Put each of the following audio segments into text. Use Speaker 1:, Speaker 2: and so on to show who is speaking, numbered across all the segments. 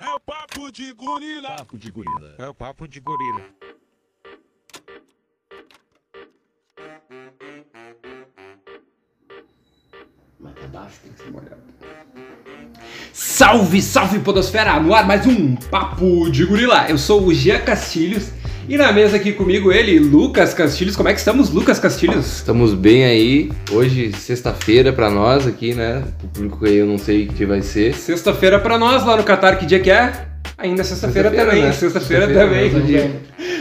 Speaker 1: É Papo de gorila.
Speaker 2: Papo de gorila.
Speaker 3: É o papo de gorila.
Speaker 4: Salve, salve Podosfera! No ar mais um Papo de Gorila. Eu sou o Jean Castilhos e na mesa aqui comigo ele, Lucas Castilhos. Como é que estamos, Lucas Castilhos?
Speaker 5: Estamos bem aí. Hoje, sexta-feira, pra nós aqui, né? O público aí eu não sei o que que vai ser.
Speaker 4: Sexta-feira pra nós lá no Catar, que dia que é? Ainda é sexta-feira
Speaker 5: Sexta-feira,
Speaker 4: também,
Speaker 5: né?
Speaker 4: sexta-feira
Speaker 5: Sexta-feira,
Speaker 4: também.
Speaker 5: mais um
Speaker 6: né?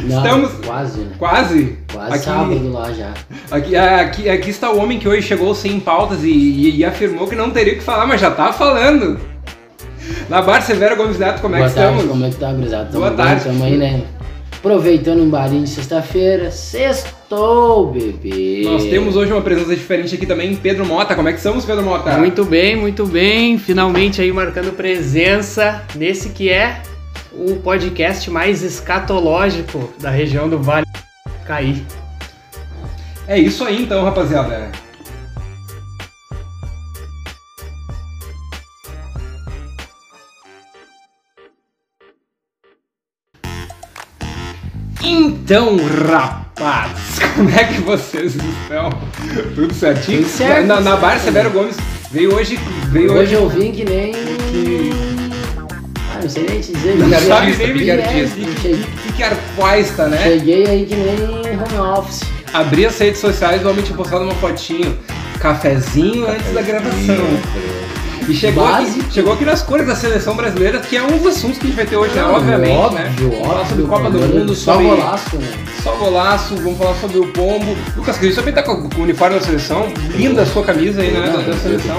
Speaker 4: dia.
Speaker 6: Não,
Speaker 4: Estamos-
Speaker 6: quase, né?
Speaker 4: Quase?
Speaker 6: Quase
Speaker 4: Aqui-
Speaker 6: sábado lá já.
Speaker 4: Aqui, é, aqui, aqui está o homem que hoje chegou sem pautas e, e- e afirmou que não teria o que falar, mas já tá falando. Labar Severo Gomes Neto, como é
Speaker 6: Boa
Speaker 4: que
Speaker 6: tarde,
Speaker 4: estamos?
Speaker 6: como é que tá, gurizada? Tamo
Speaker 4: Boa
Speaker 6: bem,
Speaker 4: tarde.
Speaker 6: Tamo aí, né? Aproveitando um barinho de sexta-feira. Sextou, bebê.
Speaker 4: Nós temos um hoje uma presença diferente aqui também, Pedro Mota. Como é que estamos, Pedro Mota?
Speaker 7: Muito bem, muito bem. Finalmente aí marcando presença nesse que é o podcast mais escatológico da região do Vale do Caí.
Speaker 4: É isso aí então, rapaziada. Então, rapaz, como é que vocês estão? Tudo certinho?
Speaker 6: Tudo certo.
Speaker 4: Na, na Bar Severo Gomes veio hoje. Veio
Speaker 6: Hoje
Speaker 4: hoje.
Speaker 6: eu vim que nem. Ah, não sei nem te dizer.
Speaker 4: Não
Speaker 6: cheguei-
Speaker 4: sabe nem
Speaker 6: cheguei-
Speaker 4: o que artista.
Speaker 6: Cheguei,
Speaker 4: Que arpaista, né?
Speaker 6: É, cheguei aí que nem home office.
Speaker 4: Abri as redes sociais e o homem tinha postado uma fotinho. Cafezinho antes da gravação. E chegou aqui,
Speaker 6: é. Básico.
Speaker 4: chegou aqui nas cores da seleção brasileira, que é um dos assuntos que a gente vai ter hoje, né?
Speaker 6: Não,
Speaker 4: Obviamente, né?
Speaker 6: óbvio,
Speaker 4: Vamos falar
Speaker 6: óbvio,
Speaker 4: sobre Copa do
Speaker 6: mano.
Speaker 4: Mundo,
Speaker 6: Só
Speaker 4: sobre
Speaker 6: golaço, né?
Speaker 4: só golaço, vamos falar sobre o pombo. Lucas Cris também tá com o uniforme da seleção, linda a sua camisa aí, né? Da, da seleção.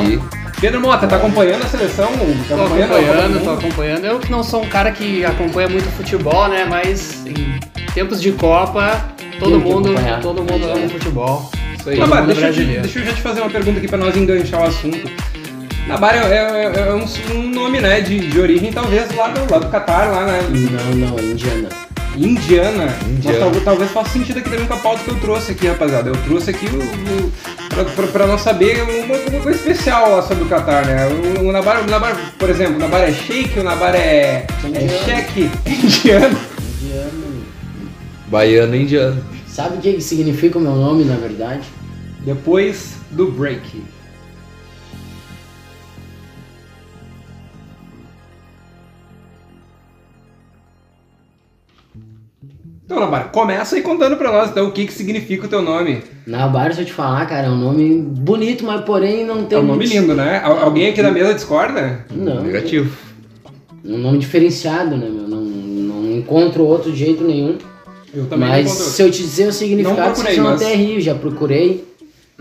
Speaker 4: Pedro Mota, tá acompanhando a seleção? Tá
Speaker 7: Tô
Speaker 4: vendo a Copa do
Speaker 7: acompanhando, tô
Speaker 4: Mundo?
Speaker 7: acompanhando. Eu que não sou um cara que acompanha muito futebol, né? Mas em tempos de Copa, todo
Speaker 6: Tem que
Speaker 7: mundo,
Speaker 6: acompanhar.
Speaker 7: todo mundo ama futebol.
Speaker 5: Isso aí.
Speaker 4: Nabar,
Speaker 7: mundo
Speaker 4: deixa, eu te-
Speaker 7: brasileiro.
Speaker 4: deixa eu já te fazer uma pergunta aqui pra nós enganchar o assunto. Nabar é, é- é- é um, um nome, né, de, de origem, talvez lá do, lá do Catar, lá, né?
Speaker 6: Não, não, Indiana.
Speaker 4: Indiana.
Speaker 5: Indiana.
Speaker 4: Mas tal- talvez faça sentido aqui também com a pauta que eu trouxe aqui, rapaziada. Eu trouxe aqui o, o- pra, pra- pra nós saber uma, uma coisa especial lá sobre o Qatar, né? O, o Nabar, o Nabar, por exemplo, o Nabar é shake, o Nabar é, é
Speaker 6: Indiano.
Speaker 4: cheque é indiano.
Speaker 6: Indiana.
Speaker 5: Baiano e indiano.
Speaker 6: Sabe o que que significa o meu nome, na verdade?
Speaker 4: Depois do break. Então, Nabar, começa aí contando pra nós então o que, que significa o teu nome.
Speaker 6: Nabar, se eu te falar, cara, é um nome bonito, mas porém não tem.
Speaker 4: É um nome
Speaker 6: muito-
Speaker 4: lindo, né? Al- alguém aqui da mesa discorda?
Speaker 6: Não.
Speaker 5: Negativo.
Speaker 6: um nome diferenciado, né, meu? Não, não encontro outro de jeito nenhum.
Speaker 4: Eu
Speaker 6: mas
Speaker 4: encontro.
Speaker 6: se eu te dizer o significado,
Speaker 4: procurei,
Speaker 6: vocês vão
Speaker 4: mas-
Speaker 6: até rir, já procurei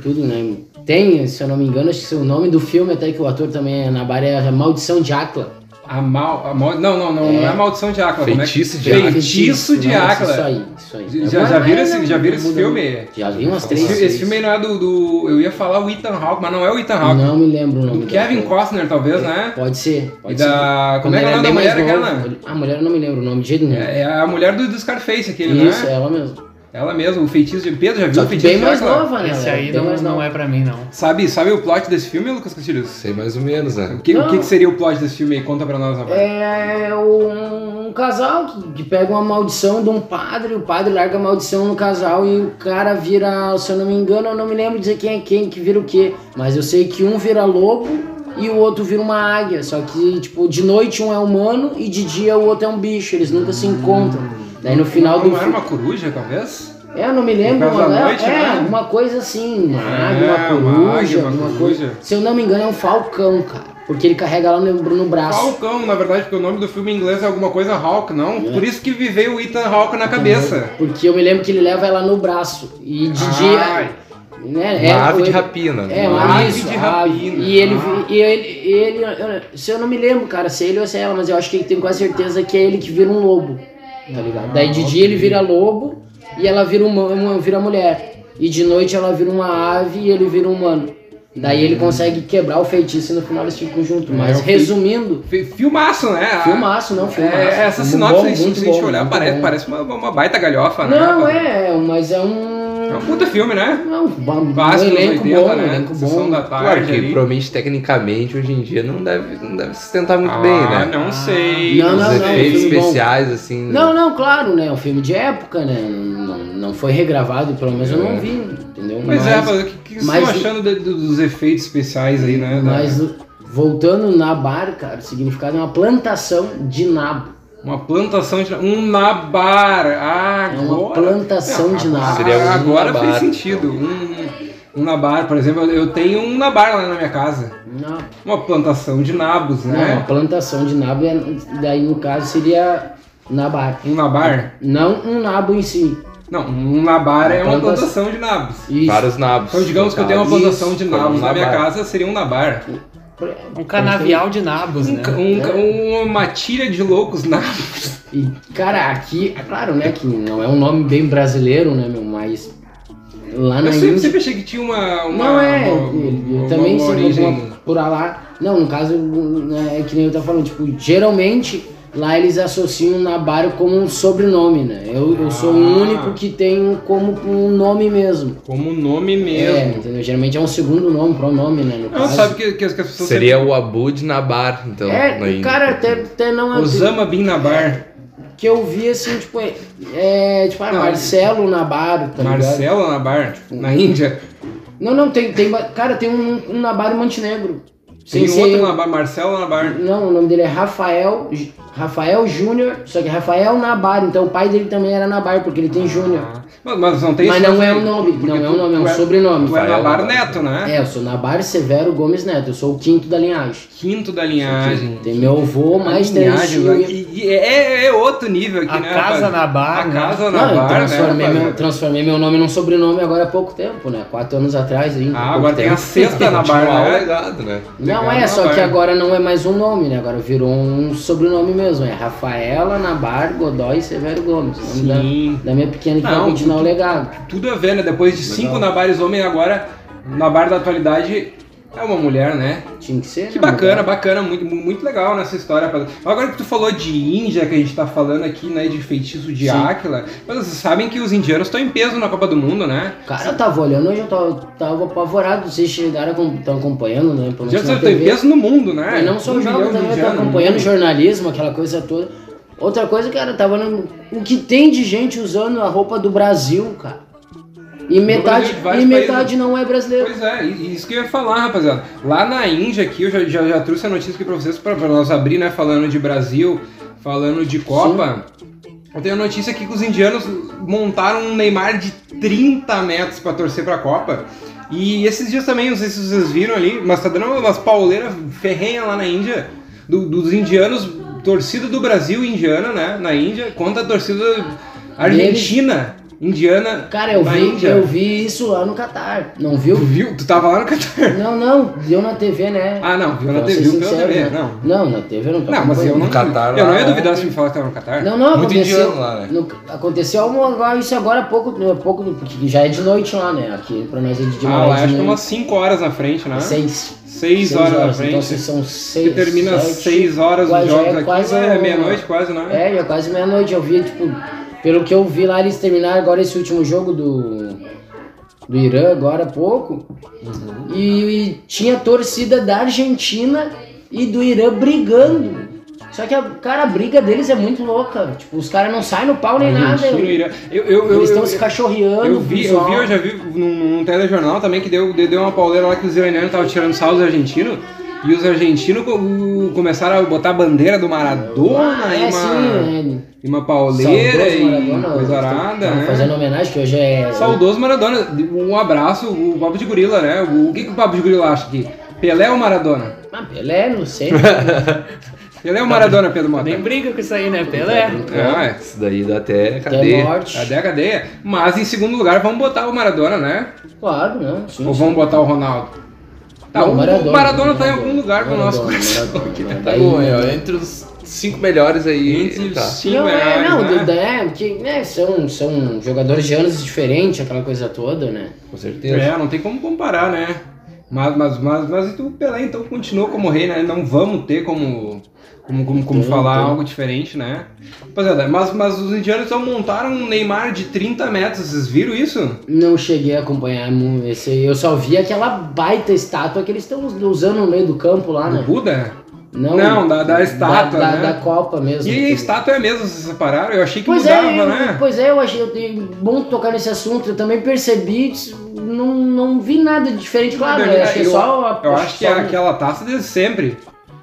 Speaker 6: tudo, né? Tem, se eu não me engano, acho que o nome do filme, até que o ator também é na barra, é Maldição de Acla.
Speaker 4: A mal... A mal... Não, não, não, não é a maldição de Acla. como é que-
Speaker 5: Feitiço de Acla.
Speaker 4: Feitiço de
Speaker 6: né? Nossa,
Speaker 4: Acla.
Speaker 6: Isso aí, isso aí.
Speaker 4: Já,
Speaker 6: Agora
Speaker 4: já viram
Speaker 6: vai,
Speaker 4: esse,
Speaker 6: né,
Speaker 4: já viram esse
Speaker 6: muda-
Speaker 4: filme?
Speaker 6: Já vi umas três
Speaker 4: Esse,
Speaker 6: vezes.
Speaker 4: esse filme aí não é do, do... Eu ia falar o Ethan Hawke, mas não é o Ethan Hawke.
Speaker 6: Não É. me lembro o nome.
Speaker 4: Do
Speaker 6: do
Speaker 4: Kevin
Speaker 6: ator.
Speaker 4: Costner, talvez, né?
Speaker 6: Pode ser,
Speaker 4: E
Speaker 6: pode ser.
Speaker 4: da... Como
Speaker 6: Quando
Speaker 4: é que é o nome
Speaker 6: era
Speaker 4: da
Speaker 6: bem mais
Speaker 4: mulher aquela?
Speaker 6: novo, A mulher eu não me lembro o nome de jeito nenhum.
Speaker 4: É é a mulher do, do Scarface, aquele,
Speaker 6: Isso, é
Speaker 4: né?
Speaker 6: ela mesmo.
Speaker 4: Ela mesma, o feitiço de... Pedro, já viu
Speaker 6: Só
Speaker 4: o
Speaker 6: que
Speaker 4: feitiço
Speaker 6: bem
Speaker 4: de
Speaker 6: mais
Speaker 4: Acla?
Speaker 6: nova, né?
Speaker 7: Esse
Speaker 6: ela
Speaker 7: aí
Speaker 6: bem
Speaker 7: não,
Speaker 6: mais
Speaker 7: não
Speaker 6: nova.
Speaker 7: é pra mim, não.
Speaker 4: Sabe, sabe o plot desse filme, Lucas Castilhos?
Speaker 5: Sei mais ou menos, né?
Speaker 4: O que, o que
Speaker 6: Não.
Speaker 4: que seria o plot desse filme aí? Conta pra nós, rapaz.
Speaker 6: É um, um casal que, que pega uma maldição de um padre, o padre larga a maldição no casal e o cara vira, se eu não me engano, eu não me lembro dizer quem é quem, que vira o quê, mas eu sei que um vira lobo e o outro vira uma águia, só que, tipo, de noite um é humano e de dia o outro é um bicho, eles nunca se encontram. Daí no final do
Speaker 4: Não é era
Speaker 6: filme.
Speaker 4: uma coruja, talvez?
Speaker 6: É, eu não me lembro,
Speaker 4: Por causa
Speaker 6: mano.
Speaker 4: da
Speaker 6: É,
Speaker 4: noite,
Speaker 6: é,
Speaker 4: né?
Speaker 6: alguma coisa assim, uma
Speaker 4: É,
Speaker 6: águia, uma
Speaker 4: uma
Speaker 6: coruja,
Speaker 4: águia, uma
Speaker 6: alguma
Speaker 4: coruja.
Speaker 6: coisa. Se eu não me engano, é um falcão, cara. Porque ele carrega lá no, no braço.
Speaker 4: Falcão, na verdade, porque o nome do filme em inglês é alguma coisa Hawk, não?
Speaker 6: É.
Speaker 4: Por isso que viveu o Ethan Hawk na cabeça.
Speaker 6: Porque eu me lembro que ele leva ela no braço. E de
Speaker 4: Ah, Ai.
Speaker 6: dia. Né,
Speaker 5: Uma ave de
Speaker 6: ele-
Speaker 5: rapina.
Speaker 6: É,
Speaker 5: uma
Speaker 4: Uma
Speaker 6: uma
Speaker 4: ave
Speaker 6: isso,
Speaker 4: de
Speaker 6: ave.
Speaker 4: rapina. tá?
Speaker 6: E ele. E ele, ele eu- se eu não me lembro, cara, se é ele ou se é ela, mas eu acho que ele tem quase certeza que é ele que vira um lobo. Tá ligado? Daí
Speaker 4: Ah,
Speaker 6: de dia ele vira lobo e ela vira uma, uma- vira mulher. E de noite ela vira uma ave e ele vira um humano. Daí
Speaker 4: Uhum.
Speaker 6: ele consegue quebrar o feitiço e no final eles ficam juntos. Mas
Speaker 4: o fe-
Speaker 6: resumindo,
Speaker 4: Fi- Filmaço, né?
Speaker 6: filmaço, não, filmaço.
Speaker 4: É, É, essa
Speaker 6: Muito
Speaker 4: sinopse,
Speaker 6: bom,
Speaker 4: se a gente-
Speaker 6: muito
Speaker 4: se a gente
Speaker 6: bom,
Speaker 4: olhar,
Speaker 6: muito
Speaker 4: parece,
Speaker 6: bom.
Speaker 4: parece uma, uma baita galhofa, né?
Speaker 6: Não,
Speaker 4: rapaz?
Speaker 6: é, mas é um.
Speaker 4: É um puta filme, né?
Speaker 6: Não, um
Speaker 4: Básico dos
Speaker 6: elenco
Speaker 4: 80,
Speaker 6: bom,
Speaker 4: né?
Speaker 6: um elenco
Speaker 4: Sessão
Speaker 6: bom.
Speaker 4: da
Speaker 5: Claro
Speaker 4: tarde.
Speaker 5: que
Speaker 4: ali.
Speaker 5: provavelmente tecnicamente hoje em dia não deve, não deve sustentar muito
Speaker 4: ah,
Speaker 5: bem, né?
Speaker 4: Não sei.
Speaker 6: Não,
Speaker 5: Os
Speaker 6: não, não,
Speaker 5: efeitos
Speaker 6: filme bom.
Speaker 5: especiais, assim.
Speaker 6: Não, não, claro, né? Um filme de época, né? Não, não foi regravado, pelo menos eu não vi, entendeu?
Speaker 4: É. Pois é, mas o que, que vocês estão
Speaker 6: mas-
Speaker 4: achando de- do- dos efeitos especiais aí, né? da-
Speaker 6: Mas voltando na bar, cara, o significado é uma plantação de nabo.
Speaker 4: Uma plantação de. Um nabar. Ah,
Speaker 6: É uma
Speaker 4: agora. Ah,
Speaker 6: plantação de nabo.
Speaker 5: Seria um então.
Speaker 4: agora
Speaker 5: nabar,
Speaker 4: fez
Speaker 5: então.
Speaker 4: sentido. Um, um nabar, por exemplo, eu tenho um nabar lá na minha casa.
Speaker 6: Não,
Speaker 4: Uma plantação de nabos,
Speaker 6: não, uma
Speaker 4: né?
Speaker 6: plantação de nabo, é, daí no caso seria nabar.
Speaker 4: Um nabar?
Speaker 6: Não um nabo em si.
Speaker 4: Não, um nabar é uma
Speaker 6: Planta-
Speaker 4: plantação de nabos.
Speaker 6: Isso.
Speaker 5: Vários nabos.
Speaker 4: Então, digamos que eu tenho uma
Speaker 5: plantação.
Speaker 4: plantação de
Speaker 5: Isso, como
Speaker 4: nabos
Speaker 5: um
Speaker 4: na minha
Speaker 5: nabar.
Speaker 4: casa, seria um nabar.
Speaker 7: Um canavial de nabos, né?
Speaker 4: Um, ca- um ca- uma tilha de loucos nabos.
Speaker 6: E, cara, aqui, é claro, né, que não é um nome bem brasileiro, né, meu, mas lá na
Speaker 4: Eu sempre,
Speaker 6: Índia...
Speaker 4: sempre achei que tinha uma. uma
Speaker 6: Não é,
Speaker 4: uma-
Speaker 6: ele-
Speaker 4: uma-
Speaker 6: também
Speaker 4: uma
Speaker 6: se
Speaker 4: origem.
Speaker 6: origem... por lá. Não, no caso, né, é que nem eu tava falando, tipo, geralmente lá eles associam Nabaro como um sobrenome, né? Eu, eu sou o
Speaker 4: Ah.
Speaker 6: único que tem como um nome mesmo.
Speaker 4: Como nome
Speaker 6: É,
Speaker 4: mesmo.
Speaker 6: entendeu? Geralmente é um segundo nome, pronome, né? No
Speaker 4: Não,
Speaker 6: caso.
Speaker 4: sabe que, que as que as pessoas.
Speaker 5: Seria o Abu de Nabar, então.
Speaker 6: É,
Speaker 5: na Índia.
Speaker 6: cara, até, até não
Speaker 4: sempre-
Speaker 6: é.
Speaker 4: "Ah, Osama Bin Nabar.
Speaker 6: Que eu vi assim, tipo, é, é, tipo, ah,
Speaker 4: Não.
Speaker 6: Marcelo Nabaro, tá ligado? Tipo,
Speaker 4: Marcelo Nabar. Na Índia.
Speaker 6: Não, não, tem, tem. ba- Cara, tem um, um Nabaro em Montenegro.
Speaker 4: Tem
Speaker 6: Sem ser-
Speaker 4: outro Nabar. Marcelo Nabar.
Speaker 6: Não, o nome dele é Rafael. Rafael Júnior, só que Rafael Nabar, então o pai dele também era Nabar, porque ele tem Júnior.
Speaker 4: Ah, Mas, mas não tem
Speaker 6: Mas
Speaker 4: esse
Speaker 6: não é um nome, não é um
Speaker 4: tu-
Speaker 6: nome, é
Speaker 4: tu
Speaker 6: um sobrenome.
Speaker 4: Tu é
Speaker 5: Rafael
Speaker 4: Nabar
Speaker 5: Nabar.
Speaker 4: Neto, né?
Speaker 6: É, eu sou Nabar Severo Gomes Neto, eu sou o quinto da linhagem.
Speaker 4: Quinto da linhagem.
Speaker 6: Tem meu avô, mais três
Speaker 4: Linhagem,
Speaker 6: tios.
Speaker 4: e- e é, é outro nível aqui,
Speaker 7: A
Speaker 4: né?
Speaker 7: casa
Speaker 4: rapaz?
Speaker 7: na barra,
Speaker 4: A
Speaker 7: né?
Speaker 4: casa na
Speaker 6: Não, eu
Speaker 4: barra,
Speaker 6: transformei,
Speaker 4: né?
Speaker 6: meu,
Speaker 4: rapaz?
Speaker 6: transformei meu nome num sobrenome agora há pouco tempo, né? Quatro anos atrás ainda.
Speaker 4: Ah, agora tem a sexta na
Speaker 5: Continuar o
Speaker 4: barra, né?
Speaker 5: legado, né?
Speaker 6: Não
Speaker 4: Legal,
Speaker 6: é, só
Speaker 4: Nabar.
Speaker 6: que agora não é mais um nome, né? Agora virou um sobrenome mesmo. É Rafaela Nabar Godoy Severo Gomes. O nome da-
Speaker 4: Sim.
Speaker 6: Da, minha pequena que vai
Speaker 4: Não,
Speaker 6: continuar o
Speaker 4: tudo-
Speaker 6: legado.
Speaker 4: Tudo a ver, né? Depois de cinco nabares homem agora, na barra da atualidade é uma mulher, né?
Speaker 6: Tinha que ser.
Speaker 4: Que
Speaker 6: né,
Speaker 4: bacana,
Speaker 6: mano?
Speaker 4: bacana, muito, muito legal nessa história. rapaz. Agora que tu falou de Índia, que a gente tá falando aqui, né, de feitiço de
Speaker 6: Sim.
Speaker 4: Áquila, mas vocês sabem que os indianos estão em peso na Copa do Mundo, né?
Speaker 6: Cara, eu tava olhando hoje, eu tava, tava apavorado. Vocês chegaram, estão acompanhando, né? Pelo
Speaker 4: Os
Speaker 6: menos na
Speaker 4: indianos estão em
Speaker 6: TV.
Speaker 4: peso no mundo, né?
Speaker 6: Mas não só
Speaker 4: Um
Speaker 6: o jogo,
Speaker 4: milhão de
Speaker 6: também eu tô
Speaker 4: indianos no
Speaker 6: acompanhando
Speaker 4: mundo.
Speaker 6: jornalismo, aquela coisa toda. Outra coisa, cara, eu tava olhando o que tem de gente usando a roupa do Brasil, cara. E metade,
Speaker 4: Brasil, de vários
Speaker 6: e metade
Speaker 4: países.
Speaker 6: não é brasileiro.
Speaker 4: Pois é, e- e isso que eu ia falar, rapaziada. Lá na Índia aqui, eu já, já, já trouxe a notícia aqui pra vocês, pra, pra nós abrir, né? Falando de Brasil, falando de Copa. Eu tenho a notícia aqui que os indianos montaram um Neymar de 30 metros pra torcer pra Copa. E esses dias também, não sei se vocês viram ali, mas tá dando umas pauleiras ferrenhas lá na Índia, do- dos indianos, torcida do Brasil indiana, né? Na Índia, contra a torcida argentina indiana.
Speaker 6: Cara, eu
Speaker 4: é. na
Speaker 6: vi,
Speaker 4: Índia.
Speaker 6: eu vi isso lá no Catar. Não
Speaker 4: Tu
Speaker 6: viu?
Speaker 4: viu? Tu tava lá no Catar.
Speaker 6: Não, não, deu na TV, né?
Speaker 4: Ah, não, viu na
Speaker 6: Pra ser
Speaker 4: TV, viu pela
Speaker 6: sincero,
Speaker 4: TV,
Speaker 6: né?
Speaker 4: não.
Speaker 6: Não, na TV eu não tô
Speaker 4: Não, mas eu
Speaker 6: acompanhando.
Speaker 4: não.
Speaker 5: No Catar,
Speaker 4: eu
Speaker 5: lá,
Speaker 4: não ia
Speaker 5: né?
Speaker 4: duvidar se me falar que tava no Catar.
Speaker 6: Não, não,
Speaker 5: Muito
Speaker 6: aconteceu.
Speaker 5: indiano lá, né?
Speaker 6: no- aconteceu algo- ah, isso agora há pouco, há pouco, porque já é de noite lá, né? Aqui pra nós é de
Speaker 4: Ah, lá,
Speaker 6: manhã.
Speaker 4: acho que é umas 5 horas na frente, né?
Speaker 6: é
Speaker 4: 6
Speaker 6: seis.
Speaker 4: horas, na
Speaker 6: Então
Speaker 4: frente.
Speaker 6: se são seis.
Speaker 4: que termina
Speaker 6: sete,
Speaker 4: 6 horas
Speaker 6: quase-
Speaker 4: os jogos
Speaker 6: já
Speaker 4: aqui,
Speaker 6: quase
Speaker 4: é
Speaker 6: um-
Speaker 4: meia-noite quase, né?
Speaker 6: É, já é quase meia-noite. Eu vi, tipo, pelo que eu vi lá, eles terminaram agora esse último jogo do. Do Irã agora há pouco. E, e tinha torcida da Argentina e do Irã brigando. Só que, a, cara, a briga deles é muito louca. Tipo, os caras não saem no pau nem
Speaker 4: Uhum.
Speaker 6: nada.
Speaker 4: Argentina, Irã. Eu, eu, eu,
Speaker 6: Eles estão
Speaker 4: eu-
Speaker 6: se cachorreando.
Speaker 4: eu vi, eu vi, eu já vi num, num telejornal também que deu, deu uma pauleira lá que os iranianos estavam tirando sal dos argentinos. E os argentinos co- o- começaram a botar a bandeira do Maradona
Speaker 6: Ah,
Speaker 4: e,
Speaker 6: é,
Speaker 4: uma,
Speaker 6: sim, é.
Speaker 4: e uma pauleira
Speaker 6: Saudoso
Speaker 4: e
Speaker 6: Maradona,
Speaker 4: coisa
Speaker 6: estamos-
Speaker 4: arada,
Speaker 6: estamos
Speaker 4: né?
Speaker 6: Fazendo homenagem, que hoje é.
Speaker 4: Saudoso Maradona, um abraço, o Papo de Gorila, né? O que, que o Papo de Gorila acha aqui? Pelé ou Maradona?
Speaker 6: Ah, Pelé, não sei. Tá
Speaker 4: Pelé ou Maradona, Pedro Mota?
Speaker 7: Nem briga com isso aí, né, Pelé?
Speaker 6: brincando.
Speaker 4: É,
Speaker 5: Isso daí dá até
Speaker 6: Até
Speaker 5: cadeia.
Speaker 6: morte.
Speaker 4: cadê a cadeia? é. Mas em segundo lugar, vamos botar o Maradona, né?
Speaker 6: Claro, não. Sim,
Speaker 4: Ou
Speaker 6: sim.
Speaker 4: vamos botar o Ronaldo? Tá,
Speaker 6: Não,
Speaker 4: o Maradona, tá em algum lugar no
Speaker 6: Maradona,
Speaker 4: nosso coração.
Speaker 6: Maradona, Maradona.
Speaker 5: Tá
Speaker 6: Daí-
Speaker 5: bom, é, ó, entre os cinco melhores aí.
Speaker 4: Entre os
Speaker 5: tá.
Speaker 4: cinco
Speaker 6: Não, é,
Speaker 4: melhores,
Speaker 6: não,
Speaker 4: né?
Speaker 6: Duda, é, porque né, são, são jogadores de anos diferentes, aquela coisa toda, né?
Speaker 5: Com certeza.
Speaker 4: É, não tem como comparar, né? Mas, mas, mas, mas o Pelé então continuou como rei, né? Não vamos ter como Como, como, como
Speaker 6: Tem,
Speaker 4: falar
Speaker 6: tem.
Speaker 4: algo diferente, né? Rapaziada, mas, mas os indianos então montaram um Neymar de 30 metros, vocês viram isso?
Speaker 6: Não cheguei a acompanhar mu- esse aí. Eu só vi aquela baita estátua que eles estão usando no meio do campo lá,
Speaker 4: Do
Speaker 6: né?
Speaker 4: Buda?
Speaker 6: Não,
Speaker 4: Não, da- da estátua,
Speaker 6: da,
Speaker 4: né?
Speaker 6: da Copa mesmo.
Speaker 4: E a estátua é a mesma, vocês separaram? Eu achei que
Speaker 6: Pois
Speaker 4: mudava,
Speaker 6: é, eu-
Speaker 4: né?
Speaker 6: pois é, eu achei eu dei- bom tocar nesse assunto. Eu também percebi, disse, não, não vi nada de diferente, claro.
Speaker 4: verdade,
Speaker 6: Eu acho que é
Speaker 4: eu-
Speaker 6: só a-
Speaker 4: Eu acho que é
Speaker 6: só-
Speaker 4: aquela taça desde sempre.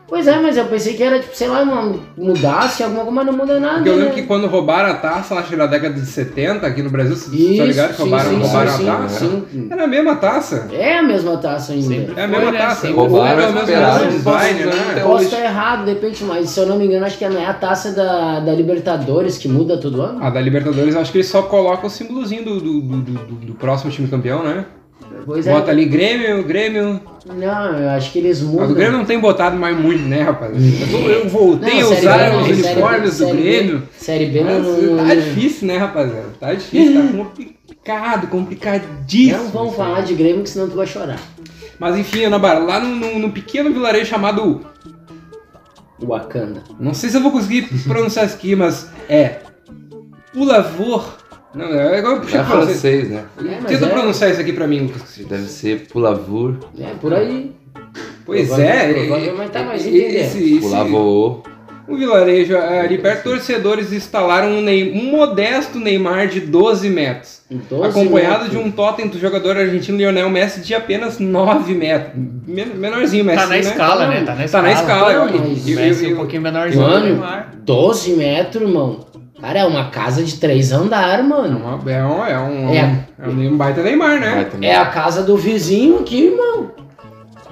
Speaker 6: Pois é, mas eu pensei que era, tipo, sei lá, uma, mudasse alguma coisa, mas não muda nada.
Speaker 4: Porque eu lembro
Speaker 6: né?
Speaker 4: que quando roubaram a taça, acho que na década de 70, aqui no Brasil, vocês
Speaker 6: Isso,
Speaker 4: estão ligados? que
Speaker 6: sim,
Speaker 4: tá Roubaram,
Speaker 6: sim,
Speaker 4: roubaram
Speaker 6: sim,
Speaker 4: a taça. né?
Speaker 6: sim, sim.
Speaker 4: Era a mesma taça.
Speaker 6: É a mesma taça ainda.
Speaker 7: Sempre
Speaker 4: É a
Speaker 7: Foi,
Speaker 4: mesma
Speaker 7: né?
Speaker 4: taça.
Speaker 7: Sempre
Speaker 5: roubaram,
Speaker 4: é o mesmo
Speaker 5: esperaram,
Speaker 4: design,
Speaker 5: posso-
Speaker 4: né?
Speaker 5: até
Speaker 6: Posso
Speaker 5: hoje.
Speaker 6: estar errado, de repente, mas se eu não me engano, acho que não é a taça da, da Libertadores que muda todo ano.
Speaker 4: A da Libertadores, eu acho que eles só colocam o símbolozinho do, do, do, do- do próximo time campeão, né?
Speaker 6: Pois é.
Speaker 4: Bota ali Grêmio, Grêmio.
Speaker 6: Não, eu acho que eles
Speaker 4: Mas o Grêmio
Speaker 6: mudam.
Speaker 4: não tem botado mais muito, né, rapaz? Eu, eu voltei
Speaker 6: Hum. Não,
Speaker 4: a
Speaker 6: Série B
Speaker 4: usar
Speaker 6: não,
Speaker 4: os
Speaker 6: Série B,
Speaker 4: uniformes do
Speaker 6: Série B.
Speaker 4: Grêmio.
Speaker 6: Série B não.
Speaker 4: Mas
Speaker 6: não-
Speaker 4: tá difícil, né, rapaziada? Tá difícil, tá complicado, complicadíssimo.
Speaker 6: Não vamos falar de Grêmio, que senão tu vai chorar.
Speaker 4: Mas enfim, Ana Barra, lá no, no, no pequeno vilarejo chamado.
Speaker 6: Wakanda.
Speaker 4: Não sei se eu vou conseguir pronunciar isso aqui, mas é. Pulavor. Não, é igual eu
Speaker 5: É
Speaker 4: puxei pra você.
Speaker 5: francês, né?
Speaker 6: É, mas
Speaker 4: Tenta
Speaker 6: é,
Speaker 4: pronunciar isso aqui pra mim, Lucas.
Speaker 5: Deve ser Pulavur,
Speaker 6: é, por aí.
Speaker 4: Pois
Speaker 6: Provavelmente-
Speaker 4: é,
Speaker 6: provavelmente tá, mas
Speaker 4: e-
Speaker 6: entendeu.
Speaker 4: esse- esse-
Speaker 5: Pulavô.
Speaker 4: o vilarejo é, ali perto, torcedores instalaram um, Ney- um modesto Neymar de 12 metros.
Speaker 6: Em 12
Speaker 4: acompanhado
Speaker 6: minutos.
Speaker 4: de um totem do jogador argentino Lionel Messi de apenas 9 metros. Men- Menorzinho, Messi.
Speaker 7: Tá na
Speaker 4: né?
Speaker 7: escala, né? Tá na escala.
Speaker 4: escala,
Speaker 6: Não,
Speaker 4: eu-
Speaker 6: mas
Speaker 4: eu-
Speaker 7: O Messi
Speaker 4: eu-
Speaker 7: um pouquinho menorzinho do
Speaker 6: Mano.
Speaker 7: Neymar.
Speaker 6: 12 metros, irmão. Cara, é uma casa de três andares,
Speaker 4: É
Speaker 7: né?
Speaker 6: mano.
Speaker 4: uma- é um, é um,
Speaker 6: É.
Speaker 4: é um, um baita Neymar, né?
Speaker 5: Vai também.
Speaker 6: É a casa do vizinho aqui, irmão.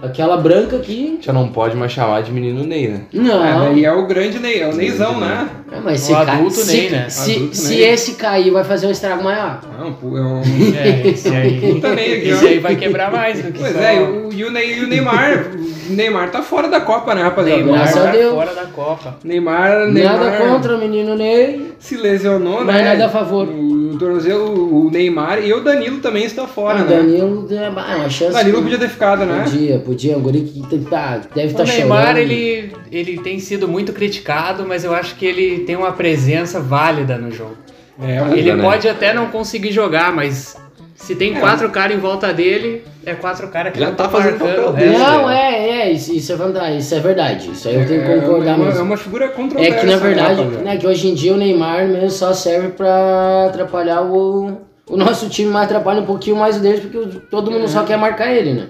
Speaker 6: Aquela branca aqui.
Speaker 5: Já não pode mais chamar de menino Ney, né?
Speaker 4: É,
Speaker 6: Não.
Speaker 4: e é o grande Ney, é o Neizão, né?
Speaker 6: É, mas
Speaker 7: O
Speaker 6: se ca-
Speaker 7: adulto
Speaker 6: se,
Speaker 7: nem, né?
Speaker 6: Se,
Speaker 4: Adulto
Speaker 6: se
Speaker 4: nem.
Speaker 6: esse cair, vai fazer um estrago maior.
Speaker 4: É um, pu- é um
Speaker 7: É, esse aí.
Speaker 4: puta Ney aqui,
Speaker 7: Esse aí
Speaker 4: ó.
Speaker 7: vai quebrar mais do que
Speaker 4: Pois
Speaker 7: só
Speaker 4: é, e o, e o Ney- e o Neymar, o Neymar tá fora da Copa, né,
Speaker 7: o
Speaker 4: rapaziada?
Speaker 7: Neymar
Speaker 6: Graças a
Speaker 7: tá
Speaker 6: Deus.
Speaker 7: fora da Copa.
Speaker 4: Neymar, Neymar
Speaker 6: Nada contra o menino Ney.
Speaker 4: se lesionou,
Speaker 6: Mas
Speaker 4: né?
Speaker 6: nada a favor.
Speaker 4: O, o tornozelo, o Neymar e o Danilo também estão fora,
Speaker 6: o
Speaker 4: né?
Speaker 6: Danilo é ah, é uma chance.
Speaker 4: Danilo
Speaker 6: que-
Speaker 4: podia ter ficado, né?
Speaker 6: Podia, podia. Um guri que tem- tá, deve estar
Speaker 7: O
Speaker 6: tá
Speaker 7: Neymar,
Speaker 6: chorando.
Speaker 7: ele, ele tem sido muito criticado, mas eu acho que ele tem uma presença válida no jogo.
Speaker 4: É, o-
Speaker 7: Ele
Speaker 5: né?
Speaker 7: pode até não conseguir jogar, mas se tem
Speaker 4: É.
Speaker 7: quatro caras em volta dele, é quatro caras que
Speaker 5: Já
Speaker 7: não
Speaker 5: tá
Speaker 7: tão
Speaker 5: fazendo
Speaker 7: marcando.
Speaker 5: papel
Speaker 4: um,
Speaker 5: dele.
Speaker 7: É.
Speaker 6: Não, é, é, isso, isso é verdade, isso é verdade. Isso aí eu tenho que concordar
Speaker 4: é uma, é
Speaker 6: mesmo.
Speaker 4: uma figura
Speaker 6: É,
Speaker 4: controversa.
Speaker 6: que na verdade,
Speaker 4: né,
Speaker 6: né, que hoje em dia o Neymar mesmo só serve pra atrapalhar o. O nosso time mas atrapalha um pouquinho mais o deles, porque o- todo mundo só quer marcar ele, né?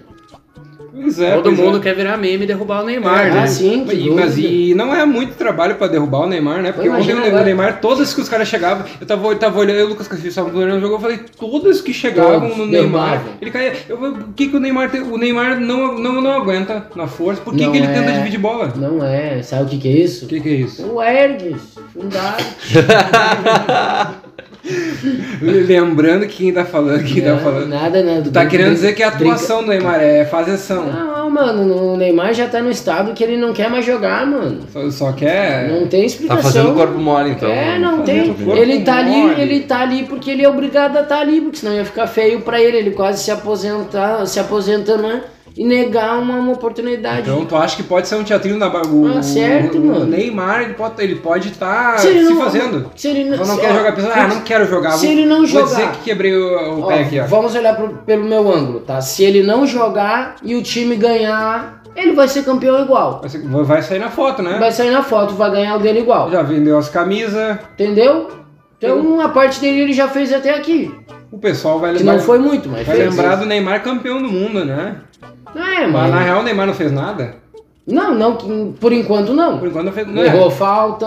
Speaker 4: Pois é,
Speaker 7: Todo
Speaker 4: pois é.
Speaker 7: mundo quer virar meme e derrubar o Neymar,
Speaker 4: É,
Speaker 6: Ah,
Speaker 7: né?
Speaker 6: sim, que
Speaker 4: E- mas
Speaker 6: dúvida.
Speaker 4: e não é muito trabalho pra derrubar o Neymar, né? Porque
Speaker 6: Pô,
Speaker 4: ontem
Speaker 6: imagina
Speaker 4: o
Speaker 6: agora.
Speaker 4: Neymar, todas que os caras chegavam, eu tava, eu tava olhando, eu e o Lucas Castilho estava olhando o jogo, eu falei, todas que chegavam
Speaker 6: Todos,
Speaker 4: no Neymar,
Speaker 6: derrubavam.
Speaker 4: ele caía. Eu, o que, que o Neymar tem? O Neymar não, não, não aguenta na força. Por que,
Speaker 6: Não
Speaker 4: que ele
Speaker 6: é.
Speaker 4: tenta dividir bola?
Speaker 6: Não é, sabe o que, que é isso?
Speaker 4: O que, que é isso?
Speaker 6: O Hermes, fundado.
Speaker 4: Lembrando que quem tá falando, quem tá
Speaker 6: Não, Ah.
Speaker 4: falando.
Speaker 6: Nada, né?
Speaker 4: Tu tá querendo dizer que é a atuação do Neymar, é fazeção.
Speaker 6: Não, mano, o Neymar já tá no estado que ele não quer mais jogar, mano.
Speaker 4: Só, só é, quer.
Speaker 6: Não tem
Speaker 5: Tá
Speaker 6: explicação.
Speaker 5: fazendo corpo mole, então.
Speaker 6: É, não tem.
Speaker 4: fazendo corpo
Speaker 6: Ele tá
Speaker 4: mole.
Speaker 6: ali, ele tá ali porque ele é obrigado a estar tá ali, porque senão ia ficar feio pra ele, ele quase se aposentar, se aposentando, né? E negar uma, uma oportunidade.
Speaker 4: Então tu acha que pode ser um teatrinho na bagulha?
Speaker 6: Ah, certo, mano.
Speaker 4: O Neymar, ele pode ele pode tá
Speaker 6: Se
Speaker 4: se,
Speaker 6: ele não-
Speaker 4: fazendo.
Speaker 6: se ele
Speaker 4: Não, não
Speaker 6: se-
Speaker 4: quer
Speaker 6: ó,
Speaker 4: jogar pessoa, ah, não quero jogar.
Speaker 6: se
Speaker 4: vou-
Speaker 6: ele não
Speaker 4: vou
Speaker 6: jogar-
Speaker 4: dizer que quebrei o, o
Speaker 6: ó,
Speaker 4: pé aqui, ó.
Speaker 6: Vamos olhar pro- pelo meu ângulo, tá? Se ele não jogar e o time ganhar, ele vai ser campeão igual.
Speaker 4: Vai ser- Vai, vai sair na foto, né?
Speaker 6: Vai sair na foto, vai ganhar o dele igual.
Speaker 4: Já vendeu as camisas,
Speaker 6: Entendeu? Então a parte dele ele já fez até aqui.
Speaker 4: o pessoal vai
Speaker 6: Que
Speaker 4: lembrar.
Speaker 6: não foi muito, mas
Speaker 4: vai
Speaker 6: fez.
Speaker 4: lembrar do Neymar campeão do mundo, né?
Speaker 6: É,
Speaker 4: Mas na
Speaker 6: mas.
Speaker 4: real o Neymar não fez nada.
Speaker 6: Não, não, que- por enquanto
Speaker 4: Por
Speaker 6: não.
Speaker 4: enquanto não fez nada.
Speaker 6: Errou falta.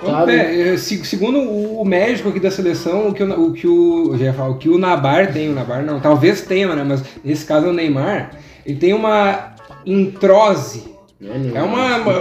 Speaker 4: Vamos ver, eh, se- segundo o o médico aqui da seleção, o que o, o que o, eu já ia falar, o que o Nabar tem, o Nabar não, talvez tenha, né? Mas nesse caso é o Neymar, ele tem uma introse. É uma, uma,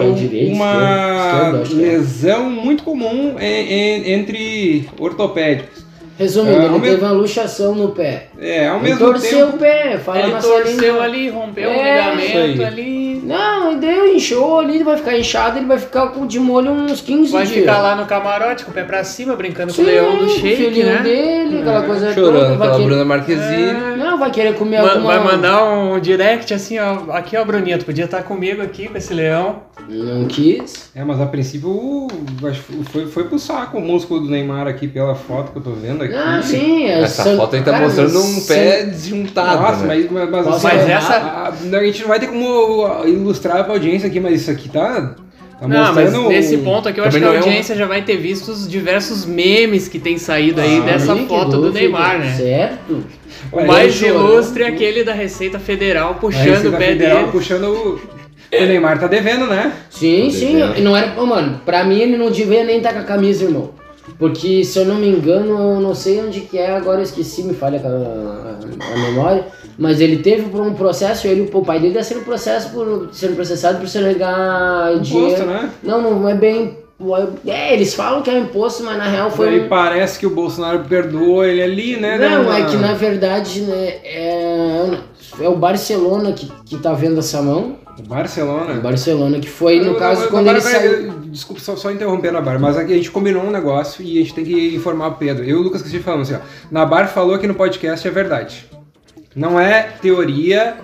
Speaker 4: uma
Speaker 6: é.
Speaker 4: lesão muito comum em- em- entre ortopédicos.
Speaker 6: Resumindo,
Speaker 4: É, ao
Speaker 6: ele
Speaker 4: mesmo-
Speaker 6: teve uma luxação no pé.
Speaker 4: É, ao
Speaker 6: Ele
Speaker 4: mesmo
Speaker 6: torceu
Speaker 4: tempo.
Speaker 6: o pé, fala
Speaker 7: Ele
Speaker 6: na sua
Speaker 7: torceu
Speaker 6: língua.
Speaker 7: ali, rompeu o
Speaker 6: É,
Speaker 7: ligamento
Speaker 4: isso aí.
Speaker 7: ali.
Speaker 6: Não, e daí inchou ali, ele vai ficar inchado, ele vai ficar com de molho uns 15
Speaker 7: Vai
Speaker 6: dias.
Speaker 7: ficar lá no camarote com o pé pra cima, brincando
Speaker 6: Sim,
Speaker 7: com o leão do shake,
Speaker 6: filhinho
Speaker 7: né?
Speaker 6: dele, aquela coisa
Speaker 5: Chorando
Speaker 6: toda, vai
Speaker 5: pela
Speaker 6: querer-
Speaker 5: Bruna Marquezine.
Speaker 6: Não, vai querer comer
Speaker 7: Ma-
Speaker 6: alguma...
Speaker 7: Vai mandar um direct assim, ó. Aqui, ó, Bruninha, tu podia estar comigo aqui com esse leão.
Speaker 6: Não quis.
Speaker 4: É, mas a princípio o- acho que foi, foi pro saco o músculo do Neymar aqui pela foto que eu tô vendo aqui.
Speaker 6: Não, sim. é
Speaker 5: Essa
Speaker 6: sangue-
Speaker 5: foto aí tá
Speaker 6: Cara,
Speaker 5: mostrando um
Speaker 6: sangue-
Speaker 5: pé desjuntado.
Speaker 4: Nossa,
Speaker 5: né?
Speaker 4: mas, mas, mas,
Speaker 6: Mas
Speaker 4: assim,
Speaker 7: essa-
Speaker 4: a, a- a gente não vai ter como uh, ilustrar pra audiência aqui, mas isso aqui tá, tá
Speaker 7: não, mas
Speaker 4: mostrando
Speaker 7: nesse
Speaker 4: um-
Speaker 7: ponto aqui eu acho
Speaker 5: Também
Speaker 7: que a
Speaker 5: não é um-
Speaker 7: audiência já vai ter visto os diversos memes que tem saído aí
Speaker 4: Ah,
Speaker 7: dessa
Speaker 6: Sim, que
Speaker 7: foto do
Speaker 6: dúvida.
Speaker 7: Neymar, né?
Speaker 6: Certo.
Speaker 4: Olha,
Speaker 7: Mais
Speaker 6: ele chorando,
Speaker 7: ilustre é
Speaker 6: tudo.
Speaker 7: aquele da Receita Federal
Speaker 4: a
Speaker 7: puxando
Speaker 4: Receita
Speaker 7: o pé
Speaker 4: tá Federal
Speaker 7: dele.
Speaker 4: puxando o... O Neymar tá devendo, né?
Speaker 6: Sim,
Speaker 5: Tô
Speaker 6: sim.
Speaker 5: devendo.
Speaker 6: E Não era... Ô, mano, pra mim ele não devia nem estar com a camisa, irmão. Porque, se eu não me engano, eu não sei onde que é, agora eu esqueci, me falha a, a- a memória. Mas ele teve por um processo, ele, o pai dele tá sendo, processo por, sendo processado por sonegar
Speaker 4: Imposto,
Speaker 6: dinheiro.
Speaker 4: né?
Speaker 6: Não, não é bem... É, eles falam que é um imposto, mas na real foi...
Speaker 4: Foi...
Speaker 6: um-
Speaker 4: Aí parece que o Bolsonaro perdoou ele ali, né? deu
Speaker 6: Não,
Speaker 4: uma-
Speaker 6: é que na verdade, né, é, é o Barcelona que, que tá vendo essa mão.
Speaker 4: O
Speaker 6: O
Speaker 4: Barcelona...
Speaker 6: Barcelona, que foi, no
Speaker 4: Eu-
Speaker 6: caso,
Speaker 4: eu-
Speaker 6: quando
Speaker 4: agora
Speaker 6: ele
Speaker 4: vai-
Speaker 6: saiu.
Speaker 4: eu- Desculpa, só, só interrompendo a Bar, mas aqui a gente combinou um negócio e a gente tem que informar o Pedro. Eu e o Lucas que a gente falamos assim, ó. Na Bar falou que no podcast é verdade. Não é teoria,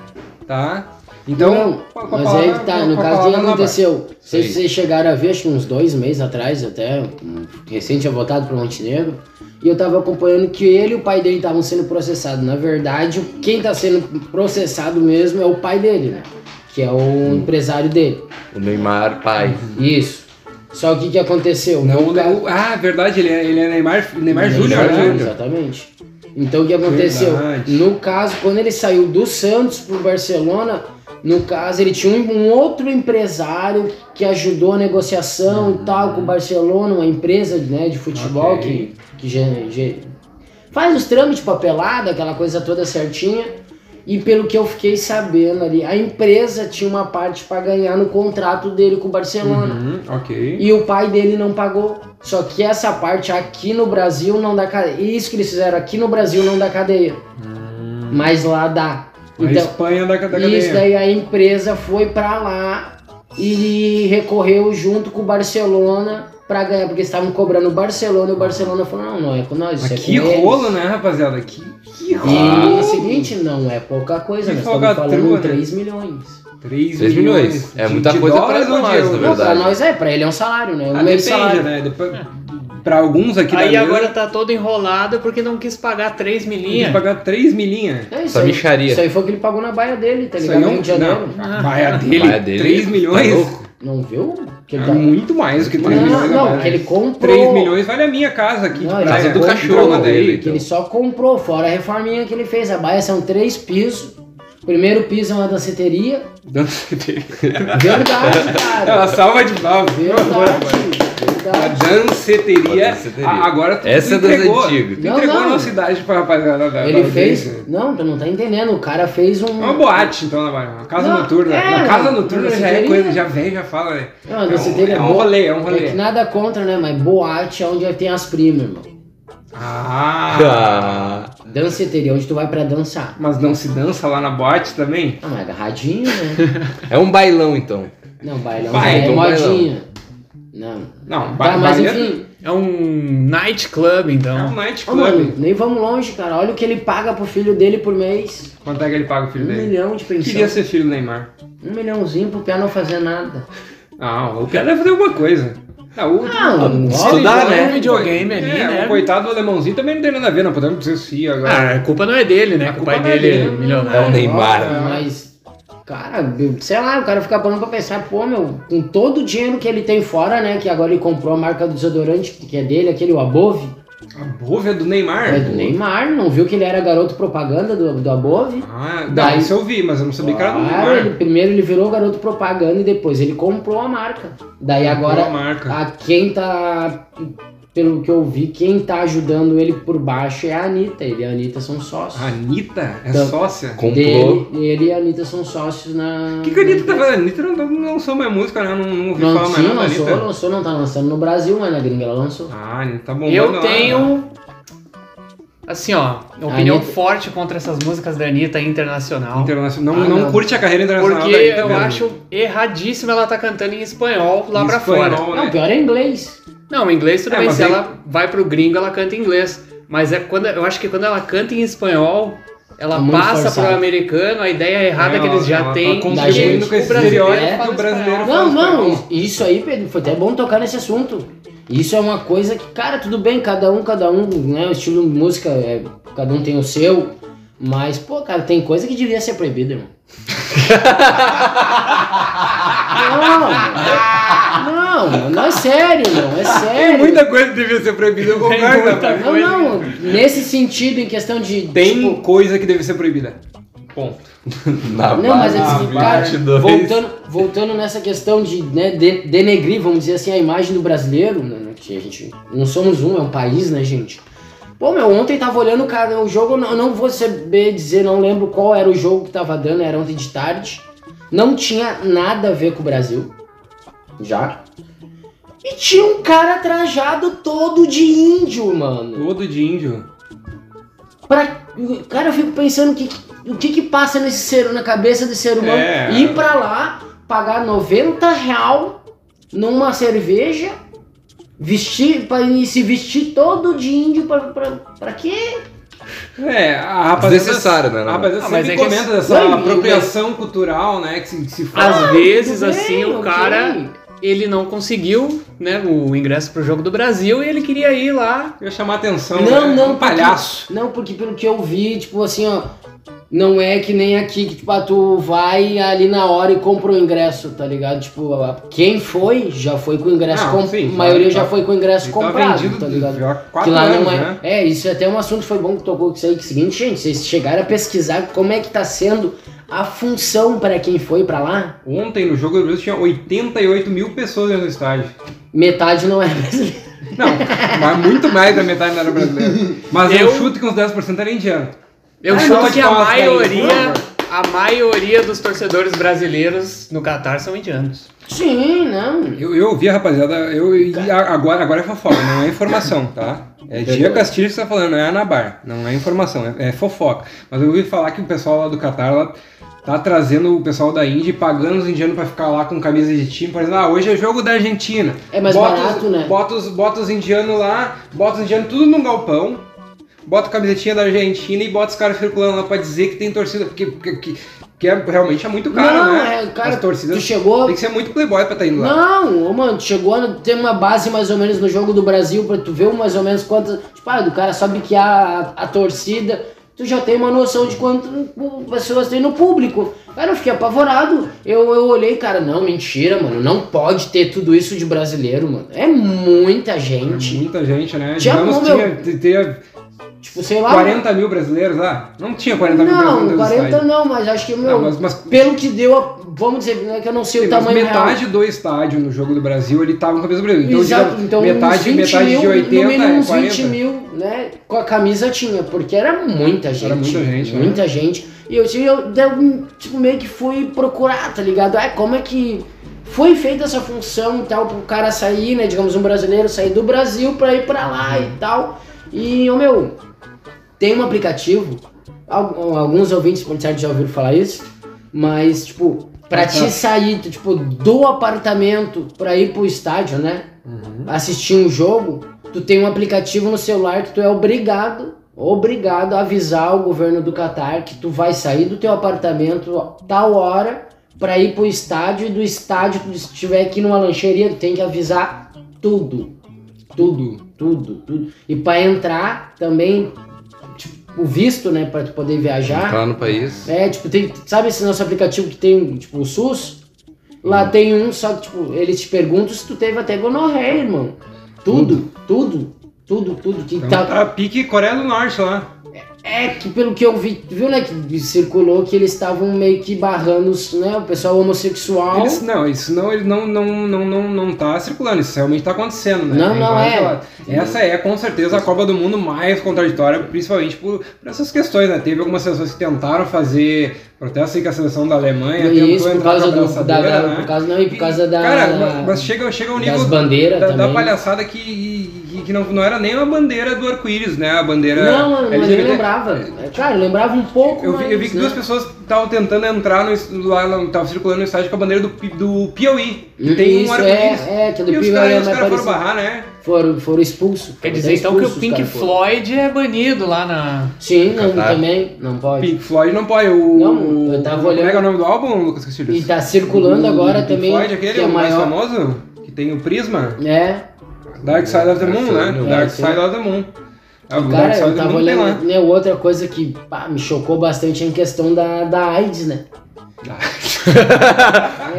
Speaker 4: tá? Então,
Speaker 6: Não,
Speaker 4: com a- com a
Speaker 6: mas
Speaker 4: palavra-
Speaker 6: aí que tá, no
Speaker 4: com a
Speaker 6: caso dele
Speaker 4: palavra na
Speaker 6: aconteceu. Vocês,
Speaker 5: Sim.
Speaker 6: vocês chegaram a ver, acho que uns dois meses atrás, até hum, recente tinha votado pro Montenegro. E eu tava acompanhando que ele e o pai dele estavam sendo processados. Na verdade, quem tá sendo processado mesmo é o pai dele, né? Que é o empresário dele.
Speaker 5: O Neymar, pai.
Speaker 6: Isso. Só que o que aconteceu?
Speaker 4: Não,
Speaker 6: No
Speaker 4: o-
Speaker 6: ca-
Speaker 4: o- ah, verdade, ele é, ele é Neymar, Neymar Júnior,
Speaker 5: Neymar
Speaker 4: né?
Speaker 5: Júnior.
Speaker 6: Exatamente. Então o que aconteceu?
Speaker 4: Verdade.
Speaker 6: No caso, quando ele saiu do Santos pro Barcelona, no caso ele tinha um, um outro empresário que ajudou a negociação e tal com o Barcelona, uma empresa né, de futebol
Speaker 4: Ok.
Speaker 6: que, que ge- ge- faz os trâmites papelada, aquela coisa toda certinha. E pelo que eu fiquei sabendo ali, a empresa tinha uma parte pra ganhar no contrato dele com o Barcelona.
Speaker 4: Uhum, ok.
Speaker 6: E o pai dele não pagou. Só que essa parte aqui no Brasil não dá cadeia. Isso que eles fizeram aqui no Brasil não dá cadeia.
Speaker 4: Hum.
Speaker 6: Mas lá dá.
Speaker 4: a
Speaker 6: Então,
Speaker 4: Espanha da, da
Speaker 6: isso
Speaker 4: cadeia.
Speaker 6: daí a empresa foi pra lá e recorreu junto com o Barcelona pra ganhar, porque eles estavam cobrando o Barcelona e o Barcelona falou: não, não é com nós, isso
Speaker 4: Mas
Speaker 6: é
Speaker 4: que
Speaker 6: com eles."
Speaker 4: rolo, né, rapaziada? Que, que
Speaker 6: E
Speaker 4: rolo!
Speaker 6: o seguinte, não é pouca coisa,
Speaker 4: Que
Speaker 6: nós estamos
Speaker 4: folgatrua,
Speaker 6: falando
Speaker 4: né?
Speaker 6: em 3 milhões.
Speaker 4: 3
Speaker 5: Três milhões. É muita coisa pra
Speaker 4: dólares ou de
Speaker 5: nós, na
Speaker 4: euros?
Speaker 5: verdade.
Speaker 6: Não, pra nós é, pra ele é um salário, né? Um
Speaker 4: Ah,
Speaker 6: meio
Speaker 4: depende,
Speaker 6: salário.
Speaker 4: né? Depois, pra alguns aqui da
Speaker 7: Aí
Speaker 4: mesa,
Speaker 7: agora tá todo enrolado porque não quis pagar 3
Speaker 4: tem que
Speaker 7: milinha.
Speaker 4: pagar 3 milinhas.
Speaker 6: É isso
Speaker 5: Essa
Speaker 6: aí.
Speaker 5: micharia.
Speaker 6: Isso aí foi o que ele pagou na baia dele, tá
Speaker 4: Isso
Speaker 6: ligado?
Speaker 4: aí é um
Speaker 6: No Rio de Janeiro. Ah.
Speaker 4: não, a baia dele,
Speaker 5: Baia dele,
Speaker 4: 3
Speaker 5: tá
Speaker 4: milhões
Speaker 5: louco.
Speaker 6: Não viu? Que
Speaker 4: é
Speaker 6: ele tá...
Speaker 4: muito mais do que 3
Speaker 6: Não, não,
Speaker 4: milhões.
Speaker 6: não, que ele comprou.
Speaker 4: 3 milhões vale a minha casa aqui de
Speaker 6: Não, ele um
Speaker 4: praia.
Speaker 5: Casa do
Speaker 4: Então,
Speaker 5: cachorro
Speaker 4: calma,
Speaker 5: dele.
Speaker 6: Que ele só comprou, fora a reforminha que ele fez. A baia são três pisos. O primeiro piso é uma danceteria.
Speaker 4: Dança dele.
Speaker 6: Verdade,
Speaker 4: É uma
Speaker 6: cara.
Speaker 4: salva de palmas. por favor, mano.
Speaker 6: Verdade.
Speaker 4: A
Speaker 6: Verdade.
Speaker 4: danceteria.
Speaker 5: A danceteria.
Speaker 4: Ah, agora tu,
Speaker 5: Essa é
Speaker 4: tu
Speaker 5: das
Speaker 4: entregou,
Speaker 5: antigas.
Speaker 4: Tu
Speaker 6: Não,
Speaker 4: entregou
Speaker 6: não.
Speaker 4: a nossa idade pra rapaziada. da- da
Speaker 6: Ele
Speaker 4: audiência.
Speaker 6: fez. Não, tu não tá entendendo. O cara fez um.
Speaker 4: É uma boate, então, na Bahia. Uma casa
Speaker 6: Não,
Speaker 4: noturna.
Speaker 6: é,
Speaker 4: uma casa
Speaker 6: uma
Speaker 4: noturna já é
Speaker 6: danceteria.
Speaker 4: coisa, já vem, já fala, né?
Speaker 6: Não, a danceteria
Speaker 4: é um, é um
Speaker 6: boa.
Speaker 4: rolê, é um rolê.
Speaker 6: É que nada contra, né? Mas boate é onde tem as primas, irmão.
Speaker 4: Ah,
Speaker 5: Ah,
Speaker 6: Danceteria, é onde tu vai pra dançar.
Speaker 4: mas não se dança lá na boate também?
Speaker 6: Ah, mas agarradinho, né?
Speaker 5: é um bailão então.
Speaker 6: Não, bailão
Speaker 4: Vai,
Speaker 6: é
Speaker 5: então
Speaker 6: modinha. Não.
Speaker 4: Não, ba
Speaker 6: Tá, mas
Speaker 4: baile-
Speaker 6: enfim.
Speaker 7: É um nightclub,
Speaker 4: É um
Speaker 7: então.
Speaker 6: Ô,
Speaker 4: nightclub.
Speaker 6: mano, nem vamos longe, cara. Olha o que ele paga pro filho dele por mês.
Speaker 4: Quanto é que ele paga o
Speaker 6: Um
Speaker 4: filho dele?
Speaker 6: milhão de pensão.
Speaker 4: Queria ser filho do Neymar.
Speaker 6: Um milhãozinho pro pé não fazer nada.
Speaker 4: Não, o cara deve fazer alguma coisa. Não,
Speaker 6: Ah, um
Speaker 4: o...
Speaker 6: Não,
Speaker 4: se ele
Speaker 6: óbvio,
Speaker 5: estudar,
Speaker 4: joga
Speaker 5: né?
Speaker 4: um
Speaker 7: Videogame ali,
Speaker 4: é,
Speaker 7: né?
Speaker 4: O coitado do alemãozinho também não tem nada a ver, não podemos dizer se agora.
Speaker 7: Ah, a culpa não é dele, né?
Speaker 4: A
Speaker 7: Que o
Speaker 4: culpa
Speaker 7: pai
Speaker 4: não é
Speaker 7: dele é
Speaker 4: dele.
Speaker 5: É o
Speaker 7: milionário.
Speaker 5: Neymar.
Speaker 6: Óbvio, Mas, cara, eu- sei lá, o cara fica parando pra pensar, pô, meu, com todo o dinheiro que ele tem fora, né? Que agora ele comprou a marca do desodorante, que é dele, aquele o Above.
Speaker 4: A Bove é do Neymar?
Speaker 6: É do Neymar, não viu que ele era garoto propaganda do, do Above?
Speaker 4: Ah, não,
Speaker 6: Daí-
Speaker 4: isso eu vi, mas eu não sabia que era do
Speaker 6: Claro, ele,
Speaker 4: Neymar.
Speaker 6: primeiro ele virou garoto propaganda e depois ele comprou a marca. Daí agora
Speaker 4: Boa marca.
Speaker 6: A quem tá. Pelo que eu vi, quem tá ajudando ele por baixo é a Anitta. Ele e a Anitta são
Speaker 4: A
Speaker 6: sócios.
Speaker 4: Anitta é
Speaker 6: Então-
Speaker 4: sócia?
Speaker 5: Comprou.
Speaker 6: Dele, ele e a Anitta são sócios na.
Speaker 4: O que, que a Anitta tá fazendo? A Anitta não, não lançou mais música, né? Eu Não, não ouvi
Speaker 6: Não,
Speaker 4: falar mais
Speaker 6: sim,
Speaker 4: nada da
Speaker 6: lançou,
Speaker 4: Anitta.
Speaker 6: lançou, não tá lançando no Brasil, mas na gringa ela lançou.
Speaker 4: né? Ah, a Anitta tá bombando
Speaker 7: Eu
Speaker 4: lá,
Speaker 7: tenho. Assim, ó, opinião
Speaker 6: Anitta-
Speaker 7: forte contra essas músicas da Anitta internacional.
Speaker 4: Internacional. Não,
Speaker 6: Ah,
Speaker 4: não
Speaker 6: não.
Speaker 4: curte a carreira internacional
Speaker 7: Porque
Speaker 4: da Anitta,
Speaker 7: eu
Speaker 4: né?
Speaker 7: acho erradíssimo ela tá cantando em espanhol lá
Speaker 4: Em
Speaker 7: pra
Speaker 4: espanhol,
Speaker 7: fora.
Speaker 4: né?
Speaker 6: Não, pior é inglês.
Speaker 7: Não, em inglês tudo
Speaker 4: É,
Speaker 7: bem,
Speaker 4: mas
Speaker 7: se
Speaker 4: aí-
Speaker 7: ela vai pro gringo, ela canta em inglês. Mas é quando eu acho que quando ela canta em espanhol, ela
Speaker 6: É muito
Speaker 7: passa
Speaker 6: forçado.
Speaker 7: pro americano a ideia errada
Speaker 4: É,
Speaker 7: que eles já
Speaker 4: ela tá
Speaker 7: têm.
Speaker 4: contribuindo
Speaker 7: e
Speaker 6: com
Speaker 7: o
Speaker 6: esse
Speaker 7: brasileiro
Speaker 6: estereótipo
Speaker 7: fala
Speaker 4: do brasileiro.
Speaker 7: espanhol.
Speaker 4: falo
Speaker 6: Não, não,
Speaker 4: espanhol.
Speaker 6: isso aí, Pedro, foi até bom tocar nesse assunto. Isso é uma coisa que, cara, tudo bem, cada um, cada um, né? O estilo de música, é, cada um tem o seu. Mas, pô, cara, tem coisa que devia ser proibida, irmão. não, não, não é sério, irmão, é sério.
Speaker 4: Tem muita coisa que devia ser proibida, eu
Speaker 7: Tem
Speaker 4: concordo.
Speaker 7: muita
Speaker 4: rapaz.
Speaker 6: Não, não, nesse sentido, em questão de.
Speaker 4: Tem
Speaker 6: tipo,
Speaker 4: coisa que deve ser proibida. Ponto.
Speaker 5: Na
Speaker 6: Não, mas é
Speaker 5: base,
Speaker 6: assim, cara,
Speaker 5: 22.
Speaker 6: voltando, voltando nessa questão de, né, de- denegrir, vamos dizer assim, a imagem do brasileiro, né, que a gente não somos um, é um país, né, gente? Pô, meu, ontem tava olhando cara, o jogo, eu não, eu não vou saber dizer, não lembro qual era o jogo que tava dando, era ontem de tarde. Não tinha nada a ver com o Brasil. Já. E tinha um cara trajado todo de índio, mano.
Speaker 4: Todo de índio.
Speaker 6: Pra... Cara, eu fico pensando que, o que que passa nesse ser, na cabeça desse ser humano
Speaker 4: É.
Speaker 6: ir pra lá, pagar 90 real numa cerveja, vestir, pra, e se vestir todo de índio pra, pra, pra quê?
Speaker 4: É, a rapaziada.
Speaker 5: Desnecessário, né?
Speaker 4: A
Speaker 5: Não,
Speaker 4: rapaziada
Speaker 7: Ah, mas
Speaker 4: sempre
Speaker 7: é que
Speaker 4: comenta
Speaker 7: esse-
Speaker 4: dessa
Speaker 6: Não, e-
Speaker 4: apropriação cultural, né? Que se, que se faz.
Speaker 7: Às vezes,
Speaker 6: Tudo
Speaker 7: assim,
Speaker 6: bem,
Speaker 7: o
Speaker 6: ok.
Speaker 7: cara ele não conseguiu né, o ingresso pro jogo do Brasil e ele queria ir lá.
Speaker 4: Eu chamar atenção.
Speaker 6: Não,
Speaker 4: né?
Speaker 6: não,
Speaker 4: Um palhaço.
Speaker 6: Não, porque pelo que eu vi, tipo assim, ó. Não é que nem aqui que, tipo, ah, tu vai ali na hora e compra o ingresso, tá ligado? Tipo, ah, quem foi já foi com o ingresso
Speaker 4: Não,
Speaker 6: comprado.
Speaker 4: sim,
Speaker 6: A maioria
Speaker 4: tá-
Speaker 6: já foi com o ingresso
Speaker 4: Ele tá
Speaker 6: comprado,
Speaker 4: vendido
Speaker 6: tá ligado?
Speaker 4: já há
Speaker 6: Que
Speaker 4: quatro
Speaker 6: lá
Speaker 4: anos,
Speaker 6: não é.
Speaker 4: né?
Speaker 6: É, isso é até um assunto foi bom que tocou com isso aí. Que é o seguinte, gente, vocês chegaram a pesquisar como é que tá sendo a função pra quem foi pra lá?
Speaker 4: Ontem no jogo do Brasil tinha 88 mil pessoas dentro do estádio.
Speaker 6: Metade não é brasileira.
Speaker 4: Não, mas muito mais da metade não era brasileira. Mas eu,
Speaker 7: Eu-
Speaker 4: chuto que uns 10% era indiano.
Speaker 7: Eu
Speaker 4: Ah, não,
Speaker 7: chuto que a
Speaker 4: nossa, cara,
Speaker 7: maioria,
Speaker 4: isso
Speaker 7: a maioria dos torcedores brasileiros no Catar são indianos.
Speaker 6: Sim, não.
Speaker 4: Eu, eu ouvi a rapaziada, eu, e a- agora, agora é fofoca, não é informação, tá? É Diego Castilho que você tá falando, não é Anabar, não é informação, é, é fofoca. Mas eu ouvi falar que o pessoal lá do Catar lá tá trazendo o pessoal da Índia e pagando os indianos pra ficar lá com camisa de time, por exemplo, ah, hoje é jogo da Argentina.
Speaker 6: É mais
Speaker 4: bota os-
Speaker 6: barato, né?
Speaker 4: Bota os, bota os indianos lá, bota os indianos tudo num galpão, bota a camisetinha da Argentina e bota os caras circulando lá pra dizer que tem torcida, porque, porque, que- que é, realmente é muito caro,
Speaker 6: não,
Speaker 4: né?
Speaker 6: é, cara,
Speaker 4: As torcidas...
Speaker 6: tu chegou.
Speaker 4: Tem que ser muito playboy pra tá indo lá.
Speaker 6: Não, ô, mano, tu chegou a ter uma base mais ou menos no jogo do Brasil pra tu ver mais ou menos quantas. Tipo, ah, do cara só biquear a, a torcida. Tu já tem uma noção de quanto hum, pessoas tem no público. Cara, eu fiquei apavorado. Eu, eu olhei, cara, não, mentira, mano. Não pode ter tudo isso de brasileiro, mano. É muita gente.
Speaker 4: Muita gente, né?
Speaker 6: Tinha
Speaker 4: Digamos
Speaker 6: como
Speaker 4: tinha, t- tinha
Speaker 6: Tipo, sei lá.
Speaker 4: 40 mil brasileiros lá. Não tinha 40 mil brasileiros.
Speaker 6: Não,
Speaker 4: no
Speaker 6: 40
Speaker 4: estádio.
Speaker 6: não, mas acho que, meu,
Speaker 4: Não, mas, mas-
Speaker 6: pelo que deu, a- vamos dizer, né, que eu não sei o
Speaker 4: mas
Speaker 6: tamanho real.
Speaker 4: metade do estádio no jogo do Brasil, ele tava com a camisa do Brasil. Então,
Speaker 6: Exato,
Speaker 4: digamos,
Speaker 6: então uns
Speaker 4: metade,
Speaker 6: 20
Speaker 4: metade
Speaker 6: mil,
Speaker 4: de 80
Speaker 6: no mínimo
Speaker 4: é
Speaker 6: uns
Speaker 4: 40.
Speaker 6: 20 mil, né? Com a camisa tinha, porque era muita gente.
Speaker 4: muita gente, né?
Speaker 6: Muita gente. E eu, tinha- eu, eu tipo, meio que fui procurar, tá ligado? Ah, como é que foi feita essa função e tal, pro cara sair, né? Digamos, um brasileiro sair do Brasil pra ir pra lá
Speaker 4: Uhum.
Speaker 6: e tal. E, ô meu, tem um aplicativo, al- alguns ouvintes por certo já ouviram falar isso, mas, tipo, pra
Speaker 4: Ah, tá.
Speaker 6: te sair, tu, tipo, do apartamento pra ir pro estádio, né?
Speaker 4: Uhum.
Speaker 6: assistir um jogo, tu tem um aplicativo no celular que tu é obrigado, obrigado a avisar o governo do Catar que tu vai sair do teu apartamento tal hora pra ir pro estádio e do estádio tu se tiver aqui numa lancheria, tu tem que avisar tudo. Tudo, tudo, tudo. E pra entrar também tipo, o visto, né, Pra tu poder viajar.
Speaker 5: Entrar no país.
Speaker 6: É, tipo, tem. Sabe esse nosso aplicativo que tem, tipo, o SUS? Lá
Speaker 4: Uhum.
Speaker 6: tem um, só que, tipo, eles te perguntam se tu teve até gonorreia, irmão. Tudo, tudo, tudo, tudo. Que
Speaker 4: Então,
Speaker 6: tá-
Speaker 4: tá pique Coreia do Norte lá.
Speaker 6: É que pelo que eu vi, tu viu, né? Que circulou que eles estavam meio que barrando os, né, o pessoal homossexual.
Speaker 4: Eles, não, isso não, ele não, não, não, não, não tá circulando, isso realmente tá acontecendo, né?
Speaker 6: Não,
Speaker 4: Tem
Speaker 6: não,
Speaker 4: vários
Speaker 6: é.
Speaker 4: relatos. Essa é com certeza a Copa do Mundo mais contraditória, principalmente por, por essas questões, né? Teve algumas seleções que tentaram fazer protesto aí com a seleção da Alemanha,
Speaker 6: E
Speaker 4: tentou
Speaker 6: isso por
Speaker 4: entrar
Speaker 6: causa
Speaker 4: com a
Speaker 6: do, da,
Speaker 4: abraçadeira,
Speaker 6: da-
Speaker 4: né?
Speaker 6: por causa não, e por causa da
Speaker 4: Cara, mas- mas chega, chega ao nível
Speaker 6: das bandeiras
Speaker 4: da, da
Speaker 6: também.
Speaker 4: palhaçada que, que- que, que não, não era nem uma bandeira do arco-íris, né? A bandeira.
Speaker 6: Não, mano, mas
Speaker 4: LGBT.
Speaker 6: eu lembrava. Cara, eu lembrava um pouco.
Speaker 4: Eu vi, eu vi
Speaker 6: mas,
Speaker 4: que
Speaker 6: né?
Speaker 4: duas pessoas estavam tentando entrar no, es- lá, no- estavam circulando no estádio com a bandeira do, Pi- do Piauí. que tem
Speaker 6: Isso,
Speaker 4: um arco-íris.
Speaker 6: é, é, que do
Speaker 4: e os
Speaker 6: Pio
Speaker 4: caras
Speaker 6: é
Speaker 4: os
Speaker 6: mais
Speaker 4: caras foram
Speaker 6: parecido.
Speaker 4: barrar, né?
Speaker 6: Foram, foram expulsos.
Speaker 7: Quer
Speaker 6: foram
Speaker 7: dizer
Speaker 6: até
Speaker 7: então que
Speaker 6: expulsos
Speaker 7: o
Speaker 6: os
Speaker 7: Pink
Speaker 6: caras foram.
Speaker 7: Floyd tá. é banido lá na.
Speaker 6: Sim, não,
Speaker 5: Catar.
Speaker 6: também, não pode.
Speaker 4: Pink Floyd não pode. O,
Speaker 6: Não, eu tava
Speaker 4: como é que é o
Speaker 6: olhando.
Speaker 4: nome do álbum, Lucas Castilhos?
Speaker 6: E tá circulando agora
Speaker 4: Hum, Pink
Speaker 6: também.
Speaker 4: Floyd, aquele,
Speaker 6: que é
Speaker 4: o mais
Speaker 6: maior.
Speaker 4: famoso, que tem o Prisma.
Speaker 6: É,
Speaker 4: Dark Side of the
Speaker 5: Dark
Speaker 4: Moon,
Speaker 5: Side
Speaker 4: né?
Speaker 5: of the Moon.
Speaker 4: Dark
Speaker 6: É, sim.
Speaker 4: Side of the Moon. Ah, o Dark
Speaker 6: É, cara,
Speaker 4: Side
Speaker 6: eu
Speaker 4: of the
Speaker 6: tava
Speaker 4: Moon tem lá.
Speaker 6: olhando, né, outra coisa que pá, me chocou bastante é em questão da, da AIDS, né?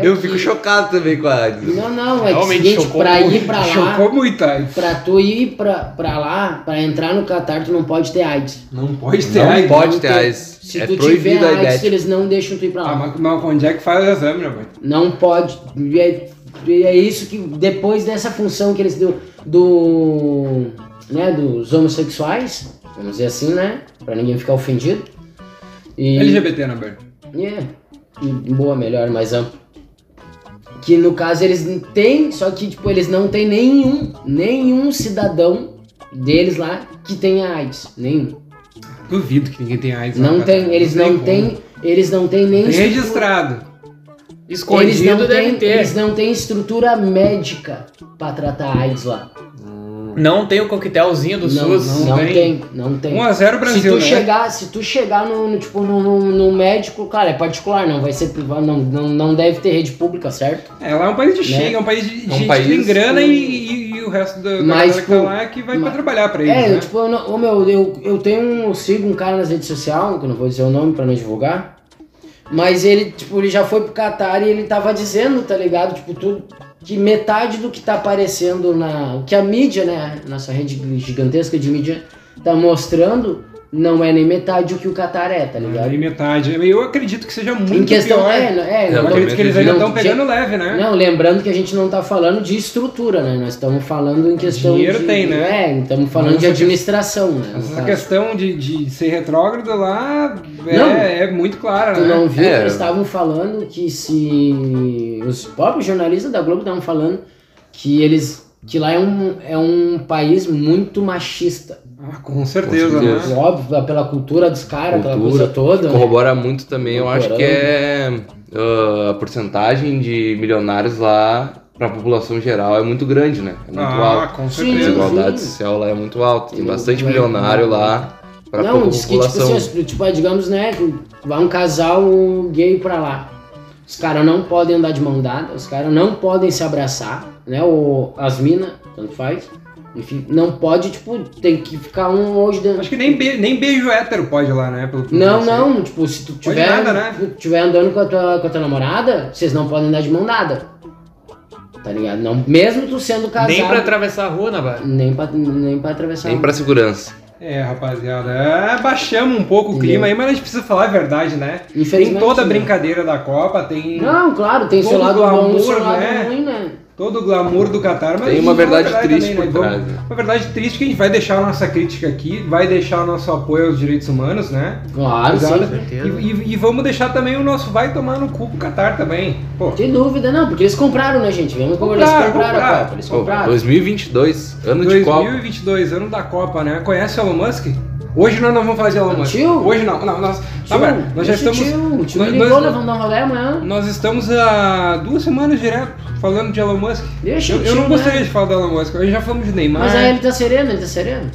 Speaker 6: É
Speaker 5: Eu
Speaker 6: que-
Speaker 5: fico chocado também com a AIDS.
Speaker 6: Não, não, é que
Speaker 7: Realmente
Speaker 6: seguinte,
Speaker 7: chocou
Speaker 6: pra
Speaker 7: muito.
Speaker 6: ir pra lá,
Speaker 4: Chocou muito, aí.
Speaker 6: pra tu ir pra, pra lá, pra entrar no Catar, tu não pode ter AIDS.
Speaker 4: Não pode ter
Speaker 5: Não
Speaker 4: AIDS.
Speaker 5: pode
Speaker 6: Não
Speaker 5: ter
Speaker 6: tem-
Speaker 5: AIDS.
Speaker 6: Se
Speaker 5: É
Speaker 6: tu tiver
Speaker 5: proibido a
Speaker 6: AIDS,
Speaker 5: ideia.
Speaker 6: eles não deixam tu ir pra lá.
Speaker 4: Ah, mas mas onde é que faz o exame, né, velho?
Speaker 6: Não pode. E é, e é isso que depois dessa função que eles deu do né, dos homossexuais, vamos dizer assim, né, Pra ninguém ficar ofendido. E
Speaker 4: LGBT, né, velho?
Speaker 6: é, e boa, melhor, mais amplo. Que no caso eles não têm, só que tipo eles não têm nenhum, nenhum cidadão deles lá que tenha AIDS, nenhum.
Speaker 4: Duvido que ninguém tenha AIDS. lá,
Speaker 6: Não
Speaker 4: cara.
Speaker 6: tem, eles não
Speaker 4: como.
Speaker 6: têm, eles não têm nem
Speaker 4: Tem
Speaker 6: estrutura-
Speaker 4: registrado.
Speaker 6: Eles não,
Speaker 7: Escondido deve
Speaker 6: têm,
Speaker 7: ter.
Speaker 6: eles não têm estrutura médica pra tratar AIDS lá.
Speaker 7: Não tem o coquetelzinho do
Speaker 6: não,
Speaker 7: SUS.
Speaker 6: não,
Speaker 4: tem.
Speaker 6: tem. não tem.
Speaker 4: 1x0
Speaker 6: É. se
Speaker 4: Brasil,
Speaker 6: tu
Speaker 4: né?
Speaker 6: chegar, se tu chegar no, no, tipo no, no- no médico, cara, é particular, não vai ser privado, não, não, não deve ter rede pública, certo?
Speaker 4: É, lá é um país de
Speaker 6: Né?
Speaker 4: chega, é um país de
Speaker 5: É um
Speaker 4: gente
Speaker 5: país
Speaker 4: que tem grana
Speaker 5: com-
Speaker 4: e, e- e o resto da, da
Speaker 6: Mas,
Speaker 4: galera que tá
Speaker 6: tipo,
Speaker 4: lá é que vai pra
Speaker 6: mas-
Speaker 4: trabalhar pra eles,
Speaker 6: É,
Speaker 4: né?
Speaker 6: eu, tipo, eu, não- ô, meu, eu, eu tenho um, eu sigo um cara nas redes sociais, que eu não vou dizer o nome pra não divulgar. Mas ele, tipo, ele já foi pro Catar e ele tava dizendo, tá ligado? Tipo, tudo que metade do que tá aparecendo na, o que a mídia, né, nossa rede gigantesca de mídia tá mostrando, não é nem metade do que o Catar é, tá ligado?
Speaker 4: Aí metade. Eu acredito que seja muito
Speaker 6: em questão
Speaker 4: pior. né?
Speaker 6: é, não- é,
Speaker 5: É,
Speaker 4: Eu
Speaker 6: não,
Speaker 4: acredito que eles ainda
Speaker 6: Não,
Speaker 4: estão
Speaker 6: de-
Speaker 4: pegando leve, né?
Speaker 6: não, lembrando que a gente não tá falando de estrutura, né? Nós estamos falando em questão
Speaker 4: Dinheiro
Speaker 6: de
Speaker 4: tem, né?
Speaker 6: É, estamos falando
Speaker 4: Mas
Speaker 6: de
Speaker 4: essa que- é
Speaker 6: administração, né? no
Speaker 4: Essa
Speaker 6: caso.
Speaker 4: questão de, de ser retrógrado lá é,
Speaker 6: Não.
Speaker 4: é muito clara,
Speaker 6: Tu
Speaker 4: né?
Speaker 6: não viu?
Speaker 5: É.
Speaker 6: Eles estavam falando que se. Os próprios jornalistas da Globo estavam falando que eles. que lá é um, é um país muito machista.
Speaker 4: Ah, com certeza,
Speaker 5: Com certeza.
Speaker 4: né?
Speaker 6: Óbvio, pela cultura dos caras, aquela
Speaker 5: Cultura,
Speaker 6: coisa toda. né?
Speaker 5: Corrobora muito também, eu acho
Speaker 6: Corroborando.
Speaker 5: que é ah, a porcentagem de milionários lá pra população geral é muito grande, né? É muito
Speaker 4: Ah,
Speaker 5: alto.
Speaker 4: com
Speaker 5: A
Speaker 6: sim.
Speaker 4: certeza.
Speaker 5: desigualdade social lá é muito alta. Tem
Speaker 6: Tem
Speaker 5: bastante
Speaker 6: muito
Speaker 5: milionário lá pra
Speaker 6: não,
Speaker 5: pouca
Speaker 6: diz que, tipo,
Speaker 5: população.
Speaker 6: assim, tipo, ah, digamos, né, que vai um casal gay pra lá. Os caras não podem andar de mão dada, os caras não podem se abraçar, né, ou as minas, tanto faz. Enfim, não pode, tipo, tem que ficar um hoje dentro.
Speaker 4: Acho que nem, be- nem beijo hétero pode ir lá, né? Pelo que eu
Speaker 6: Não,
Speaker 4: sei.
Speaker 6: não, tipo, se tu tiver,
Speaker 4: nada, né?
Speaker 6: tu tiver andando com a, tua, com a tua namorada, vocês não podem andar de mão dada. Tá ligado? Não, mesmo tu sendo casado.
Speaker 7: Nem pra atravessar a rua, né, na barra.
Speaker 6: nem pra, nem pra atravessar.
Speaker 5: Nem pra segurança.
Speaker 4: É, rapaziada, é, baixamos um pouco o clima aí, mas a gente precisa falar a verdade, né? Tem
Speaker 6: Infelizmente,
Speaker 4: toda a
Speaker 6: né?
Speaker 4: brincadeira da Copa, tem
Speaker 6: Não, claro, tem seu
Speaker 4: Todo
Speaker 6: lado bom e seu
Speaker 4: glamour,
Speaker 6: lado
Speaker 4: né?
Speaker 6: ruim, né?
Speaker 4: todo o glamour do Qatar, mas
Speaker 5: Tem
Speaker 4: a gente fala
Speaker 5: uma
Speaker 4: a
Speaker 5: verdade triste
Speaker 4: também, né?
Speaker 5: por
Speaker 4: Vamos-
Speaker 5: trás, né?
Speaker 4: Uma verdade triste que a gente vai deixar a nossa crítica aqui, vai deixar o nosso apoio aos direitos humanos, né?
Speaker 6: Claro,
Speaker 4: Exato.
Speaker 6: Ah, sim.
Speaker 4: E, e- e vamos deixar também o nosso vai tomar no cu pro Qatar também. Pô,
Speaker 6: Sem dúvida, não, porque eles compraram, né, gente? Vemos como eles
Speaker 4: Compraram,
Speaker 6: compraram
Speaker 4: compraram.
Speaker 6: a Copa. Eles
Speaker 5: Pô,
Speaker 6: compraram.
Speaker 5: 2022, ano de Copa.
Speaker 4: 2022, ano da Copa, né? Conhece o Elon Musk? Hoje nós não vamos falar de Elon Musk.
Speaker 6: Tio?
Speaker 4: Hoje não, não, nós, tá, velho, nós já
Speaker 6: deixa o
Speaker 4: estamos.
Speaker 6: Tio, o tio
Speaker 4: nós-
Speaker 6: me ligou,
Speaker 4: nós-
Speaker 6: nós vamos dar um rolê amanhã.
Speaker 4: Nós estamos há duas semanas direto falando de Elon Musk.
Speaker 6: Deixa
Speaker 4: Eu,
Speaker 6: o
Speaker 4: eu
Speaker 6: tio,
Speaker 4: não
Speaker 6: né?
Speaker 4: gostaria de falar do Elon Musk, nós já falamos de Neymar.
Speaker 6: Mas aí ele tá sereno, ele tá sereno.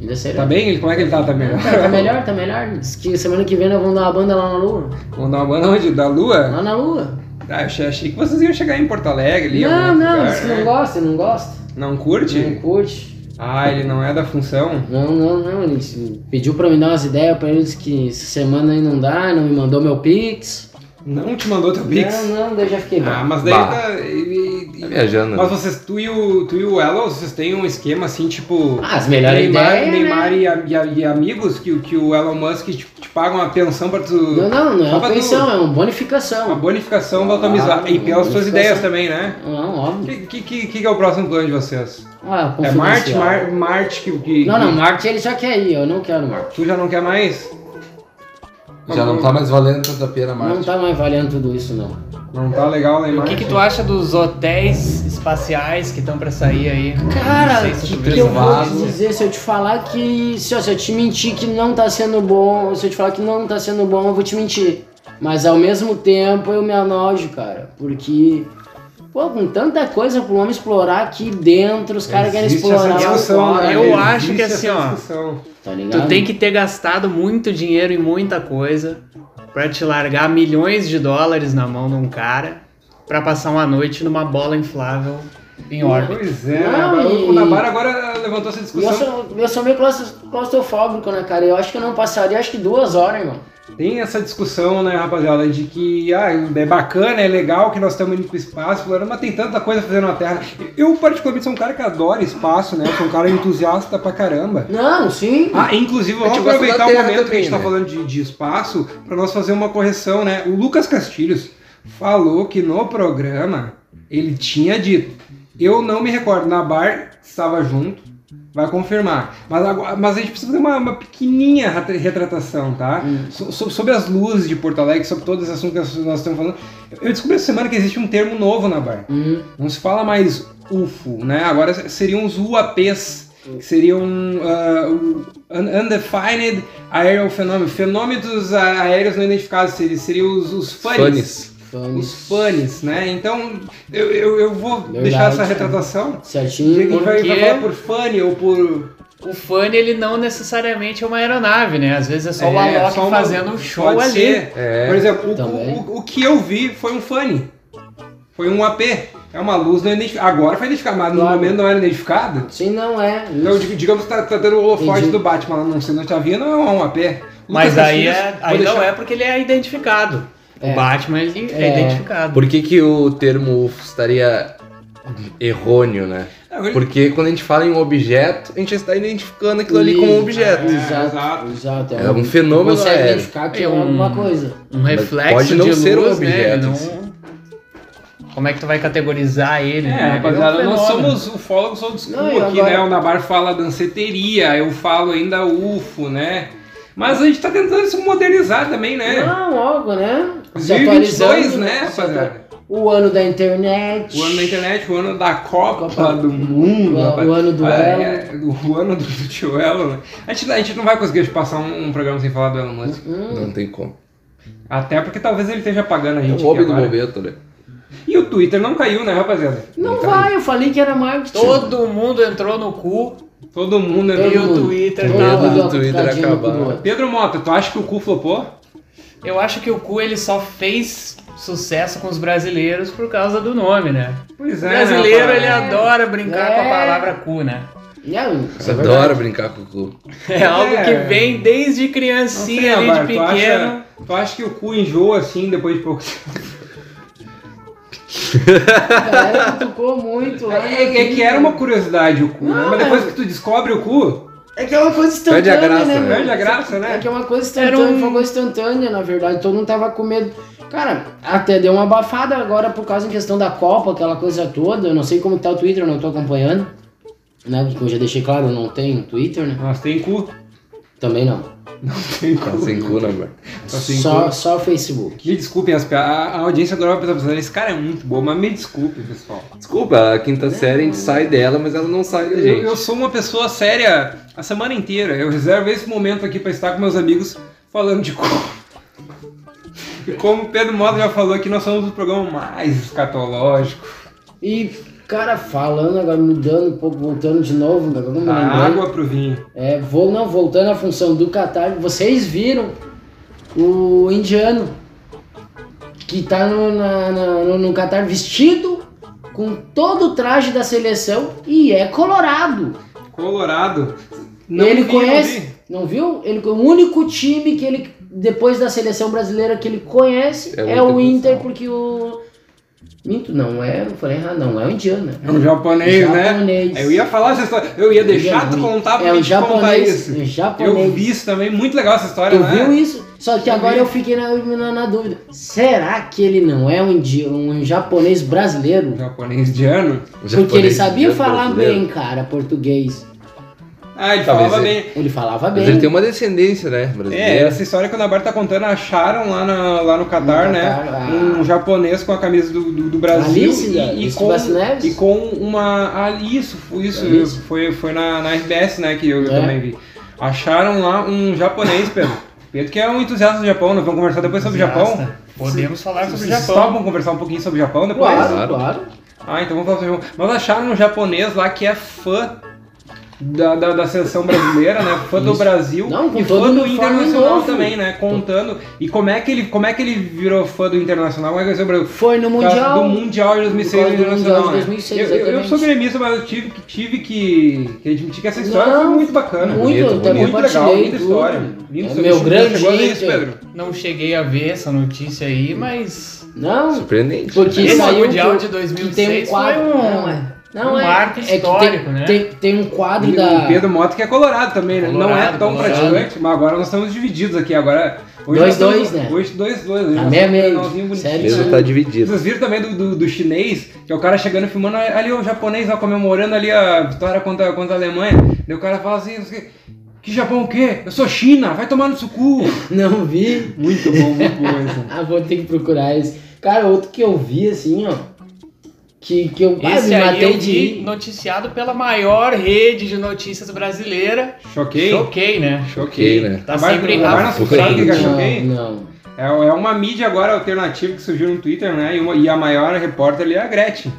Speaker 6: Ele tá sereno.
Speaker 4: Tá bem? Ele, como é que ele tá? Tá melhor?
Speaker 6: Tá, tá melhor, tá melhor. Diz que semana que vem nós vamos dar uma banda lá na lua.
Speaker 4: Vamos dar uma banda onde? Da Lua?
Speaker 6: Lá na lua.
Speaker 4: Ah, eu achei, achei que vocês iam chegar em Porto Alegre ali. em
Speaker 6: não,
Speaker 4: algum
Speaker 6: não,
Speaker 4: lugar,
Speaker 6: diz que
Speaker 4: né?
Speaker 6: não gosta, ele não gosta.
Speaker 4: Não curte?
Speaker 6: Não curte.
Speaker 4: Ah, ele não é da função.
Speaker 6: Não, não, não. Ele disse- pediu pra me dar umas ideias pra ele, disse que essa semana aí não dá, não me mandou meu pix.
Speaker 4: Não te mandou teu Pix?
Speaker 6: Não, não, daí já fiquei mal.
Speaker 4: Ah, mas daí
Speaker 5: Bah.
Speaker 4: tá. e- e-
Speaker 5: Tá viajando.
Speaker 4: Mas
Speaker 5: né?
Speaker 4: vocês, tu e o, tu e o Elo, vocês têm um esquema assim, tipo.
Speaker 6: Ah, as melhores
Speaker 4: Neymar,
Speaker 6: ideias, né?
Speaker 4: Neymar e, a- e a- e amigos que, o- que o Elon Musk te, te paga uma pensão pra tu.
Speaker 6: Não, não, não é
Speaker 4: Tava
Speaker 6: uma
Speaker 4: no-
Speaker 6: pensão, é uma
Speaker 4: Uma
Speaker 6: bonificação.
Speaker 4: bonificação pra tua
Speaker 6: Ah,
Speaker 4: amizade. E pelas suas
Speaker 6: bonificação.
Speaker 4: ideias também, né?
Speaker 6: Não,
Speaker 4: O
Speaker 6: óbvio.
Speaker 4: que, que, que- que é o próximo plano de vocês?
Speaker 6: Ah,
Speaker 4: É Marte,
Speaker 6: confidencial.
Speaker 4: Mar, Marte que, que-
Speaker 6: Não, não,
Speaker 4: que-
Speaker 6: Marte ele já quer ir, eu não quero Marte.
Speaker 4: Tu já não quer mais?
Speaker 5: Já não tá mais valendo tanta pena mais.
Speaker 6: Não tá mais valendo tudo isso, não.
Speaker 4: Não tá legal lá em
Speaker 7: E o que,
Speaker 4: Marte.
Speaker 7: que tu acha dos hotéis espaciais que estão pra sair aí?
Speaker 6: Cara,
Speaker 7: Não sei
Speaker 6: o
Speaker 7: se
Speaker 6: que,
Speaker 7: tu
Speaker 6: que
Speaker 7: viu
Speaker 6: eu
Speaker 7: essa
Speaker 6: vou
Speaker 5: vaso.
Speaker 6: te dizer se eu te falar que. Se, ó, se eu te mentir que não tá sendo bom, se eu te falar que não tá sendo bom, eu vou te mentir. Mas ao mesmo tempo eu me anojo, cara, porque. Pô, com tanta coisa pro homem explorar aqui dentro, os caras querem
Speaker 4: Existe essa
Speaker 6: explorar
Speaker 4: discussão,
Speaker 6: o
Speaker 4: né?
Speaker 6: cara,
Speaker 7: Eu acho
Speaker 4: Existe
Speaker 7: que
Speaker 4: essa
Speaker 7: assim, ó,
Speaker 4: discussão.
Speaker 6: tá ligado?
Speaker 7: Tu tem que ter gastado muito dinheiro em muita coisa pra te largar milhões de dólares na mão de um cara pra passar uma noite numa bola inflável em órbita.
Speaker 4: Pois é, né?
Speaker 6: Não,
Speaker 4: Agora,
Speaker 6: e-
Speaker 4: o Nabar agora levantou essa
Speaker 6: E Eu
Speaker 4: discussão.
Speaker 6: sou, eu sou meio claustro- claustrofóbico, né, cara? Eu acho que eu não passaria, acho que duas horas, irmão.
Speaker 4: Tem essa discussão, né, rapaziada, de que ah, é bacana, é legal que nós estamos indo pro espaço, explorando, mas tem tanta coisa fazendo na Terra. Eu, particularmente, sou um cara que adora espaço, né? Sou um cara entusiasta pra caramba.
Speaker 6: Não, sim.
Speaker 4: Ah, inclusive,
Speaker 5: A
Speaker 4: vamos
Speaker 5: gente gosta da
Speaker 4: aproveitar o
Speaker 5: Terra
Speaker 4: momento que a
Speaker 5: também,
Speaker 4: gente tá
Speaker 5: né?
Speaker 4: falando de, de espaço para nós fazer uma correção, né? O Lucas Castilhos falou que no programa ele tinha dito. Eu não me recordo, na bar estava junto, vai confirmar. Mas, agora- mas a gente precisa fazer uma, uma pequenininha rat- retratação, tá? So- so- sobre as luzes de Porto Alegre, sobre todos esses assuntos que nós estamos falando. Eu descobri essa semana que existe um termo novo na bar.
Speaker 6: Hum,
Speaker 4: Não se fala mais UFO, né? Agora seriam os UAPs, que seriam ah, o Un- Undefined Aerial Phenomenon, fenômenos a- aéreos não identificados, seria, seria os, os FUNs.
Speaker 5: Fones.
Speaker 6: fãs.
Speaker 4: Os FUNs, né? Então eu, eu, eu vou
Speaker 6: Verdade,
Speaker 4: deixar essa
Speaker 6: né?
Speaker 4: retratação. A
Speaker 6: Certinho.
Speaker 4: gente vai, vai
Speaker 7: porque-
Speaker 4: falar por FUN ou por.
Speaker 7: O Fanny, ele não necessariamente é uma aeronave, né? Às vezes é só o
Speaker 4: É,
Speaker 7: Alok
Speaker 4: só uma-
Speaker 7: fazendo um show
Speaker 4: pode
Speaker 7: ali.
Speaker 4: ser.
Speaker 5: É.
Speaker 4: Por exemplo, o-
Speaker 6: Também.
Speaker 4: o, o, que eu vi foi um FUN. Foi um AP. É uma luz não identificada. Agora foi identificada, mas no
Speaker 6: Claro.
Speaker 4: momento não era identificada.
Speaker 6: Sim, não é.
Speaker 4: Então, dig- digamos que tá, tá tendo o holofote
Speaker 6: Entendi.
Speaker 4: do Batman lá, não sei não tá vindo, é um AP.
Speaker 7: Mas
Speaker 4: Lucas
Speaker 7: aí, é,
Speaker 4: Castilhos,
Speaker 7: aí
Speaker 4: vou
Speaker 7: não
Speaker 4: deixar-
Speaker 7: é porque ele é identificado.
Speaker 6: É.
Speaker 7: O Batman, ele é,
Speaker 6: É.
Speaker 7: identificado.
Speaker 5: Por que, que o termo UFO estaria errôneo, né?
Speaker 4: Agora-
Speaker 5: Porque quando a gente fala em um objeto, a gente já está identificando aquilo ali como um objeto.
Speaker 4: É,
Speaker 6: Exato,
Speaker 4: exato.
Speaker 6: exato.
Speaker 5: É um fenômeno
Speaker 6: Consegue
Speaker 5: aéreo.
Speaker 6: identificar que é,
Speaker 7: É um-
Speaker 6: alguma coisa.
Speaker 7: Um reflexo
Speaker 5: pode não
Speaker 7: de
Speaker 5: ser um
Speaker 7: luz, né? Ele
Speaker 5: objeto,
Speaker 7: não-
Speaker 5: assim.
Speaker 7: Como é que tu vai categorizar ele?
Speaker 4: É,
Speaker 7: né? Ele
Speaker 4: rapaziada,
Speaker 7: um
Speaker 4: nós
Speaker 7: fenômeno.
Speaker 4: somos ufólogos old school
Speaker 6: Não, e
Speaker 4: aqui,
Speaker 6: agora-
Speaker 4: né? O Nabar fala danceteria, eu falo ainda UFO, né? Mas a gente tá tentando se modernizar também, né?
Speaker 6: Não, algo, né? Se
Speaker 4: 2022,
Speaker 6: atualizando,
Speaker 4: né,
Speaker 6: se atu-
Speaker 4: rapaziada?
Speaker 6: O ano da internet.
Speaker 4: O ano da internet, o ano da Copa,
Speaker 6: Copa
Speaker 4: do Mundo,
Speaker 6: o
Speaker 4: rapaz.
Speaker 6: ano do
Speaker 4: Ah,
Speaker 6: Elo.
Speaker 4: é, o ano do, do tio Elo, né? A gente, a gente não vai conseguir passar um, um programa sem falar do Elon Musk.
Speaker 6: Hum,
Speaker 5: Não tem como.
Speaker 4: Até porque talvez ele esteja pagando a
Speaker 5: É
Speaker 4: gente.
Speaker 5: o hobby
Speaker 4: aqui
Speaker 5: do
Speaker 4: agora. É
Speaker 5: bobeto, né?
Speaker 4: E o Twitter não caiu, né, rapaziada?
Speaker 6: não vai, eu falei que era marketing.
Speaker 7: Todo mundo entrou no cu
Speaker 4: Todo mundo
Speaker 7: e
Speaker 4: é
Speaker 7: o Twitter
Speaker 6: Todo
Speaker 7: tá
Speaker 5: Medo
Speaker 7: lá.
Speaker 6: mundo
Speaker 5: do Twitter
Speaker 6: aplicadinho no cu
Speaker 5: acabar.
Speaker 6: do outro.
Speaker 4: Pedro Mota, tu acha que o cu flopou?
Speaker 7: Eu acho que o cu ele só fez sucesso com os brasileiros por causa do nome, né?
Speaker 4: Pois
Speaker 7: O brasileiro
Speaker 4: né,
Speaker 7: ele é adora brincar com a
Speaker 6: É.
Speaker 7: palavra cu, né?
Speaker 6: Não, isso é
Speaker 5: Adoro
Speaker 6: verdade.
Speaker 5: brincar com o cu.
Speaker 7: É algo
Speaker 4: É.
Speaker 7: que vem desde criancinha, ali assim, é de
Speaker 4: tu,
Speaker 7: pequeno.
Speaker 4: acha, tu acha que o cu enjoa assim depois de pouco tempo?
Speaker 6: A galera cutucou muito lá.
Speaker 4: É, é que era uma curiosidade o cu, né?
Speaker 6: Não, é.
Speaker 4: Mas depois
Speaker 6: mas-
Speaker 4: que tu descobre o cu,
Speaker 6: É que é uma coisa
Speaker 5: Perde
Speaker 6: instantânea,
Speaker 5: a graça, né?
Speaker 6: né? mano?
Speaker 4: perde a graça, né?
Speaker 6: É que é uma coisa instantânea,
Speaker 7: Era um-
Speaker 6: foi uma coisa instantânea, na verdade. Todo mundo tava com medo. Cara, até deu uma abafada agora por causa em questão da Copa, aquela coisa toda. Eu não sei como tá o Twitter, eu não tô acompanhando. Né? Porque eu já deixei claro, eu não tenho Twitter, né?
Speaker 4: Nossa, tem cu.
Speaker 6: Também não.
Speaker 4: Tem cu.
Speaker 5: Tá sem cu, né, mano?
Speaker 4: Só tem
Speaker 6: Só,
Speaker 4: cu.
Speaker 6: só o Facebook.
Speaker 4: Me desculpem, as, pia- a, a audiência agora vai pensar, esse cara é muito bom, mas me desculpe, pessoal.
Speaker 5: Desculpa, a quinta série a gente sai dela, mas ela não sai da
Speaker 4: Eu, eu
Speaker 5: gente.
Speaker 4: sou uma pessoa séria a semana inteira. Eu reservo esse momento aqui pra estar com meus amigos falando de cu. E como o Pedro Mota já falou aqui, nós somos o programa mais escatológico.
Speaker 6: E, cara, falando agora, mudando um pouco, voltando de novo, agora eu não me
Speaker 4: A
Speaker 6: lembrei.
Speaker 4: Tá água pro vinho.
Speaker 6: É, vou não, voltando à função do Qatar, vocês viram o indiano que tá no, na- na- no, no Qatar vestido com todo o traje da seleção e é colorado.
Speaker 4: Colorado. Não
Speaker 6: ele
Speaker 4: vi, não
Speaker 6: conhece,
Speaker 4: vi.
Speaker 6: não, viu? Ele o único time que ele depois da seleção brasileira que ele conhece
Speaker 5: É o
Speaker 6: é, o
Speaker 5: Inter,
Speaker 6: Inter
Speaker 5: pessoal.
Speaker 6: porque o Minto, não é, eu falei errado, não, é o indiano, né?
Speaker 4: É um japonês, né?
Speaker 6: Japonês.
Speaker 4: Eu ia falar essa história. Eu ia deixar tu contar pra
Speaker 6: é o
Speaker 4: gente contar
Speaker 6: japonês,
Speaker 4: isso.
Speaker 6: o japonês.
Speaker 4: Eu vi isso também, muito legal essa história,
Speaker 6: Tu
Speaker 4: né?
Speaker 6: viu isso? Só que
Speaker 4: Eu
Speaker 6: agora
Speaker 4: vi.
Speaker 6: eu fiquei na, na- na dúvida. Será que ele não é um, indi- um japonês brasileiro?
Speaker 4: Japonês indiano.
Speaker 5: O
Speaker 6: Porque ele
Speaker 5: japonês
Speaker 6: sabia
Speaker 5: indiano
Speaker 6: falar
Speaker 5: brasileiro.
Speaker 6: bem, cara, português.
Speaker 4: Ah, ele
Speaker 5: Talvez
Speaker 4: falava
Speaker 5: ele-
Speaker 4: bem.
Speaker 6: Ele falava
Speaker 5: Mas
Speaker 6: bem.
Speaker 5: ele tem uma descendência, né?
Speaker 4: É,
Speaker 5: Brasileira.
Speaker 4: essa história que o Nabar tá contando, acharam lá, na- lá no Catar,
Speaker 6: No
Speaker 4: né?
Speaker 6: Catar, ah.
Speaker 4: Um japonês com a camisa do, do, do Brasil.
Speaker 6: Alice, da-
Speaker 4: e, e,
Speaker 6: Alice
Speaker 4: com,
Speaker 6: Bastos-Neves?
Speaker 4: e com uma. Ah, isso, isso,
Speaker 6: Alice.
Speaker 4: foi, foi na, na RBS, né? Que eu, eu
Speaker 6: É.
Speaker 4: também vi. Acharam lá um japonês, Pedro. Pedro que é um entusiasta do Japão, nós vamos conversar depois sobre o Japão.
Speaker 7: Entusiasta. Podemos falar sobre o
Speaker 4: Vocês
Speaker 7: Japão.
Speaker 4: topam conversar um pouquinho sobre o Japão depois?
Speaker 6: Claro,
Speaker 5: Claro.
Speaker 6: claro.
Speaker 4: Ah, então vamos falar sobre o Japão. Nós acharam um japonês lá que é fã da, da, da seleção brasileira, né? Fã do
Speaker 6: Isso.
Speaker 4: Brasil
Speaker 6: Não, com
Speaker 4: e
Speaker 6: todo
Speaker 4: fã do
Speaker 6: uniforme
Speaker 4: Internacional
Speaker 6: novo.
Speaker 4: também, né? Contando. E como é que ele, como é que ele virou fã do Internacional? Como é que ele virou Brasil?
Speaker 6: Foi no
Speaker 4: Por causa
Speaker 6: Mundial.
Speaker 4: Do Mundial de 2006
Speaker 6: Por causa do
Speaker 4: Internacional,
Speaker 6: Mundial de
Speaker 4: né?
Speaker 6: 2006,
Speaker 4: eu, eu- eu
Speaker 6: exatamente.
Speaker 4: sou gremista, mas eu tive, que- tive que, que admitir que essa história
Speaker 6: Não,
Speaker 4: foi muito bacana.
Speaker 6: Muito,
Speaker 5: bonito,
Speaker 6: até
Speaker 5: bonito.
Speaker 4: muito legal,
Speaker 6: compartilhei
Speaker 4: linda
Speaker 6: tudo.
Speaker 4: história.
Speaker 6: É
Speaker 4: Linda história.
Speaker 6: meu
Speaker 4: Chegou-
Speaker 6: grande
Speaker 4: Chegou a ver
Speaker 6: ídolo.
Speaker 4: isso, Pedro?
Speaker 7: Não cheguei a ver essa notícia aí, mas
Speaker 6: Não,
Speaker 5: Surpreendente.
Speaker 6: porque
Speaker 7: esse
Speaker 6: saiu
Speaker 7: Mundial
Speaker 6: que,
Speaker 7: de 2006
Speaker 6: que tem um quadro.
Speaker 7: foi um,
Speaker 6: não é. Não
Speaker 7: um
Speaker 6: é.
Speaker 7: marco
Speaker 6: é que tem-
Speaker 7: histórico, né?
Speaker 6: Tem, tem um quadro
Speaker 4: E
Speaker 6: da.
Speaker 4: O Pedro Mota que é colorado também, né? não é
Speaker 7: Colorado,
Speaker 4: tão
Speaker 7: colorado.
Speaker 4: praticante, mas agora nós estamos divididos aqui. Agora. hoje nós
Speaker 6: Dois, dois,
Speaker 4: estamos-
Speaker 6: né?
Speaker 4: Hoje dois, dois.
Speaker 6: Tá
Speaker 4: Hoje nós
Speaker 6: meia,
Speaker 4: estamos com um
Speaker 6: meia.
Speaker 4: finalzinho bonitinho.
Speaker 6: Sério?
Speaker 5: Peso tá dividido.
Speaker 4: Vocês viram também do, do, do chinês, que é o cara chegando e filmando ali o japonês ó, comemorando ali a vitória contra, contra a Alemanha. Daí o cara fala assim, não sei o quê, que Japão o quê? Eu sou China, vai tomar no seu cu.
Speaker 6: Não vi.
Speaker 4: Muito bom, muito bom isso.
Speaker 6: Ah, vou ter que procurar esse. Cara, outro que eu vi assim, ó. Que, que eu ah,
Speaker 7: Esse
Speaker 6: me
Speaker 7: aí
Speaker 6: matei
Speaker 7: eu
Speaker 6: de.
Speaker 7: vi noticiado pela maior rede de notícias brasileira.
Speaker 4: Choquei?
Speaker 7: Choquei, né?
Speaker 5: Choquei, né?
Speaker 7: Tá
Speaker 4: Agora-
Speaker 7: sempre
Speaker 4: agora
Speaker 7: à
Speaker 4: nós sabe o que que é
Speaker 5: Não.
Speaker 4: choquei?
Speaker 6: não.
Speaker 4: É, é uma mídia agora alternativa que surgiu no Twitter, né? E, uma- e a maior repórter ali é a Gretchen.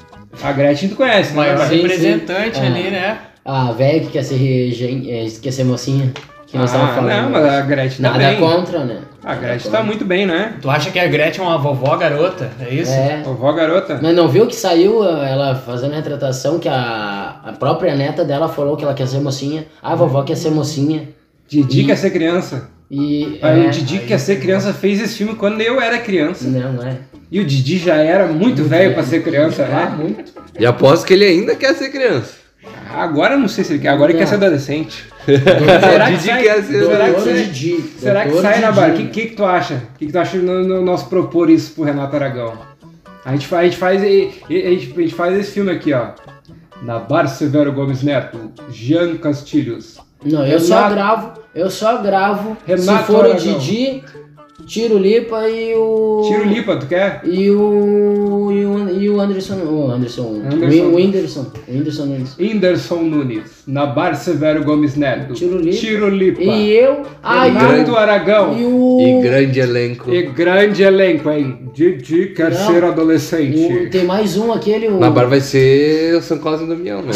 Speaker 4: A Gretchen tu conhece, né?
Speaker 7: maior
Speaker 4: Bárbara?
Speaker 6: Sim, sim.
Speaker 7: representante
Speaker 6: Ah.
Speaker 7: ali, né?
Speaker 6: A velha que quer ser, gen- eh, quer ser mocinha. Que nós
Speaker 4: ah,
Speaker 6: estávamos falando. né?
Speaker 4: Não, mas a Gretchen tá
Speaker 6: Nada
Speaker 4: bem.
Speaker 6: contra, né?
Speaker 4: A Gretchen
Speaker 6: Nada
Speaker 4: tá muito bem, né?
Speaker 7: Tu acha que a Gretchen é uma vovó garota? É
Speaker 6: contra.
Speaker 7: isso?
Speaker 6: É.
Speaker 4: Vovó garota.
Speaker 6: Mas não viu que saiu eh, ela fazendo retratação que a, a própria neta dela falou que ela quer ser mocinha. A vovó quer ser mocinha.
Speaker 4: Didi quer ser criança.
Speaker 6: E.
Speaker 4: Aí
Speaker 6: é,
Speaker 4: o Didi
Speaker 7: aí
Speaker 4: quer ser criança fez esse filme quando eu era criança.
Speaker 6: Não, não é.
Speaker 4: E o Didi já era muito velho pra ser criança,
Speaker 6: Ah,
Speaker 4: né?
Speaker 6: muito.
Speaker 5: E aposto que ele ainda quer ser criança.
Speaker 4: Agora eu não sei se ele quer. Agora ele quer ser adolescente. Será que
Speaker 5: Didi
Speaker 4: sai-
Speaker 5: quer ser
Speaker 4: será que
Speaker 6: Doutor
Speaker 4: sai-
Speaker 6: Didi.
Speaker 4: Será que
Speaker 6: Doutor
Speaker 4: sai na
Speaker 6: Didi.
Speaker 4: barra? O que, que, que tu acha? O que, que tu acha no, no- nós propor isso pro Renato Aragão? A gente, fa- a gente faz, e- e- a gente, a gente faz esse filme aqui, ó. Nabar Severo Gomes Neto, Jean Castilhos.
Speaker 6: Não, eu só
Speaker 4: Renato-
Speaker 6: gravo. Eu só gravo.
Speaker 4: Renato
Speaker 6: se for o
Speaker 4: Aragão.
Speaker 6: Didi, Tiro Lipa e o.
Speaker 4: Tiro Lipa, tu quer?
Speaker 6: E o. E o, e o Anderson. O Anderson.
Speaker 4: Anderson.
Speaker 6: O Whindersson. O Whindersson Nunes.
Speaker 4: Anderson Nunes, Nabar Severo Gomes Neto,
Speaker 6: Tiro Lipa.
Speaker 4: Tiro Lipa,
Speaker 6: E eu. Ah, e
Speaker 5: grande-
Speaker 4: Renato
Speaker 6: o.
Speaker 4: Aragão.
Speaker 6: E o.
Speaker 5: E grande elenco.
Speaker 4: E grande elenco, hein? Didi quer
Speaker 6: Não.
Speaker 4: ser adolescente.
Speaker 6: o- tem mais um aquele. O,
Speaker 5: Na bar vai ser o São Cosme do Mião, né?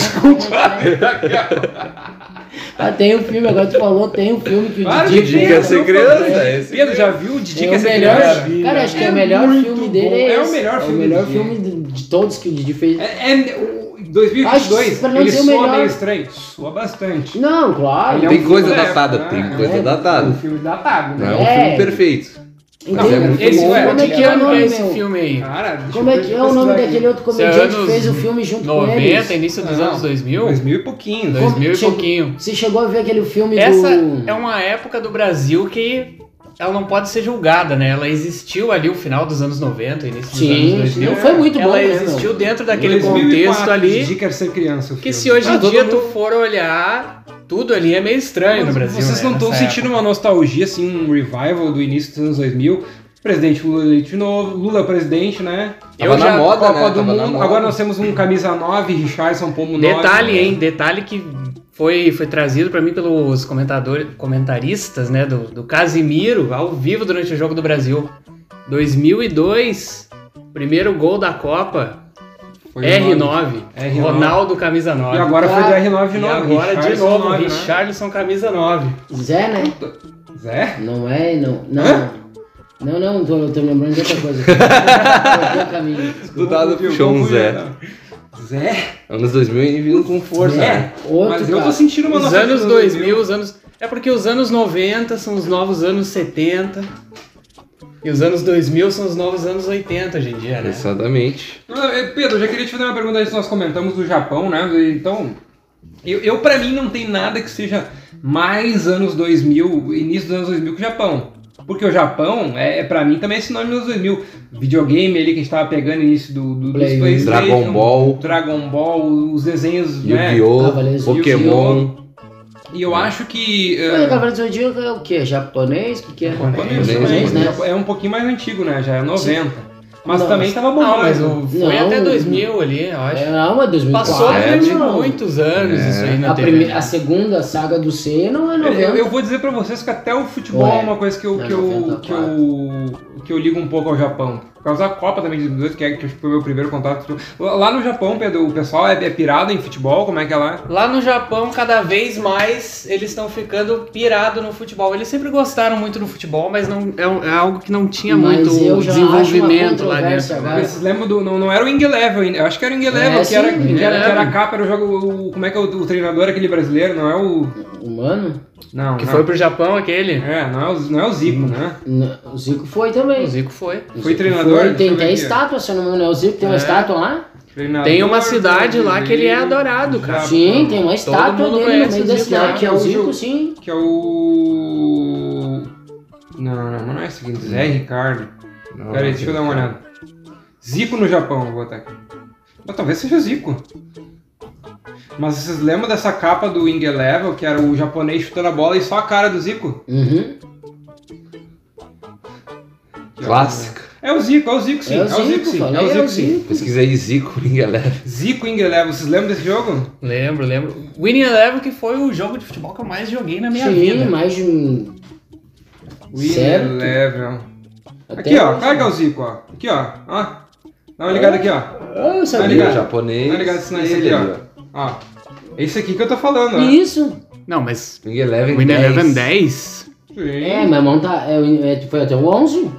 Speaker 6: Ah, tem um filme, agora tu falou, tem um filme que o
Speaker 4: Para,
Speaker 6: Didi.
Speaker 5: Didi
Speaker 4: Pedro,
Speaker 5: quer ser
Speaker 4: não
Speaker 5: criança,
Speaker 4: fala isso.
Speaker 5: é esse
Speaker 4: Pedro, já viu o Didi
Speaker 6: né? É
Speaker 4: quer
Speaker 6: o
Speaker 4: ser
Speaker 6: melhor,
Speaker 4: criança?
Speaker 6: cara, acho que é o melhor
Speaker 4: muito
Speaker 6: filme
Speaker 4: bom.
Speaker 6: dele é,
Speaker 4: É o
Speaker 6: esse.
Speaker 4: melhor
Speaker 6: É o
Speaker 4: filme
Speaker 6: melhor
Speaker 4: do
Speaker 6: filme de, de todos que o Didi fez.
Speaker 4: É, é- o- em 2022,
Speaker 6: Acho que pra não
Speaker 4: ele
Speaker 6: ser o
Speaker 4: soa
Speaker 6: melhor.
Speaker 4: meio estranho. Soa bastante.
Speaker 6: Não, claro.
Speaker 4: Ele é um
Speaker 5: Tem
Speaker 4: filme
Speaker 5: coisa
Speaker 4: da
Speaker 5: datada,
Speaker 4: época, né?
Speaker 5: tem coisa
Speaker 6: É.
Speaker 4: Um
Speaker 5: datada.
Speaker 4: filme datado,
Speaker 5: Não
Speaker 4: né?
Speaker 5: é um
Speaker 6: É.
Speaker 5: filme perfeito.
Speaker 6: Então,
Speaker 5: Mas é muito
Speaker 6: esse
Speaker 4: bom,
Speaker 6: filme,
Speaker 4: é
Speaker 6: como é
Speaker 4: muito
Speaker 6: que é o
Speaker 4: legal.
Speaker 6: nome,
Speaker 7: esse
Speaker 6: meu?
Speaker 7: filme aí?
Speaker 4: Cara, deixa
Speaker 6: Como é
Speaker 4: eu
Speaker 6: que é o nome
Speaker 4: pesquisar
Speaker 6: daquele
Speaker 4: aqui.
Speaker 6: outro
Speaker 7: Esse
Speaker 6: comediante que
Speaker 7: é
Speaker 6: Ah.
Speaker 7: anos
Speaker 6: fez o filme junto com
Speaker 7: 90,
Speaker 6: eles?
Speaker 7: início dos
Speaker 4: Não.
Speaker 7: anos 2000?
Speaker 4: 2000 e pouquinho.
Speaker 7: Dois- 2000 e
Speaker 6: Como-
Speaker 7: pouquinho.
Speaker 6: Você chegou a ver aquele filme
Speaker 7: Essa
Speaker 6: do...
Speaker 7: é uma época do Brasil que ela não pode ser julgada, né? Ela existiu ali no final dos anos 90, início dos anos
Speaker 6: Sim,
Speaker 7: 2000.
Speaker 6: sim, foi muito bom,
Speaker 7: Ela
Speaker 6: né,
Speaker 7: existiu
Speaker 6: meu?
Speaker 7: dentro daquele
Speaker 4: 2004,
Speaker 7: contexto ali.
Speaker 4: Didi quer ser criança. o
Speaker 7: Que
Speaker 4: filme.
Speaker 7: se hoje
Speaker 5: Ah,
Speaker 7: em
Speaker 6: Tá
Speaker 5: todo
Speaker 7: dia tu for olhar, tudo ali é meio estranho no
Speaker 4: Mas
Speaker 7: Brasil.
Speaker 4: Vocês
Speaker 7: né,
Speaker 4: não estão
Speaker 7: nessa
Speaker 4: sentindo uma nostalgia, assim, um revival do início dos anos 2000? Presidente Lula eleito de novo, Lula presidente, né?
Speaker 7: Eu
Speaker 5: Tava na
Speaker 7: já-
Speaker 5: moda,
Speaker 4: Copa
Speaker 5: né?
Speaker 4: do
Speaker 5: Tava na
Speaker 4: Mundo.
Speaker 5: moda.
Speaker 4: Agora nós temos um camisa 9, Richardson, pomo né? 9.
Speaker 7: Detalhe, hein? Detalhe que foi, foi trazido pra mim pelos comentadores, comentaristas, né? Do, do Casimiro, ao vivo durante o Jogo do Brasil. 2002, primeiro gol da Copa,
Speaker 4: Foi o
Speaker 7: R9,
Speaker 4: R9.
Speaker 7: Ronaldo camisa 9.
Speaker 4: E agora foi
Speaker 6: Cara,
Speaker 4: de R9 de
Speaker 7: Ah, E
Speaker 4: novo.
Speaker 7: agora de
Speaker 4: Richarlison
Speaker 7: novo,
Speaker 4: 9, né?
Speaker 7: Richarlison camisa 9.
Speaker 6: Zé, né?
Speaker 4: Zé?
Speaker 6: Não é, não.
Speaker 4: Hã?
Speaker 6: Não, não, não tô, tô lembrando de outra coisa. Perdi o caminho.
Speaker 5: Do dado
Speaker 4: Confundiu,
Speaker 5: puxou um
Speaker 4: confundiu,
Speaker 5: Zé.
Speaker 4: não. né? Zé?
Speaker 5: Anos 2000 ele vindo com força,
Speaker 4: Zé?
Speaker 5: né?
Speaker 6: Outro,
Speaker 4: Mas eu tô
Speaker 6: cara.
Speaker 4: sentindo uma
Speaker 7: Os
Speaker 4: nostalgia
Speaker 7: anos
Speaker 4: dos
Speaker 7: 2000, os anos. É porque os anos 90 são os novos anos 70. E os anos 2000 são os novos anos 80 hoje em dia, né?
Speaker 5: Exatamente.
Speaker 4: Ah, eh, Pedro, eu já queria te fazer uma pergunta antes. Nós comentamos do Japão, né? Então, eu, eu pra mim não tem nada que seja mais anos 2000, início dos anos 2000 que o Japão. Porque o Japão, é, é, pra mim, também é sinônimo dos anos 2000. Videogame ali que a gente tava pegando início do, do
Speaker 6: Play.
Speaker 4: dos PlayStation,
Speaker 5: Dragon Ball,
Speaker 4: Dragon Ball, os desenhos, né?
Speaker 5: Yu-Gi-Oh!,
Speaker 6: Cavaleiros do
Speaker 5: Pokémon.
Speaker 4: E eu acho que.
Speaker 6: É.
Speaker 4: eh,
Speaker 6: O Cavaleiro do Zodíaco é o quê? Japonês? O que, que é?
Speaker 4: japonês,
Speaker 5: Japonês,
Speaker 4: né?
Speaker 6: né?
Speaker 4: É um pouquinho mais antigo, né? Já é 90. Mas
Speaker 6: Não,
Speaker 4: também
Speaker 6: mas-
Speaker 4: tava bombando.
Speaker 7: Não, mas o, foi
Speaker 6: Não.
Speaker 7: até 2000 ali, eu acho.
Speaker 6: É uma 2004.
Speaker 7: Passou durante
Speaker 6: não.
Speaker 7: muitos anos
Speaker 5: É.
Speaker 7: isso aí na
Speaker 6: né,
Speaker 7: né?
Speaker 6: a,
Speaker 7: TV.
Speaker 6: primeira, a segunda saga do C não é
Speaker 4: Eu,
Speaker 6: 90.
Speaker 4: eu vou dizer pra vocês que até o futebol
Speaker 6: Ué,
Speaker 4: é uma coisa que eu,
Speaker 6: é
Speaker 4: que, eu,
Speaker 6: 94.
Speaker 4: que, eu, que eu ligo um pouco ao Japão. Por causa da Copa também de 2002, que, é, que foi o meu primeiro contato. Lá no Japão, Pedro, o pessoal é, é pirado em futebol, como é que é lá?
Speaker 7: Lá no Japão, cada vez mais eles estão ficando pirado no futebol. Eles sempre gostaram muito do futebol, mas não é, um- é algo que não tinha
Speaker 6: Mas
Speaker 7: muito
Speaker 6: eu já acho
Speaker 7: desenvolvimento
Speaker 6: uma
Speaker 7: lá
Speaker 6: controvérsia
Speaker 7: dentro. né?
Speaker 6: agora.
Speaker 4: Vocês lembram do. Não, não era o Ing Level, ainda, eu acho que era o Ing Level,
Speaker 6: É,
Speaker 4: que, era,
Speaker 6: sim,
Speaker 4: que, era, que era a
Speaker 7: Ingelevel.
Speaker 4: capa, era o jogo. o- como é que é o, o treinador aquele brasileiro? Não é o.
Speaker 6: Humano?
Speaker 4: Não,
Speaker 7: Que
Speaker 4: não.
Speaker 7: foi pro Japão aquele?
Speaker 4: É, não é o, não é o Zico, né?
Speaker 6: Não, O Zico foi também.
Speaker 7: O Zico foi.
Speaker 6: O
Speaker 4: Foi
Speaker 6: Zico
Speaker 4: treinador?
Speaker 6: foi,
Speaker 4: Deixa
Speaker 6: tem
Speaker 4: eu
Speaker 6: até
Speaker 4: ver aqui.
Speaker 6: estátua, se eu não me engano. O Zico tem uma
Speaker 7: É.
Speaker 6: estátua lá?
Speaker 4: Treinador
Speaker 7: Tem uma cidade lá que ele é
Speaker 4: brasileiro,
Speaker 7: adorado, cara.
Speaker 4: Japão.
Speaker 6: Sim, tem uma estátua
Speaker 7: mundo
Speaker 6: dele no
Speaker 7: conhece
Speaker 6: meio
Speaker 7: o
Speaker 6: da
Speaker 7: Zico,
Speaker 6: cidade,
Speaker 7: né?
Speaker 6: que é o
Speaker 4: O
Speaker 6: Zico,
Speaker 4: Zico.
Speaker 6: sim.
Speaker 4: Que é o. Não, não, não é esse aqui. Zé Ricardo.
Speaker 5: Não,
Speaker 4: Pera aí, deixa eu dar uma olhada. Zico no Japão, eu vou botar aqui. Ou talvez seja Zico. Mas vocês lembram dessa capa do Wing Level, que era o japonês chutando a bola e só a cara do Zico?
Speaker 6: Uhum.
Speaker 5: Clássica.
Speaker 4: É o Zico, é o Zico sim.
Speaker 6: É o Zico,
Speaker 4: sim.
Speaker 6: falei,
Speaker 4: É o
Speaker 6: é o
Speaker 4: Zico sim.
Speaker 6: Zico.
Speaker 5: Pesquisei Zico em galera.
Speaker 4: Zico Wing Level, vocês lembram desse jogo?
Speaker 7: Lembro, lembro. Winning Eleven que foi o jogo de futebol que eu mais joguei na minha
Speaker 6: Sim,
Speaker 7: vida.
Speaker 6: mais de um...
Speaker 4: Wing
Speaker 6: Certo.
Speaker 4: Level.
Speaker 6: até
Speaker 4: Aqui ó,
Speaker 6: hoje.
Speaker 4: claro que é o Zico, ó. Aqui ó, ó. Dá uma ligada aqui, ó.
Speaker 6: Ah, eu
Speaker 4: Tá
Speaker 5: Ali
Speaker 4: ligado?
Speaker 5: o
Speaker 6: sabia.
Speaker 5: japonês. é
Speaker 4: Tá ligado esse nariz
Speaker 5: e ele
Speaker 4: aqui, Ó. É isso aqui que eu tô falando, ó.
Speaker 6: Isso.
Speaker 7: Não, mas
Speaker 5: Wing Eleven
Speaker 7: Winning
Speaker 5: 10.
Speaker 7: Eleven 10?
Speaker 4: Sim.
Speaker 6: É, mas monta... é, é, foi até o 11.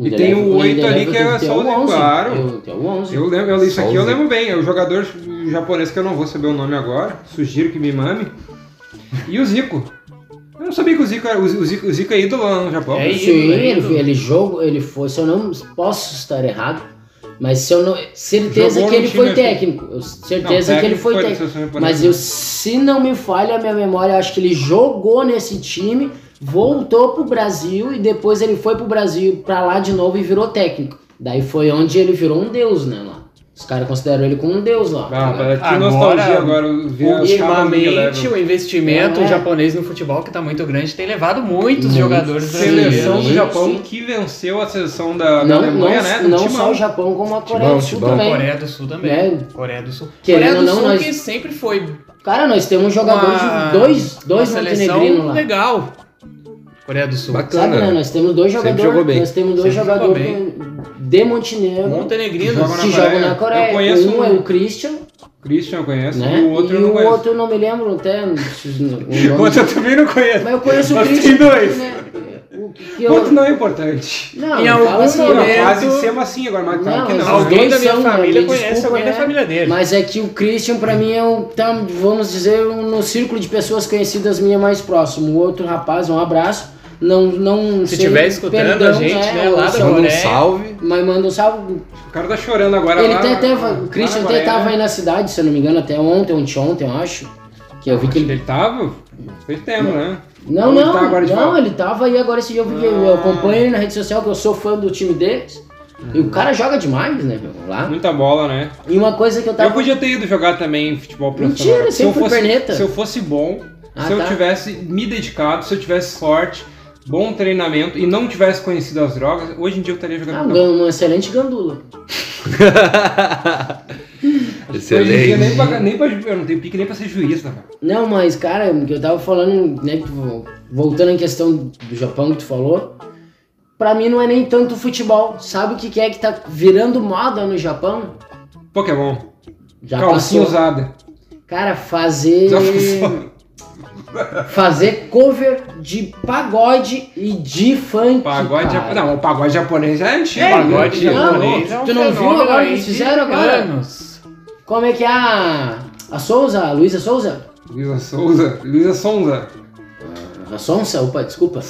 Speaker 4: E tem o oito ali que é só o de- claro.
Speaker 6: Eu, tem o 11.
Speaker 4: Eu lembro, eu- isso
Speaker 5: Só
Speaker 4: aqui
Speaker 5: o
Speaker 4: eu
Speaker 5: Zico.
Speaker 4: lembro bem. É o jogador japonês que eu não vou saber o nome agora. Sugiro que me mame. E o Zico. Eu não sabia que o Zico era. O Zico, o Zico é ídolo lá no Japão.
Speaker 7: É
Speaker 6: Sim,
Speaker 7: ídolo, é
Speaker 6: ele,
Speaker 7: ídolo.
Speaker 6: ele jogo, ele foi, se eu não posso estar errado, mas se eu não, certeza
Speaker 4: Jogou
Speaker 6: que
Speaker 4: no
Speaker 6: ele foi
Speaker 4: time-
Speaker 6: técnico, eu-
Speaker 4: Não,
Speaker 6: certeza que ele
Speaker 4: técnico
Speaker 6: foi
Speaker 4: da
Speaker 6: técnico.
Speaker 4: seleção japonesa.
Speaker 6: Mas eu, se não me falha a minha memória, eu acho que ele jogou nesse time, voltou pro Brasil e depois ele foi pro Brasil pra lá de novo e virou técnico. Daí foi onde ele virou um deus, né, lá. Os caras consideram ele como um deus lá.
Speaker 4: Ah, rapaz, que
Speaker 7: Agora,
Speaker 4: nostalgia agora. Ver as capas do Miguel
Speaker 7: Ultimamente,
Speaker 4: Level.
Speaker 7: o investimento
Speaker 6: É.
Speaker 7: japonês no futebol, que tá muito grande, tem levado muitos
Speaker 6: Muito.
Speaker 7: jogadores
Speaker 4: Seleção
Speaker 7: brasileiros.
Speaker 4: do
Speaker 6: Sim,
Speaker 4: Japão
Speaker 6: sim.
Speaker 4: que venceu a seleção da, da
Speaker 6: não,
Speaker 4: Alemanha,
Speaker 6: não,
Speaker 4: né? Do
Speaker 6: não
Speaker 4: timão.
Speaker 6: só o Japão como a Coreia
Speaker 5: Timão,
Speaker 6: do Sul
Speaker 5: timão.
Speaker 6: também.
Speaker 7: Coreia do Sul também.
Speaker 6: É.
Speaker 7: Coreia do Sul.
Speaker 6: Querendo
Speaker 7: Coreia do
Speaker 6: ou não,
Speaker 7: Sul
Speaker 6: nós-
Speaker 7: que sempre foi
Speaker 6: Cara, nós temos um jogador
Speaker 7: Uma-
Speaker 6: de dois, dois
Speaker 7: uma seleção
Speaker 6: montenegrinos lá.
Speaker 7: legal. Coreia do Sul.
Speaker 5: Bacana.
Speaker 6: Sabe, né? Nós temos dois
Speaker 5: Sempre
Speaker 6: jogadores.
Speaker 5: jogou bem.
Speaker 6: Nós temos dois
Speaker 7: Sempre jogou
Speaker 6: jogadores
Speaker 7: bem.
Speaker 6: do- de Montenegro
Speaker 7: Montenegrino.
Speaker 4: Joga
Speaker 6: que
Speaker 4: na
Speaker 6: jogam
Speaker 4: Coreia.
Speaker 6: na Coreia.
Speaker 4: Eu conheço
Speaker 6: um é
Speaker 4: um.
Speaker 6: o Christian,
Speaker 4: Christian eu conheço,
Speaker 6: né?
Speaker 4: e o outro
Speaker 6: e
Speaker 4: eu não
Speaker 6: o
Speaker 4: conheço.
Speaker 6: outro eu não me lembro até. se os- o nome-
Speaker 4: O outro eu também não conheço.
Speaker 6: Mas eu conheço o
Speaker 4: Mas
Speaker 6: Christian.
Speaker 4: tem dois.
Speaker 6: né? O que- que
Speaker 4: O
Speaker 6: eu-
Speaker 4: outro não é importante.
Speaker 6: Não,
Speaker 7: Em
Speaker 6: não fala
Speaker 7: algum
Speaker 6: assim,
Speaker 4: Não,
Speaker 7: momento-
Speaker 4: quase sempre assim agora, mas claro
Speaker 6: Não,
Speaker 4: que
Speaker 6: mas
Speaker 4: não.
Speaker 6: os
Speaker 4: né?
Speaker 7: Alguém
Speaker 6: dois
Speaker 7: da minha
Speaker 6: são,
Speaker 7: família
Speaker 6: me
Speaker 7: conhece
Speaker 6: desculpa,
Speaker 7: alguém da
Speaker 6: né?
Speaker 7: família dele.
Speaker 6: Mas é que o Christian, pra mim, é um, tá, vamos dizer, um- no círculo de pessoas conhecidas minha mais próximo. O outro rapaz, um abraço. Não, não
Speaker 7: Se
Speaker 6: sei,
Speaker 7: tiver escutando
Speaker 6: perdão,
Speaker 7: a gente, né, lá da
Speaker 4: É.
Speaker 6: eu-
Speaker 5: Manda um
Speaker 7: Coreia.
Speaker 5: salve.
Speaker 6: Mas manda um salve.
Speaker 4: O cara tá chorando agora
Speaker 6: Ele
Speaker 4: lá.
Speaker 6: até, até,
Speaker 4: lá
Speaker 6: o Christian
Speaker 4: na
Speaker 6: até
Speaker 4: Coreia,
Speaker 6: tava
Speaker 4: né?
Speaker 6: aí na cidade, se eu não me engano, até ontem, ontem, ontem, eu acho. Que eu vi que ele.
Speaker 4: Ele tava? Fez tempo, né?
Speaker 6: Não,
Speaker 4: Onde
Speaker 6: não,
Speaker 4: tá agora de
Speaker 6: não,
Speaker 4: volta? Ah.
Speaker 6: ele tava aí agora esse dia. Eu, vi que eu acompanho ele na rede social, que eu sou fã do time deles. E o cara joga demais, né, meu? Lá.
Speaker 4: Muita bola, né?
Speaker 6: E uma coisa que eu
Speaker 4: Eu
Speaker 6: tava.
Speaker 4: podia ter ido jogar também futebol profissional.
Speaker 6: Mentira,
Speaker 4: se eu
Speaker 6: sempre foi
Speaker 4: fosse,
Speaker 6: perneta.
Speaker 4: Se eu fosse bom,
Speaker 6: Ah,
Speaker 4: se eu
Speaker 6: tá.
Speaker 4: tivesse me dedicado, se eu tivesse sorte, bom treinamento e não tivesse conhecido as drogas, hoje em dia eu estaria
Speaker 6: Ah,
Speaker 4: jogando.
Speaker 6: um gan- uma excelente gandula.
Speaker 4: Hoje em dia é nem
Speaker 5: Excelente.
Speaker 4: pra, nem pra, eu não tenho pique nem pra ser juiz, né? cara?
Speaker 6: Não, mas cara, o que eu tava falando, né, que vo- voltando à questão do Japão que tu falou, pra mim não é nem tanto futebol. Sabe o que que é que tá virando moda no Japão?
Speaker 4: Pokémon.
Speaker 6: Já
Speaker 4: calcinha
Speaker 6: passou.
Speaker 4: usada.
Speaker 6: Cara, fazer.
Speaker 4: Já passou.
Speaker 6: fazer cover de pagode e de funk.
Speaker 4: Pagode é
Speaker 6: cara.
Speaker 4: japonês. Não, o pagode japonês é antigo.
Speaker 6: É,
Speaker 7: um Pagode
Speaker 4: né?
Speaker 6: não,
Speaker 7: japonês é um
Speaker 6: tu não viu
Speaker 7: fenômeno
Speaker 6: agora
Speaker 7: aí
Speaker 6: que eles
Speaker 7: de
Speaker 6: fizeram agora?
Speaker 7: anos.
Speaker 6: Como é que é a. A Souza, a Luísa Souza?
Speaker 4: Luísa Souza. Luísa Sonza.
Speaker 6: A Sonsa, opa, desculpa.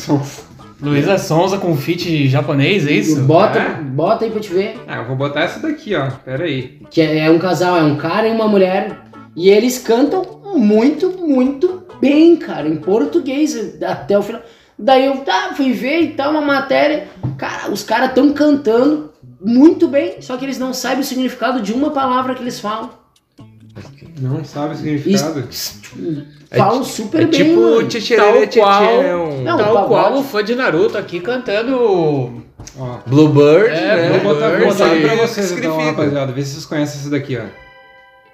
Speaker 7: Luísa Sonza com feat japonês, é isso?
Speaker 6: Bota,
Speaker 4: é?
Speaker 6: bota aí pra te ver.
Speaker 4: Ah, eu vou botar essa daqui, ó. Pera aí.
Speaker 6: Que é é um casal, é um cara e uma mulher. E eles cantam muito, muito bem, cara, em português até o final. Daí eu tá, fui ver e tal, uma matéria. Cara, os caras estão cantando muito bem, só que eles não sabem o significado de uma palavra que eles falam.
Speaker 4: Não sabe o significado.
Speaker 5: É
Speaker 6: tipo, Falam
Speaker 5: ti-
Speaker 6: super
Speaker 5: é
Speaker 6: bem,
Speaker 5: tipo
Speaker 6: mano.
Speaker 5: tchitchererê,
Speaker 7: Tal qual-
Speaker 5: tchitcherê, um
Speaker 6: Não, o
Speaker 7: Tal
Speaker 6: pagode.
Speaker 7: qual o fã de Naruto aqui cantando.
Speaker 4: Ó,
Speaker 5: Bluebird,
Speaker 7: É,
Speaker 5: né?
Speaker 4: vou botar, vou
Speaker 7: Birds
Speaker 4: botar
Speaker 7: aí,
Speaker 4: pra
Speaker 5: o que
Speaker 4: vocês então,
Speaker 5: significa.
Speaker 4: rapaziada. Vê se vocês conhecem essa daqui, ó.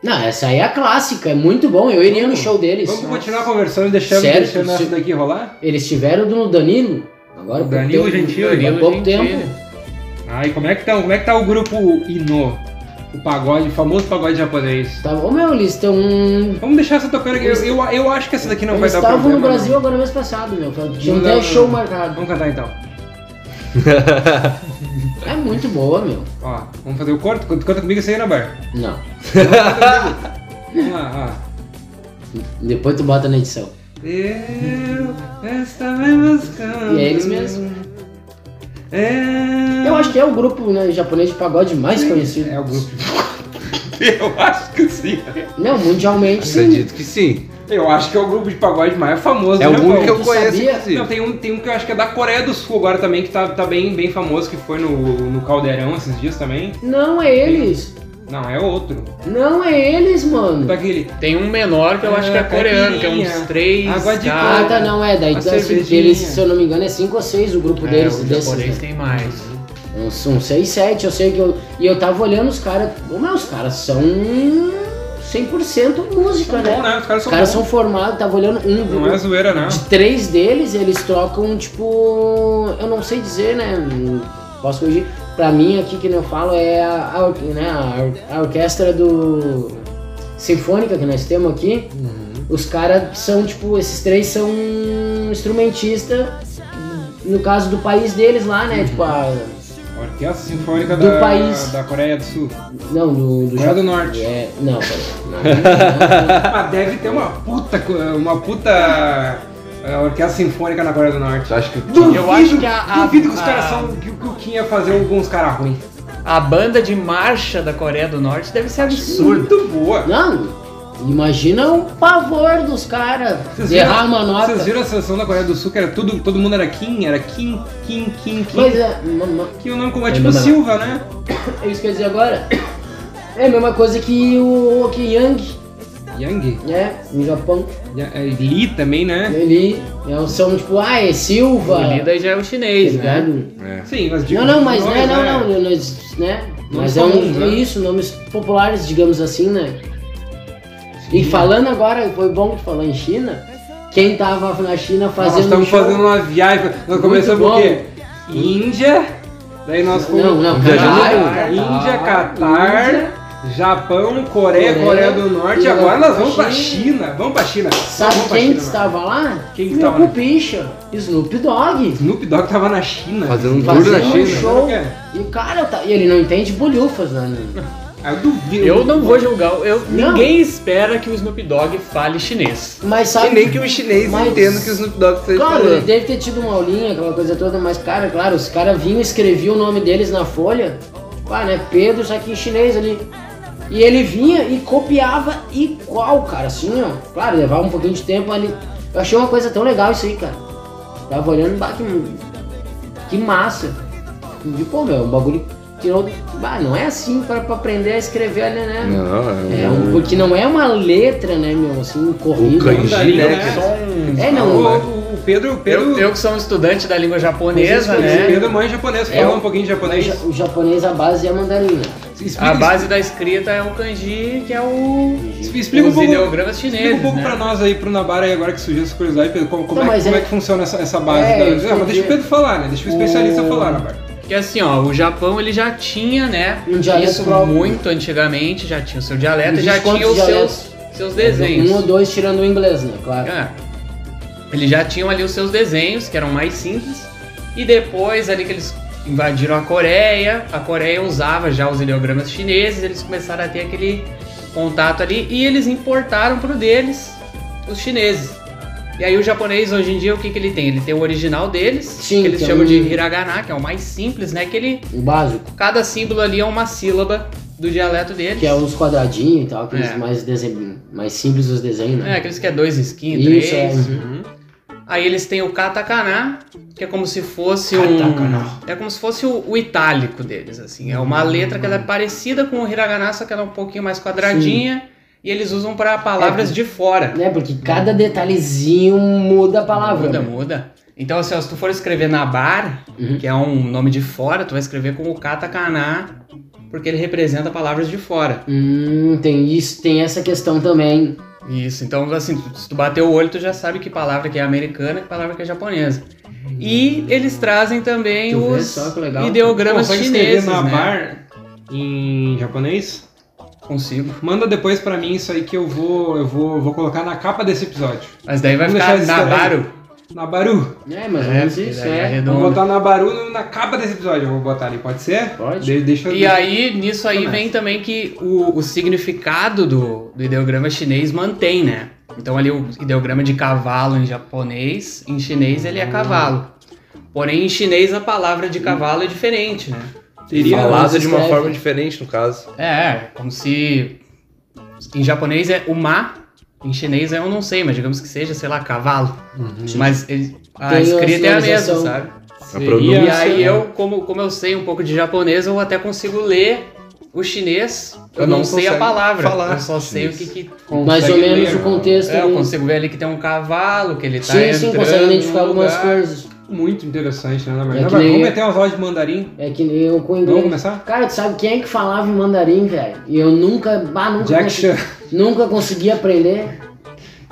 Speaker 6: Não, essa aí é a clássica, é muito bom. Eu iria no show deles.
Speaker 4: Vamos continuar conversando e deixando,
Speaker 6: Sério?
Speaker 4: deixando essa
Speaker 6: Sim.
Speaker 4: daqui rolar?
Speaker 6: Eles tiveram no Danilo. Agora há pouco
Speaker 4: Danilo
Speaker 6: tempo-
Speaker 4: Gentili.
Speaker 6: Há pouco tempo.
Speaker 4: Ai, como é que tá, como é que tá o grupo Ino? O pagode, o famoso pagode japonês.
Speaker 6: Tá, ô meu, eles estão.
Speaker 4: Vamos deixar essa tocando aqui. Eu, eu, eu acho que essa daqui não vai
Speaker 6: Eles
Speaker 4: dar
Speaker 6: estavam
Speaker 4: problema.
Speaker 6: no Brasil
Speaker 4: não.
Speaker 6: agora mês passado, meu. Tinha
Speaker 4: Não dá,
Speaker 6: até
Speaker 4: não.
Speaker 6: show marcado.
Speaker 4: Vamos cantar então.
Speaker 6: É muito boa, meu.
Speaker 4: Ó, vamos fazer o corte? Canta canta comigo isso aí, Nabar.
Speaker 6: Não.
Speaker 4: Vamos lá, ó.
Speaker 6: Depois tu bota na edição.
Speaker 4: Eu estava buscando.
Speaker 6: E é eles mesmo.
Speaker 4: É...
Speaker 6: Eu acho que é o grupo né, japonês de pagode mais conhecido.
Speaker 4: É o grupo. Eu acho que sim.
Speaker 6: Não, mundialmente sim.
Speaker 5: Acredito que sim.
Speaker 4: Eu acho que é o grupo de pagode mais famoso
Speaker 5: É o
Speaker 4: do Japão.
Speaker 5: único que eu
Speaker 6: Tu
Speaker 5: conheço,
Speaker 6: sabia?
Speaker 4: Não,
Speaker 5: inclusive.
Speaker 4: tem um, tem um que eu acho que é da Coreia do Sul agora também, que tá, tá bem, bem famoso, que foi no, no Caldeirão esses dias também.
Speaker 6: Não é eles.
Speaker 4: Não, é outro.
Speaker 6: Não é eles, mano.
Speaker 4: Daquele.
Speaker 7: Tem um menor que eu acho que é
Speaker 4: Ah,
Speaker 7: coreano, que é
Speaker 4: caipirinha.
Speaker 7: uns três.
Speaker 4: Água de
Speaker 7: tá?
Speaker 6: Ah, tá, não é. Daí
Speaker 4: A
Speaker 6: tá, assim,
Speaker 4: cervejinha.
Speaker 6: eles, se eu não me engano, é 5 ou 6 o grupo
Speaker 7: É,
Speaker 6: deles.
Speaker 7: o
Speaker 6: desses,
Speaker 7: japonês
Speaker 6: né?
Speaker 7: tem mais.
Speaker 6: Uns, uns 6, 7, eu sei que eu. E eu tava olhando os caras. Ô, meu, os caras são 100% música,
Speaker 4: São bom,
Speaker 6: né?
Speaker 4: né? Os caras
Speaker 6: Os
Speaker 4: são bons.
Speaker 6: caras são formados, tava olhando um
Speaker 4: Não é
Speaker 6: grupo.
Speaker 4: zoeira, né?
Speaker 6: De três deles, eles tocam, tipo. Eu não sei dizer, né? Posso corrigir. Pra mim, aqui, que nem eu falo, é a, a or- né, a or- a orquestra do. Sinfônica que nós temos aqui. Os caras são, tipo, esses três são instrumentista no caso do país deles lá, né? Tipo, a.
Speaker 4: Orquestra Sinfônica
Speaker 6: Do
Speaker 4: da,
Speaker 6: país.
Speaker 4: da Coreia do Sul.
Speaker 6: Não, do. do
Speaker 4: Coreia
Speaker 6: Japão.
Speaker 4: do Norte.
Speaker 6: É, não, peraí.
Speaker 4: Mas Ah, deve ter uma puta. co- Uma puta. eh, Orquestra Sinfônica na Coreia do Norte.
Speaker 5: Tu acha que
Speaker 4: Duvido,
Speaker 7: Eu acho que a- a-
Speaker 4: duvido que os
Speaker 7: a-
Speaker 4: caras são. Que, que o Kim ia fazer alguns caras ruins.
Speaker 7: A banda de marcha da Coreia do Norte deve ser absurda.
Speaker 4: Muito boa.
Speaker 6: Não, não. Imagina o pavor dos caras.
Speaker 4: Vocês viram-
Speaker 6: Derrar a manopla.
Speaker 4: Vocês viram a seleção da Coreia do Sul que era tudo, todo mundo era Kim, era Kim, Kim, Kim, Kim.
Speaker 6: Mas é, ma- ma-
Speaker 4: Que o nome como é
Speaker 6: É,
Speaker 4: tipo
Speaker 6: não, não.
Speaker 4: Silva, né?
Speaker 6: é isso que eu ia dizer agora. É a mesma coisa que o que Yang,
Speaker 4: Yang.
Speaker 6: né? No Japão.
Speaker 4: Ya- é, Lee também, né?
Speaker 6: Ele é, são tipo, ah, é Silva.
Speaker 7: O líder já é o
Speaker 6: tá
Speaker 7: chinês, né?
Speaker 6: ligado?
Speaker 4: Sim, mas tipo, digo,
Speaker 6: É. Não, não, mas
Speaker 4: nós,
Speaker 6: né, não, não, não, nós, né? Mas é um,
Speaker 4: comuns, né?
Speaker 6: é isso, nomes populares, digamos assim, né? E falando agora, foi bom que falou em China. Quem tava na China
Speaker 4: Nós
Speaker 6: fazendo. um
Speaker 4: estamos
Speaker 6: show-
Speaker 4: fazendo uma viagem. Nós
Speaker 6: Muito
Speaker 4: começamos o
Speaker 6: bom.
Speaker 4: quê? Índia. Daí nós fomos.
Speaker 6: Não, não,
Speaker 5: Viajando
Speaker 6: Catar,
Speaker 5: muito.
Speaker 6: Catar,
Speaker 4: Índia, Catar,
Speaker 6: Índia.
Speaker 4: Japão, Coreia, Coreia
Speaker 6: Coreia,
Speaker 4: do Norte.
Speaker 6: e
Speaker 4: Agora nós
Speaker 6: agora
Speaker 4: vamos pra
Speaker 6: China.
Speaker 4: China. Vamos pra China.
Speaker 6: Sabe
Speaker 4: Vamos pra
Speaker 6: quem
Speaker 4: China, né?
Speaker 6: que estava lá?
Speaker 4: Quem que
Speaker 6: Meu
Speaker 4: estava lá?
Speaker 6: Pupicha, Snoop Dogg.
Speaker 4: Snoop Dogg tava na China.
Speaker 5: Fazendo um tour na
Speaker 6: Fazendo um
Speaker 5: China.
Speaker 6: show. E o cara, tá, e ele não entende bolhufas, né?
Speaker 4: Ah, eu duvido.
Speaker 7: Eu não vou julgar, eu,
Speaker 6: Não.
Speaker 7: ninguém espera que o Snoop Dogg fale chinês.
Speaker 6: Mas
Speaker 5: E
Speaker 6: sabe.
Speaker 5: nem que o chinês
Speaker 6: Mas-
Speaker 5: entenda que o Snoop Dogg esteja
Speaker 6: Claro, ele
Speaker 5: falando.
Speaker 6: deve ter tido uma aulinha, aquela coisa toda, mas, cara, claro, os caras vinham e escreviam o nome deles na folha. Tipo, ah, né? Pedro, só que em chinês ali. E ele vinha e copiava igual, cara, assim, ó. Claro, levava um pouquinho de tempo ali. Eu achei uma coisa tão legal isso aí, cara. Tava olhando, bah, que, que massa. E, pô, meu, o bagulho tirou. Bah, não é assim pra, pra aprender a escrever ali, né?
Speaker 5: Não,
Speaker 6: É,
Speaker 5: é
Speaker 6: um-
Speaker 5: um...
Speaker 6: porque não é uma letra, né, meu? Assim, corrida.
Speaker 5: kanji,
Speaker 6: Mandarim,
Speaker 5: né,
Speaker 6: né?
Speaker 5: que
Speaker 7: Som-
Speaker 6: É,
Speaker 4: Não,
Speaker 6: não.
Speaker 4: o, o Pedro. o Pedro
Speaker 7: Eu, eu que sou um estudante da língua japonesa,
Speaker 6: Mas isso
Speaker 4: O
Speaker 7: né?
Speaker 4: Pedro mãe japonês, fala
Speaker 6: É,
Speaker 4: um pouquinho de japonês.
Speaker 6: O japonês, a base é mandarim. né?
Speaker 4: Explica,
Speaker 7: A base da escrita é o kanji, que é o
Speaker 4: explica- explica um
Speaker 7: os
Speaker 4: pouco,
Speaker 7: ideogramas chineses,
Speaker 4: explica um pouco
Speaker 7: né?
Speaker 4: pra nós aí, pro Nabara, aí agora que surgiu essa curiosidade, Pedro, como, como
Speaker 6: Não,
Speaker 4: é, que-
Speaker 6: mas
Speaker 4: como é...
Speaker 6: é-
Speaker 4: que funciona essa, essa base
Speaker 6: É,
Speaker 4: da... Não, mas deixa o
Speaker 6: entendi.
Speaker 4: Pedro falar, né? Deixa o especialista
Speaker 6: O-
Speaker 4: falar, Nabara.
Speaker 7: Porque assim, ó, o Japão ele já tinha, né?
Speaker 6: Um dialeto
Speaker 7: isso
Speaker 6: próprio.
Speaker 7: muito antigamente, já tinha o seu dialeto, e
Speaker 6: Existe
Speaker 7: já tinha
Speaker 6: quantos
Speaker 7: os seus,
Speaker 6: dialetos?
Speaker 7: seus desenhos.
Speaker 6: Um ou dois tirando o inglês, né? Claro.
Speaker 7: É. Eles já tinham ali os seus desenhos, que eram mais simples. E depois, ali que eles invadiram a Coreia, a Coreia usava já os ideogramas chineses, eles começaram a ter aquele contato ali e eles importaram pro deles os chineses. E aí o japonês hoje em dia o que, que ele tem? Ele tem o original deles,
Speaker 6: Sim,
Speaker 7: que eles
Speaker 6: que é
Speaker 7: chamam de
Speaker 6: um-
Speaker 7: hiragana, que é o mais simples, né? Que ele
Speaker 6: O básico,
Speaker 7: cada símbolo ali é uma sílaba do dialeto deles.
Speaker 6: que é os quadradinhos e tal, aqueles
Speaker 7: É.
Speaker 6: mais, desenho, mais simples os desenhos,
Speaker 7: É,
Speaker 6: né?
Speaker 7: aqueles que é dois skin,
Speaker 6: Isso,
Speaker 7: três.
Speaker 6: é.
Speaker 7: Aí eles têm o katakana, que é como se fosse
Speaker 4: Katakana.
Speaker 7: um. É como se fosse o, o itálico deles, assim. É uma letra que ela é parecida com o hiragana, só que ela é um pouquinho mais quadradinha. e eles usam pra palavras de fora.
Speaker 6: Né? Porque cada detalhezinho muda a palavra.
Speaker 7: Muda,
Speaker 6: né?
Speaker 7: muda. Então, assim, ó, se tu for escrever Nabar,
Speaker 6: Uhum.
Speaker 7: que é um nome de fora, tu vai escrever com o katakana, porque ele representa palavras de fora.
Speaker 6: Hum, tem isso, tem essa questão também.
Speaker 7: Isso, então, assim, tu- se tu bater o olho, tu já sabe que palavra que é americana e que palavra que é japonesa. E eles trazem também
Speaker 6: Tu vê
Speaker 7: os
Speaker 6: só que legal.
Speaker 7: ideogramas
Speaker 4: Consegue escrever
Speaker 7: chineses,
Speaker 4: na
Speaker 7: né?
Speaker 4: bar em japonês?
Speaker 7: Consigo.
Speaker 4: Manda depois pra mim isso aí que eu vou, eu vou, vou colocar na capa desse episódio.
Speaker 7: Mas daí vai
Speaker 4: Vamos
Speaker 7: ficar
Speaker 4: deixar isso daí.
Speaker 7: Nabaru.
Speaker 4: Nabaru.
Speaker 6: É, mas menos
Speaker 7: porque
Speaker 6: isso,
Speaker 7: daí
Speaker 6: é.
Speaker 4: Vou
Speaker 7: arredonda.
Speaker 4: botar Nabaru no- na capa desse episódio. Eu vou botar ali, pode ser?
Speaker 6: Pode.
Speaker 4: De- deixa eu...
Speaker 7: E aí, nisso aí
Speaker 6: Começa.
Speaker 7: vem também que o, o significado do, do ideograma chinês mantém, né? Então ali o ideograma de cavalo em japonês, em chinês ele é cavalo. Porém, em chinês a palavra de cavalo é diferente, né?
Speaker 4: Teria-
Speaker 5: Falado de uma
Speaker 6: escreve.
Speaker 5: forma diferente, no caso.
Speaker 7: É, como se em japonês é o ma, em chinês é eu não sei, mas digamos que seja, sei lá, cavalo.
Speaker 5: Uhum.
Speaker 7: Mas ele- a
Speaker 6: Tem a
Speaker 7: escrita é a mesma,
Speaker 6: sinalização.
Speaker 7: sabe?
Speaker 5: E é
Speaker 7: E
Speaker 5: Isso,
Speaker 7: aí
Speaker 4: é
Speaker 7: eu, como, como eu sei um pouco de japonês, eu até consigo ler o chinês. Eu,
Speaker 5: Eu
Speaker 7: não,
Speaker 5: não
Speaker 7: sei a
Speaker 5: consigo
Speaker 7: palavra.
Speaker 5: falar
Speaker 7: eu só sei o que,
Speaker 5: chinês.
Speaker 7: que.
Speaker 6: Mais ou
Speaker 4: Consegue
Speaker 6: menos
Speaker 4: ler,
Speaker 6: o contexto.
Speaker 7: É, eu
Speaker 6: ali.
Speaker 7: consigo ver ali que tem um cavalo, que ele tá
Speaker 6: sim, sim,
Speaker 7: entrando
Speaker 6: consegue
Speaker 7: num
Speaker 6: identificar algumas
Speaker 7: lugar.
Speaker 6: coisas.
Speaker 4: Muito interessante, né? Na verdade,
Speaker 6: É que
Speaker 4: Nabaru,
Speaker 6: nem-
Speaker 4: vamos meter umas aulas de mandarim.
Speaker 6: É que nem eu com
Speaker 4: Vamos
Speaker 6: inglês.
Speaker 4: começar?
Speaker 6: Cara, tu sabe quem é que falava em mandarim, velho? E eu nunca, bah, nunca,
Speaker 4: Jack
Speaker 6: consegui,
Speaker 4: Chan.
Speaker 6: nunca consegui aprender.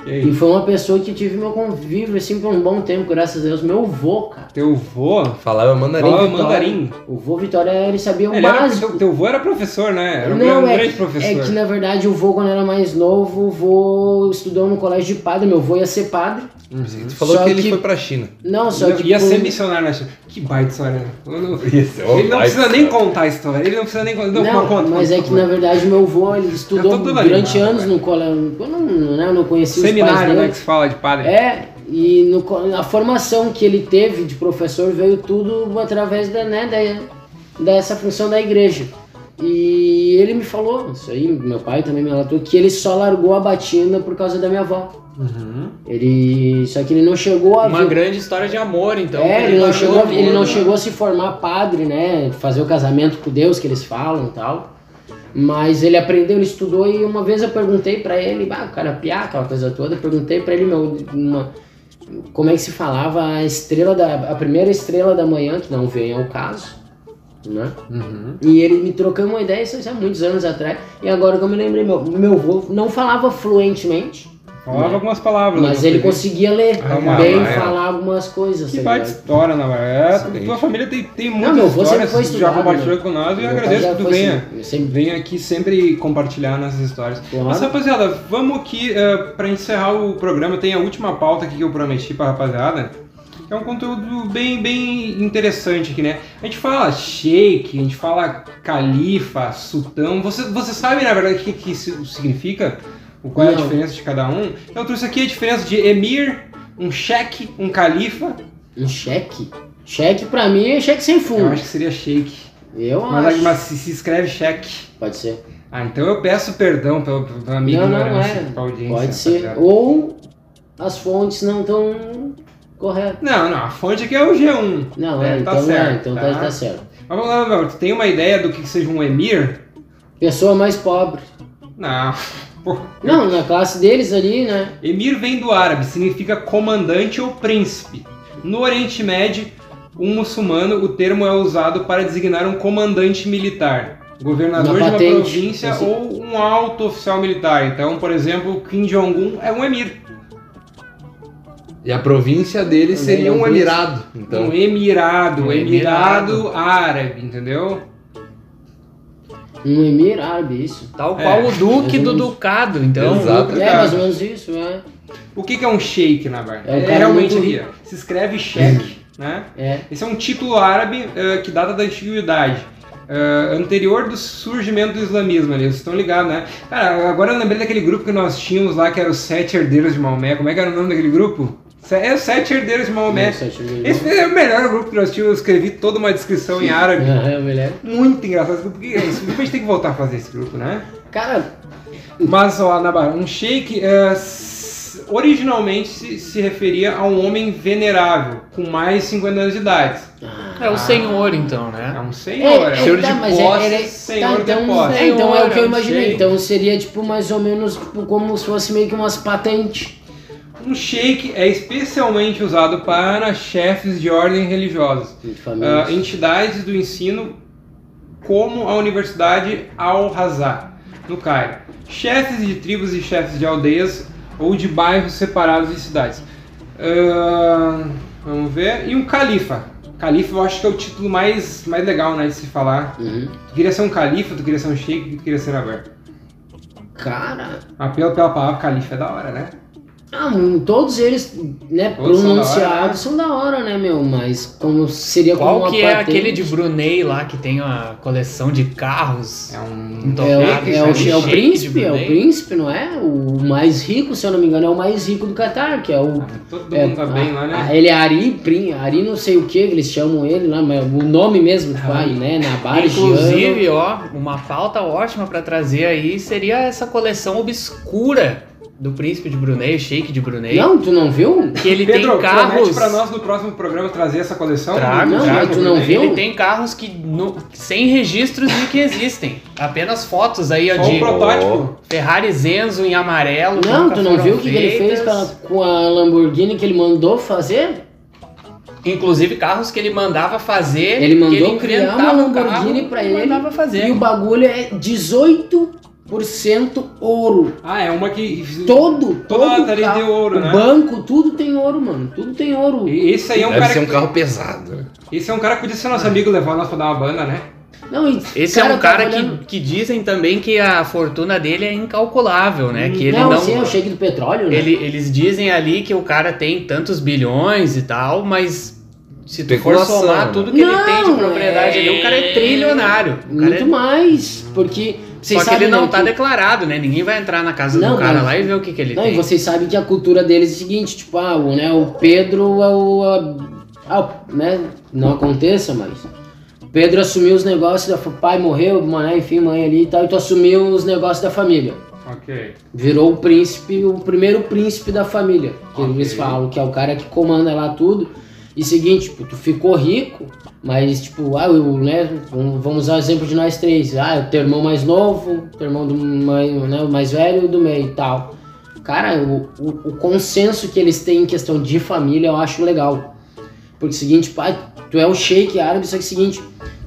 Speaker 4: E aí?
Speaker 6: E foi uma pessoa que tive meu convívio, assim, por um bom tempo, graças a Deus. Meu vô, cara.
Speaker 4: Teu vô?
Speaker 5: Falava mandarim.
Speaker 4: Falava
Speaker 6: Vitória.
Speaker 4: mandarim.
Speaker 6: O vô Vitória, ele sabia o
Speaker 4: Ele era,
Speaker 6: básico.
Speaker 4: teu, teu vô era professor, né? Era um
Speaker 6: Não,
Speaker 4: grande,
Speaker 6: é,
Speaker 4: grande
Speaker 6: que-
Speaker 4: professor.
Speaker 6: é que na verdade o vô, quando era mais novo, o vô estudou no colégio de padre. Meu vô ia ser padre.
Speaker 5: Tu falou
Speaker 6: Só
Speaker 5: que ele
Speaker 6: que-
Speaker 5: foi pra China.
Speaker 6: Não, só
Speaker 4: Não,
Speaker 6: tipo- que.
Speaker 4: Uhum. ia
Speaker 6: com-
Speaker 4: ser missionário na China. Que baita história. né? Eu não-
Speaker 5: Isso, ô,
Speaker 4: ele não
Speaker 5: baita
Speaker 4: precisa nem
Speaker 5: história.
Speaker 4: contar a história. Ele não precisa nem contar. Não,
Speaker 6: Não,
Speaker 4: uma conta,
Speaker 6: mas
Speaker 4: conta,
Speaker 6: é
Speaker 4: por
Speaker 6: que
Speaker 4: favor.
Speaker 6: na verdade meu vô ele estudou
Speaker 4: tudo
Speaker 6: durante
Speaker 4: animado,
Speaker 6: anos
Speaker 4: velho.
Speaker 6: no colégio. Eu não, né, eu não conhecia os pais
Speaker 4: Seminário, né?
Speaker 6: dele.
Speaker 4: Que se fala de padre.
Speaker 6: É, e no co- a formação que ele teve de professor veio tudo através da, né, da- dessa função da igreja. E ele me falou, isso aí, meu pai também me relatou, que ele só largou a batina por causa da minha avó.
Speaker 4: Uhum.
Speaker 6: Ele. Só que ele não chegou a
Speaker 7: Uma
Speaker 6: vir.
Speaker 7: grande história de amor, então.
Speaker 6: é,
Speaker 7: que
Speaker 6: ele não,
Speaker 7: largou
Speaker 6: chegou, a- ele
Speaker 7: tudo,
Speaker 6: não
Speaker 7: né?
Speaker 6: chegou a se formar padre, né? Fazer o casamento com Deus que eles falam e tal. Mas ele aprendeu, ele estudou e uma vez eu perguntei pra ele, bah, o cara é piá, aquela coisa toda, eu perguntei pra ele, meu, uma, como é que se falava a estrela da. a primeira estrela da manhã, que não vem ao caso, né?
Speaker 4: Uhum.
Speaker 6: E ele me trocou uma ideia, isso já há muitos anos atrás, e agora que eu me lembrei, meu, meu avô não falava fluentemente,
Speaker 4: Falava
Speaker 6: Né?
Speaker 4: algumas palavras.
Speaker 6: mas
Speaker 4: algumas
Speaker 6: ele
Speaker 4: coisas.
Speaker 6: conseguia ler,
Speaker 4: Ah, uma
Speaker 6: bem
Speaker 5: maia.
Speaker 6: falar algumas coisas.
Speaker 4: Que
Speaker 6: tá
Speaker 4: baita
Speaker 6: ligado?
Speaker 4: história, na verdade.
Speaker 5: Excelente.
Speaker 4: tua família tem, tem
Speaker 6: meu
Speaker 4: muitas
Speaker 6: avô sempre
Speaker 4: histórias
Speaker 6: foi
Speaker 4: já
Speaker 6: estudado,
Speaker 4: compartilhou
Speaker 6: meu.
Speaker 4: com nós e
Speaker 6: Meu
Speaker 4: eu
Speaker 6: pai
Speaker 4: agradeço
Speaker 6: já
Speaker 4: que tu
Speaker 6: foi
Speaker 4: venha.
Speaker 6: sempre- eu sempre-
Speaker 4: Venha aqui sempre compartilhar nossas histórias.
Speaker 6: Claro.
Speaker 4: Mas rapaziada, vamos aqui eh, pra encerrar o programa. Tem a última pauta aqui que eu prometi pra rapaziada. Que é um conteúdo bem, bem interessante aqui, né? A gente fala shake, a gente fala califa, sultão. Você, você sabe, na verdade, o que, que isso significa? O- Qual é a
Speaker 6: Não.
Speaker 4: diferença de cada um? Então, eu trouxe aqui a diferença de emir, um cheque, um califa.
Speaker 6: Um cheque? Cheque pra mim é cheque sem fundo.
Speaker 4: Eu acho que seria shake.
Speaker 6: Eu
Speaker 4: Mas, é
Speaker 6: acho.
Speaker 4: mas se, se escreve cheque.
Speaker 6: Pode ser.
Speaker 4: Ah, então eu peço perdão pela, pela minha
Speaker 6: Não, não,
Speaker 4: ignorância
Speaker 6: é.
Speaker 4: pra audiência.
Speaker 6: Pode ser.
Speaker 4: rapaziada.
Speaker 6: Ou as fontes não estão corretas.
Speaker 4: Não, não, a fonte aqui é o G1.
Speaker 6: Não,
Speaker 4: É,
Speaker 6: é,
Speaker 4: tá
Speaker 6: então,
Speaker 4: certo,
Speaker 6: é, então tá,
Speaker 4: tá?
Speaker 6: tá certo.
Speaker 4: Mas vamos lá, meu, tu tem uma ideia do que seja um emir?
Speaker 6: Pessoa mais pobre.
Speaker 4: Não. Pô,
Speaker 6: Não, na classe deles ali, né?
Speaker 4: Emir vem do árabe, significa comandante ou príncipe. No Oriente Médio, um muçulmano, o termo é usado para designar um comandante militar, governador
Speaker 6: Uma
Speaker 4: de uma
Speaker 6: patente,
Speaker 4: província
Speaker 6: assim.
Speaker 4: ou um alto oficial militar. Então, por exemplo, Kim Jong-un é um emir.
Speaker 5: E a província dele
Speaker 6: Também
Speaker 5: seria
Speaker 6: é um
Speaker 5: um
Speaker 6: príncipe.
Speaker 5: emirado. Então,
Speaker 4: um emirado,
Speaker 7: Um
Speaker 4: um emirado árabe, entendeu?
Speaker 6: Um emir árabe, isso.
Speaker 7: Tal
Speaker 4: É,
Speaker 7: qual o duque
Speaker 6: mais ou
Speaker 7: do
Speaker 6: menos.
Speaker 7: ducado, então.
Speaker 4: Tá
Speaker 5: Exato.
Speaker 6: É, mais ou menos isso, é.
Speaker 4: O que, que é um sheik, na verdade?
Speaker 6: É um
Speaker 4: É,
Speaker 6: cara
Speaker 4: realmente
Speaker 6: muito
Speaker 4: aqui, ó, se escreve sheik, né?
Speaker 6: É.
Speaker 4: Esse é um título árabe eh, que data da antiguidade. eh, anterior do surgimento do islamismo ali, vocês estão ligados, né? Cara, agora eu lembrei daquele grupo que nós tínhamos lá, que era os Sete Herdeiros de Maomé. Como é que era o nome daquele grupo? Se- É os Sete Herdeiros de Maomé.
Speaker 6: Nossa, acho melhor.
Speaker 4: Esse é o melhor grupo que nós tínhamos, eu escrevi toda uma descrição em árabe.
Speaker 6: É, é melhor.
Speaker 4: Muito engraçado esse grupo, porque esse grupo a gente tem que voltar a fazer esse grupo, né?
Speaker 6: Cara,
Speaker 4: Mas, ó, Nabar, um sheik é, s- originalmente se, se referia a um homem venerável, com mais de 50 anos de idade.
Speaker 6: ah,
Speaker 7: É o senhor, então,
Speaker 4: É
Speaker 7: né?
Speaker 4: um senhor, é,
Speaker 5: é,
Speaker 4: um
Speaker 5: Cheiro de
Speaker 6: tá,
Speaker 5: posse,
Speaker 4: senhor de
Speaker 6: então,
Speaker 4: posse.
Speaker 6: é, então é o que eu
Speaker 7: Senhor,
Speaker 6: imaginei.
Speaker 4: shake.
Speaker 6: Então seria tipo mais ou menos tipo, como se fosse meio que umas patentes.
Speaker 4: Um shake é especialmente usado para chefes de ordem religiosa,
Speaker 6: de
Speaker 4: ah,
Speaker 6: família.
Speaker 4: entidades do ensino como a Universidade Al-Azhar, no Cairo, chefes de tribos e chefes de aldeias ou de bairros separados de cidades. Ah, vamos ver. E um califa. Califa eu acho que é o título mais, mais legal né, de se falar.
Speaker 6: Uhum.
Speaker 4: Tu queria ser um califa, tu queria ser um sheik, o que tu queria ser na verdade?
Speaker 6: Cara,
Speaker 4: Ah, pela, pela palavra califa é da hora, né?
Speaker 6: ah, hum, todos eles, né,
Speaker 4: Todos são da hora, né?
Speaker 6: pronunciados são da hora, né, meu? Mas como seria como
Speaker 7: Qual
Speaker 6: uma
Speaker 7: que é
Speaker 6: patente-
Speaker 7: aquele de Brunei lá que tem a coleção de carros?
Speaker 4: É um.
Speaker 6: É, o- é, o, é o
Speaker 7: Shake de
Speaker 6: príncipe, é o
Speaker 7: Brunei.
Speaker 6: príncipe, não é? O mais rico, se eu não me engano, é o mais rico do Catar, que é o
Speaker 4: Todo
Speaker 6: É,
Speaker 4: mundo tá bem lá, né?
Speaker 6: a- ele é Ari, Prim, Ari não sei o que, eles chamam ele lá, mas o nome mesmo,
Speaker 4: Ah.
Speaker 6: tipo, aí, né? Nabari,
Speaker 7: Inclusive, ó, uma pauta ótima pra trazer aí seria essa coleção obscura do príncipe de Brunei, o Sheik de Brunei.
Speaker 6: Não, tu não viu?
Speaker 7: Que ele
Speaker 4: Pedro,
Speaker 7: tem carros.
Speaker 4: promete pra nós no próximo programa trazer essa coleção?
Speaker 7: Trago,
Speaker 4: Do- do-
Speaker 7: trago,
Speaker 4: do-
Speaker 6: tu não
Speaker 4: do-
Speaker 6: viu?
Speaker 7: Ele tem carros que no- sem registros de que existem. Apenas fotos aí, ó,
Speaker 4: Só um
Speaker 7: de
Speaker 4: protótipo.
Speaker 7: Ferrari Zenzo em amarelo. que
Speaker 6: Não,
Speaker 7: nunca
Speaker 4: tá
Speaker 6: tu não
Speaker 7: foram
Speaker 6: viu o que, que ele
Speaker 7: feitas.
Speaker 6: fez pela- com a Lamborghini que ele mandou fazer?
Speaker 7: Inclusive carros que ele mandava fazer.
Speaker 6: Ele mandou
Speaker 7: que ele
Speaker 6: criar
Speaker 7: inventava
Speaker 6: uma
Speaker 7: um carro
Speaker 6: Lamborghini pra
Speaker 7: e
Speaker 6: ele
Speaker 7: Mandava fazer.
Speaker 6: E o bagulho é 18% ouro.
Speaker 4: Ah, é uma que.
Speaker 6: Todo, todo
Speaker 4: Toda a
Speaker 6: carro,
Speaker 4: de ouro,
Speaker 6: o
Speaker 4: né?
Speaker 6: banco, tudo tem ouro, mano. Tudo tem ouro.
Speaker 4: E Esse aí é um
Speaker 5: Deve
Speaker 4: cara.
Speaker 5: ser um
Speaker 4: que-
Speaker 5: carro pesado.
Speaker 4: Esse é um cara que podia ser nosso amigo levar nós pra dar uma banda, né?
Speaker 6: Não, e,
Speaker 7: Esse é
Speaker 6: eu
Speaker 7: um
Speaker 6: tava
Speaker 7: cara
Speaker 6: tá olhando-
Speaker 7: que, que dizem também que a fortuna dele é incalculável, né? Que ele
Speaker 6: não,
Speaker 7: não.
Speaker 6: sim, é o shake do petróleo, né?
Speaker 7: ele- eles dizem ali que o cara tem tantos bilhões e tal, mas se tu for
Speaker 5: Especulação,
Speaker 7: somar
Speaker 5: né?
Speaker 7: tudo que ele tem de
Speaker 6: Não,
Speaker 7: propriedade ali, o cara é trilionário. O cara é-
Speaker 6: Muito mais, porque vocês
Speaker 7: Só que
Speaker 6: sabem,
Speaker 7: ele não
Speaker 6: né,
Speaker 7: tá
Speaker 6: que-
Speaker 7: declarado, né? Ninguém vai entrar na casa
Speaker 6: Não,
Speaker 7: do cara
Speaker 6: mas-
Speaker 7: lá e ver o que, que ele
Speaker 6: Não,
Speaker 7: tem.
Speaker 6: e vocês sabem que a cultura deles é o seguinte, tipo, ah, o, né, o Pedro, é o, a- ah, né, não aconteça, mas... Pedro assumiu os negócios, da, fa- pai morreu, mãe, enfim, mãe ali e tal, e tu assumiu os negócios da família.
Speaker 4: Ok.
Speaker 6: Virou o príncipe, o primeiro príncipe da família, que
Speaker 4: Ok.
Speaker 6: eles falam, que é o cara que comanda lá tudo. E seguinte, tipo, tu ficou rico, mas tipo, ah, eu, né, vamos vamos usar o exemplo de nós três. Ah, o teu irmão mais novo, teu irmão do mais, né, o mais velho e do meio e tal. Cara, o, o, o consenso que eles têm em questão de família eu acho legal. Porque seguinte, pá, tu é o sheik árabe, só que seguinte,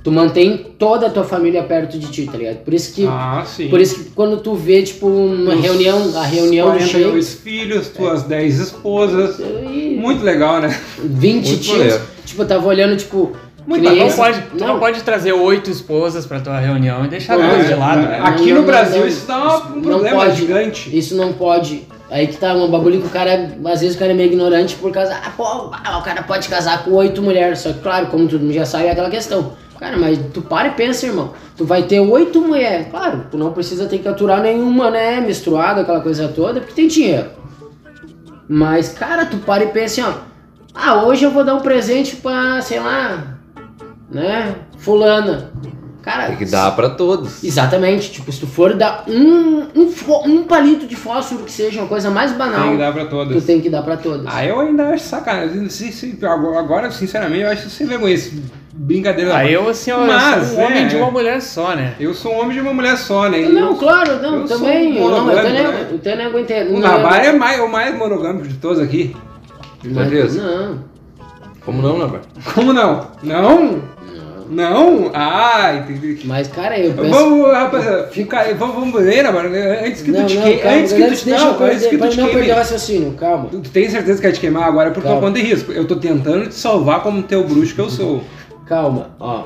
Speaker 6: tu mantém toda a tua família perto de ti, tá ligado? Por isso que
Speaker 4: Ah, sim.
Speaker 6: por isso que quando tu vê, tipo, uma
Speaker 4: Os
Speaker 6: reunião, a reunião do
Speaker 4: 42
Speaker 6: Shakes,
Speaker 4: filhos, tuas 10 esposas.
Speaker 6: e
Speaker 4: Muito legal, né?
Speaker 6: 20
Speaker 5: Muito
Speaker 6: tios,
Speaker 5: maneiro.
Speaker 6: tipo, eu tava olhando, tipo,
Speaker 4: Muito
Speaker 7: Tu não
Speaker 4: legal.
Speaker 6: criança-
Speaker 7: pode, tu não
Speaker 6: não.
Speaker 7: pode trazer oito esposas pra tua reunião e deixar
Speaker 4: É,
Speaker 7: duas de lado, né?
Speaker 4: Aqui
Speaker 6: Tá Não,
Speaker 4: no
Speaker 6: não,
Speaker 4: Brasil
Speaker 6: não.
Speaker 4: isso dá uma- um
Speaker 6: Não
Speaker 4: problema
Speaker 6: pode. né?
Speaker 4: gigante.
Speaker 6: isso não pode. Aí que tá um bagulho que o cara, às vezes o cara é meio ignorante por causa, ah, pô, ah, o cara pode casar com oito mulheres, só que claro, como tu já sabe, é aquela questão. Cara, mas tu para e pensa, irmão. Tu vai ter oito mulheres. Claro, tu não precisa ter que aturar nenhuma, né? Misturada, aquela coisa toda, porque tem dinheiro. Mas, cara, tu para e pensa assim, ó. Ah, hoje eu vou dar um presente pra, sei lá, né? Fulana. Cara,
Speaker 5: Tem que dar pra todos.
Speaker 6: Exatamente, tipo, se tu for dar um, um, fo- um palito de fósforo que seja uma coisa mais
Speaker 4: Tem que
Speaker 6: banal,
Speaker 4: dar pra todas.
Speaker 6: tu tem que dar pra todas.
Speaker 4: Ah, eu ainda acho sacanagem. Se- se- Agora, sinceramente, eu acho sem vergonha. esse Brincadeira.
Speaker 6: Ah,
Speaker 4: da
Speaker 7: Aí eu, assim, ó, eu
Speaker 4: Mas,
Speaker 7: sou um homem
Speaker 4: é.
Speaker 7: de uma mulher só, né?
Speaker 4: Eu sou um homem de uma mulher só, né?
Speaker 6: não, claro, não,
Speaker 4: eu sou
Speaker 6: também.
Speaker 4: um
Speaker 6: eu não, eu
Speaker 4: monogâmico,
Speaker 6: tenho,
Speaker 4: né?
Speaker 6: eu tenho nego inteiro.
Speaker 4: O Nabar é mais, o mais monogâmico de todos aqui.
Speaker 5: Beleza.
Speaker 6: Não.
Speaker 5: Como não, Nabar?
Speaker 4: Como não? Não? Não? Ah, entendi.
Speaker 6: Mas, cara, eu penso.
Speaker 4: Vamos, rapaziada, fica aí, vamos, vamos ler, Nabar. Antes que tu te queime.
Speaker 6: calma,
Speaker 4: Antes que tu
Speaker 6: antes-
Speaker 4: te
Speaker 6: deixa eu
Speaker 4: não, antes que
Speaker 6: perder,
Speaker 4: tu
Speaker 6: pra
Speaker 4: te
Speaker 6: não perder o
Speaker 4: queime.
Speaker 6: raciocínio, calma.
Speaker 4: Tu, tu tem certeza que vai te queimar agora por tua
Speaker 6: Calma.
Speaker 4: conta e risco. Eu tô tentando te salvar como teu bruxo que eu sou.
Speaker 6: Calma, ó.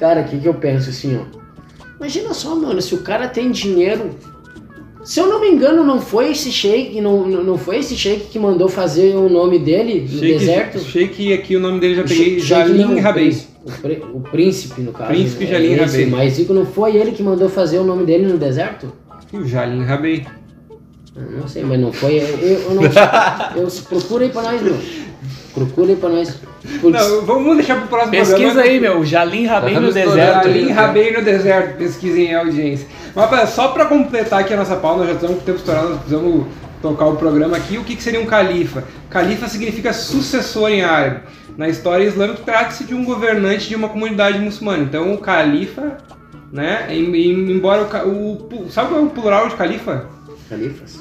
Speaker 6: Cara, o que, que eu penso assim, ó? Imagina só, mano, se o cara tem dinheiro. Se eu não me engano, não foi esse shake, não, não não foi esse shake que mandou fazer o nome dele no deserto?
Speaker 4: Achei que aqui o nome dele já
Speaker 6: O
Speaker 4: peguei.
Speaker 6: Che- Sheik não,
Speaker 4: Jalim
Speaker 6: o
Speaker 4: Rabei.
Speaker 6: príncipe- O, prê- o príncipe, no caso.
Speaker 4: Príncipe
Speaker 6: né?
Speaker 4: Jalim
Speaker 6: Esse,
Speaker 4: Rabei.
Speaker 6: Mas Zico não foi ele que mandou fazer o nome dele no deserto?
Speaker 4: E o Jalim Rabei.
Speaker 6: Eu não sei, mas não foi. Eu, eu não sei. Eu, procura aí pra nós, meu. Procura aí pra nós. Putz,
Speaker 4: Não, vamos deixar pro próximo
Speaker 7: Pesquisa
Speaker 4: programa. né?
Speaker 7: aí, meu. o Jalim Rabin
Speaker 5: Tá
Speaker 7: no
Speaker 5: misturado
Speaker 7: deserto.
Speaker 4: Ali em
Speaker 5: né?
Speaker 4: Rabeiro no Deserto, pesquisem a audiência. Mas pá, só pra completar aqui a nossa pauta, nós já estamos com o tempo estourado, nós precisamos tocar o programa aqui, o que, que seria um califa? Califa significa sucessor em árabe. Na história islâmica trata-se de um governante de uma comunidade muçulmana. Então o califa, né? em- em- Embora o, ca- o pu- sabe qual é o plural de califa?
Speaker 6: Califas?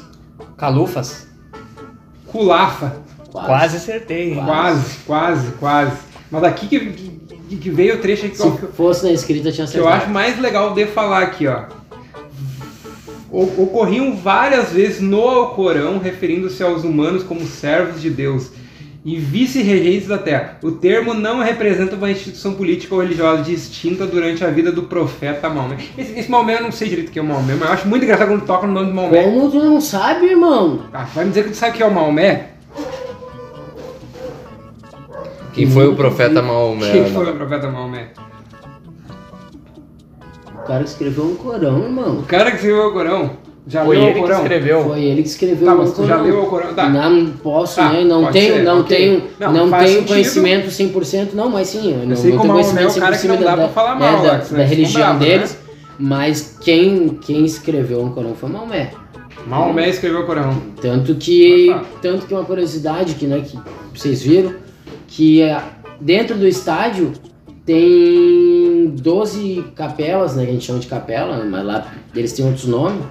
Speaker 7: Calufas?
Speaker 4: Culafa.
Speaker 7: Quase acertei. hein?
Speaker 4: Quase, quase, quase. Mas daqui que, que- que veio o trecho aqui que eu-
Speaker 6: Se fosse na escrita, tinha
Speaker 4: que eu acho
Speaker 6: acertado.
Speaker 4: mais legal de falar aqui, ó. O- Ocorriam várias vezes no Alcorão referindo-se aos humanos como servos de Deus e vice-regentes da terra. O termo não representa uma instituição política ou religiosa distinta durante a vida do profeta Maomé. Esse, esse Maomé eu não sei direito o que é o Maomé, mas eu acho muito engraçado quando toca no nome de Maomé.
Speaker 6: Como tu não sabe, irmão?
Speaker 4: Ah, vai me dizer que tu sabe o que é o Maomé?
Speaker 5: Quem foi o profeta Maomé?
Speaker 4: Quem foi o profeta Maomé?
Speaker 6: O cara que escreveu um corão, irmão.
Speaker 4: O cara que escreveu o Alcorão já
Speaker 7: Foi
Speaker 4: leu o
Speaker 7: ele que
Speaker 4: Alcorão?
Speaker 7: escreveu.
Speaker 6: Foi ele que escreveu
Speaker 4: Tá,
Speaker 6: um
Speaker 4: mas tu
Speaker 6: corão.
Speaker 4: já leu o Alcorão? Tá.
Speaker 6: Não posso,
Speaker 4: Tá,
Speaker 6: né? Não
Speaker 4: pode
Speaker 6: tenho,
Speaker 4: ser,
Speaker 6: não
Speaker 4: ok.
Speaker 6: tenho,
Speaker 4: Não,
Speaker 6: não,
Speaker 4: faz
Speaker 6: tenho
Speaker 4: sentido.
Speaker 6: conhecimento 100%, não, mas sim, eu não,
Speaker 4: sei
Speaker 6: não
Speaker 4: como
Speaker 6: tenho
Speaker 4: a Maomé é o
Speaker 6: conhecimento 100%
Speaker 4: cara que não
Speaker 6: da,
Speaker 4: dá pra falar mal,
Speaker 6: é, da,
Speaker 4: Alex, né?
Speaker 6: da
Speaker 4: Eles
Speaker 6: religião
Speaker 4: são bravos,
Speaker 6: deles, mas quem, quem escreveu um corão foi Maomé.
Speaker 4: Maomé escreveu o Alcorão.
Speaker 6: Tanto que,
Speaker 4: Pode
Speaker 6: tanto que é uma curiosidade que, né, que vocês viram, que é, dentro do estádio tem 12 capelas, né, que a gente chama de capela, né, mas lá eles têm outros nomes,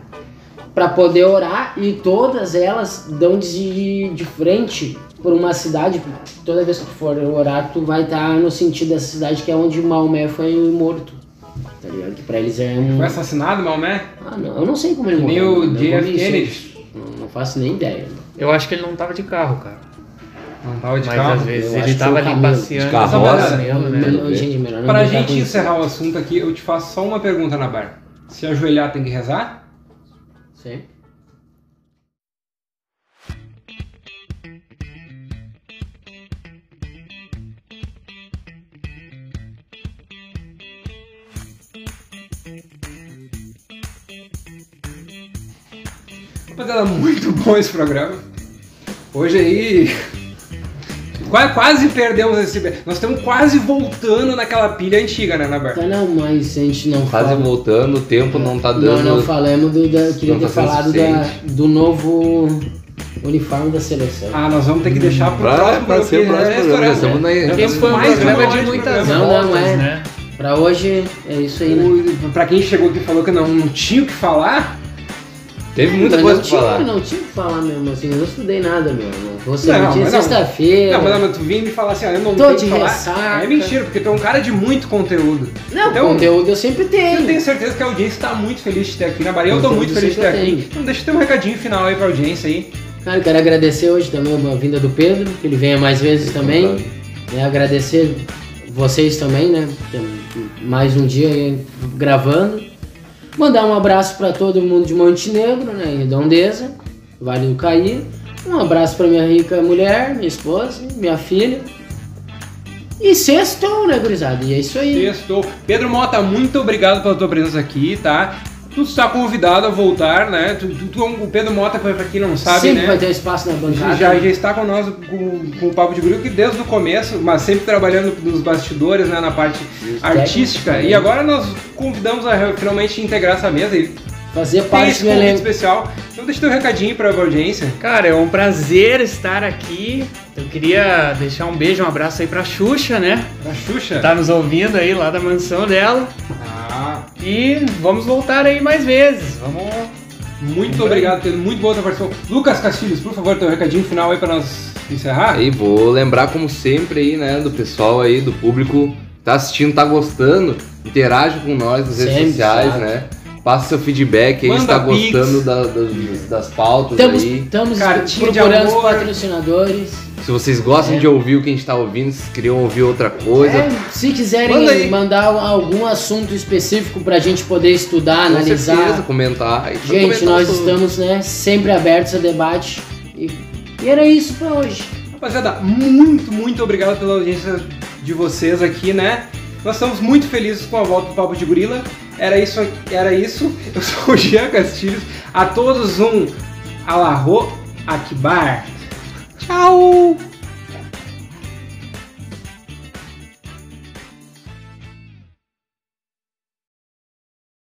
Speaker 6: para poder orar e todas elas dão de, de frente por uma cidade. Toda vez que tu for orar, tu vai estar no sentido dessa cidade que é onde Maomé foi morto. Tá ligado? Que pra eles é um.
Speaker 4: Foi assassinado, Maomé?
Speaker 6: Ah, não, eu não sei como ele
Speaker 4: Que nem
Speaker 6: morreu.
Speaker 4: o
Speaker 6: né,
Speaker 4: JF
Speaker 6: eu vi isso aí.
Speaker 4: Kennedy.
Speaker 6: Não, não faço nem ideia. né?
Speaker 7: Eu acho que ele não tava de carro, cara.
Speaker 4: Não tava de
Speaker 7: Mas
Speaker 4: carro.
Speaker 7: às vezes
Speaker 6: Eu acho
Speaker 7: ele
Speaker 6: que foi
Speaker 7: tava
Speaker 6: o
Speaker 7: ali
Speaker 6: Camelo.
Speaker 7: passeando.
Speaker 5: De carroça?
Speaker 7: Camelo, né?
Speaker 6: Melhor- gente, melhor não
Speaker 4: Pra
Speaker 6: brincar
Speaker 4: gente
Speaker 6: com isso.
Speaker 4: encerrar o assunto aqui, eu te faço só uma pergunta, Nabar. Se ajoelhar tem que rezar?
Speaker 6: Sim.
Speaker 4: Rapaziada, muito bom esse programa. Hoje aí. qua- Quase perdemos esse. Nós estamos quase voltando naquela pilha antiga, né, Nabar?
Speaker 6: Tá, não, mas a gente não
Speaker 5: Quase
Speaker 6: fala.
Speaker 5: voltando, o tempo não tá
Speaker 6: Não,
Speaker 5: dando.
Speaker 6: não falamos do. Da, eu queria
Speaker 5: Não
Speaker 6: ter
Speaker 5: tá sendo
Speaker 6: falado da,
Speaker 5: suficiente.
Speaker 6: do novo uniforme da seleção.
Speaker 4: Ah, nós vamos ter que deixar pro
Speaker 5: Pra,
Speaker 4: próximo
Speaker 5: pra ser o
Speaker 4: programa,
Speaker 5: próximo
Speaker 4: né,
Speaker 5: programa.
Speaker 4: Soraya?
Speaker 5: nós estamos na- nós
Speaker 7: Esse
Speaker 5: estamos
Speaker 7: foi um
Speaker 4: Mais
Speaker 5: mais
Speaker 7: programa
Speaker 4: uma
Speaker 7: de
Speaker 4: hora de
Speaker 7: muitas
Speaker 4: programa.
Speaker 6: Não, não,
Speaker 7: voltas,
Speaker 6: é.
Speaker 7: né?
Speaker 6: Pra hoje é isso aí, né?
Speaker 4: O- Pra quem chegou aqui e falou que não, não tinha o que falar,
Speaker 5: Teve muita
Speaker 6: Mas
Speaker 5: coisa
Speaker 6: Então, não
Speaker 5: pra
Speaker 6: tinha,
Speaker 5: falar.
Speaker 6: Não tinha o que falar mesmo, assim. Eu não estudei nada, meu. Não vou ser
Speaker 4: Não,
Speaker 6: mentira.
Speaker 4: mas não.
Speaker 6: Sexta-feira.
Speaker 4: Não, mas, mas tu vinha me falar assim, ó, eu não
Speaker 6: Tô
Speaker 4: tenho
Speaker 6: de
Speaker 4: que falar.
Speaker 6: ressaca.
Speaker 4: É mentira, porque tu é um cara de muito conteúdo.
Speaker 6: Não,
Speaker 4: Então-
Speaker 6: conteúdo eu sempre tenho.
Speaker 4: Eu tenho certeza que a audiência está muito feliz de ter aqui na Bahia. Eu tô
Speaker 6: Conteúdo
Speaker 4: muito feliz de ter
Speaker 6: sempre
Speaker 4: aqui.
Speaker 6: tem.
Speaker 4: Então deixa eu ter um recadinho final aí pra audiência aí.
Speaker 6: Cara, eu quero agradecer hoje também a vinda do Pedro, que ele venha mais vezes também. né, agradecer vocês também, né? Mais um dia aí gravando. Mandar um abraço para todo mundo de Montenegro, né? Em Redondeza, Vale do Caí. Um abraço para minha rica mulher, minha esposa, minha filha. E sextou, né, gurizada? E é isso aí.
Speaker 4: Sextou. Pedro Mota, muito obrigado pela tua presença aqui, tá? Tu está convidado a voltar, né? Tu, tu- tu é um- o Pedro Mota, pra pra quem não sabe,
Speaker 6: Sempre
Speaker 4: né?
Speaker 6: vai ter um espaço na bancada.
Speaker 4: Já, já está com nós com, com o Papo de Grilo, que desde o começo, mas sempre trabalhando nos bastidores, né, na parte artística. E
Speaker 6: também.
Speaker 4: agora nós convidamos a re- finalmente integrar essa mesa e
Speaker 6: Fazer
Speaker 4: tem
Speaker 6: parte
Speaker 4: esse
Speaker 6: do
Speaker 4: convite
Speaker 6: elenco.
Speaker 4: especial. Então deixa teu recadinho pra audiência.
Speaker 7: Cara, é um prazer estar aqui. Eu queria deixar um beijo, um abraço aí pra Xuxa, né?
Speaker 4: Da Xuxa.
Speaker 7: Tá nos ouvindo aí lá da mansão dela.
Speaker 4: Ah,
Speaker 7: E vamos voltar aí mais vezes. Vamos.
Speaker 4: muito obrigado, Pedro. Muito boa tua participação. Lucas Castilhos, por favor, teu recadinho final aí pra nós encerrar.
Speaker 5: Aí vou lembrar como sempre aí, né, do pessoal aí, do público tá assistindo, tá gostando, interage com nós nas redes
Speaker 6: Sempre,
Speaker 5: sociais,
Speaker 6: sabe?
Speaker 5: né? Passa seu feedback aí,
Speaker 4: Manda
Speaker 5: se tá
Speaker 4: pix.
Speaker 5: gostando da- das, das pautas
Speaker 6: Estamos,
Speaker 5: aí.
Speaker 6: estamos
Speaker 4: Cartinha de
Speaker 6: procurando os
Speaker 4: amor.
Speaker 6: patrocinadores.
Speaker 5: Se vocês gostam
Speaker 6: É.
Speaker 5: de ouvir o que a gente tá ouvindo, se queriam ouvir outra coisa,
Speaker 6: É, se
Speaker 5: Manda
Speaker 6: quiserem
Speaker 5: aí.
Speaker 6: mandar algum assunto específico pra gente poder estudar,
Speaker 5: com
Speaker 6: analisar.
Speaker 5: certeza, comentar. Aí, pode
Speaker 6: Gente,
Speaker 5: comentar
Speaker 6: nós
Speaker 5: sobre.
Speaker 6: estamos né, sempre abertos a debate. E, e era isso pra hoje.
Speaker 4: Rapaziada, muito, muito obrigado pela audiência de vocês aqui, né? Nós estamos muito felizes com a volta do Papo de Gorila. Era isso, aqui- era isso. Eu sou o Jean Castilhos. A todos um Alarro Akbar. Tchau!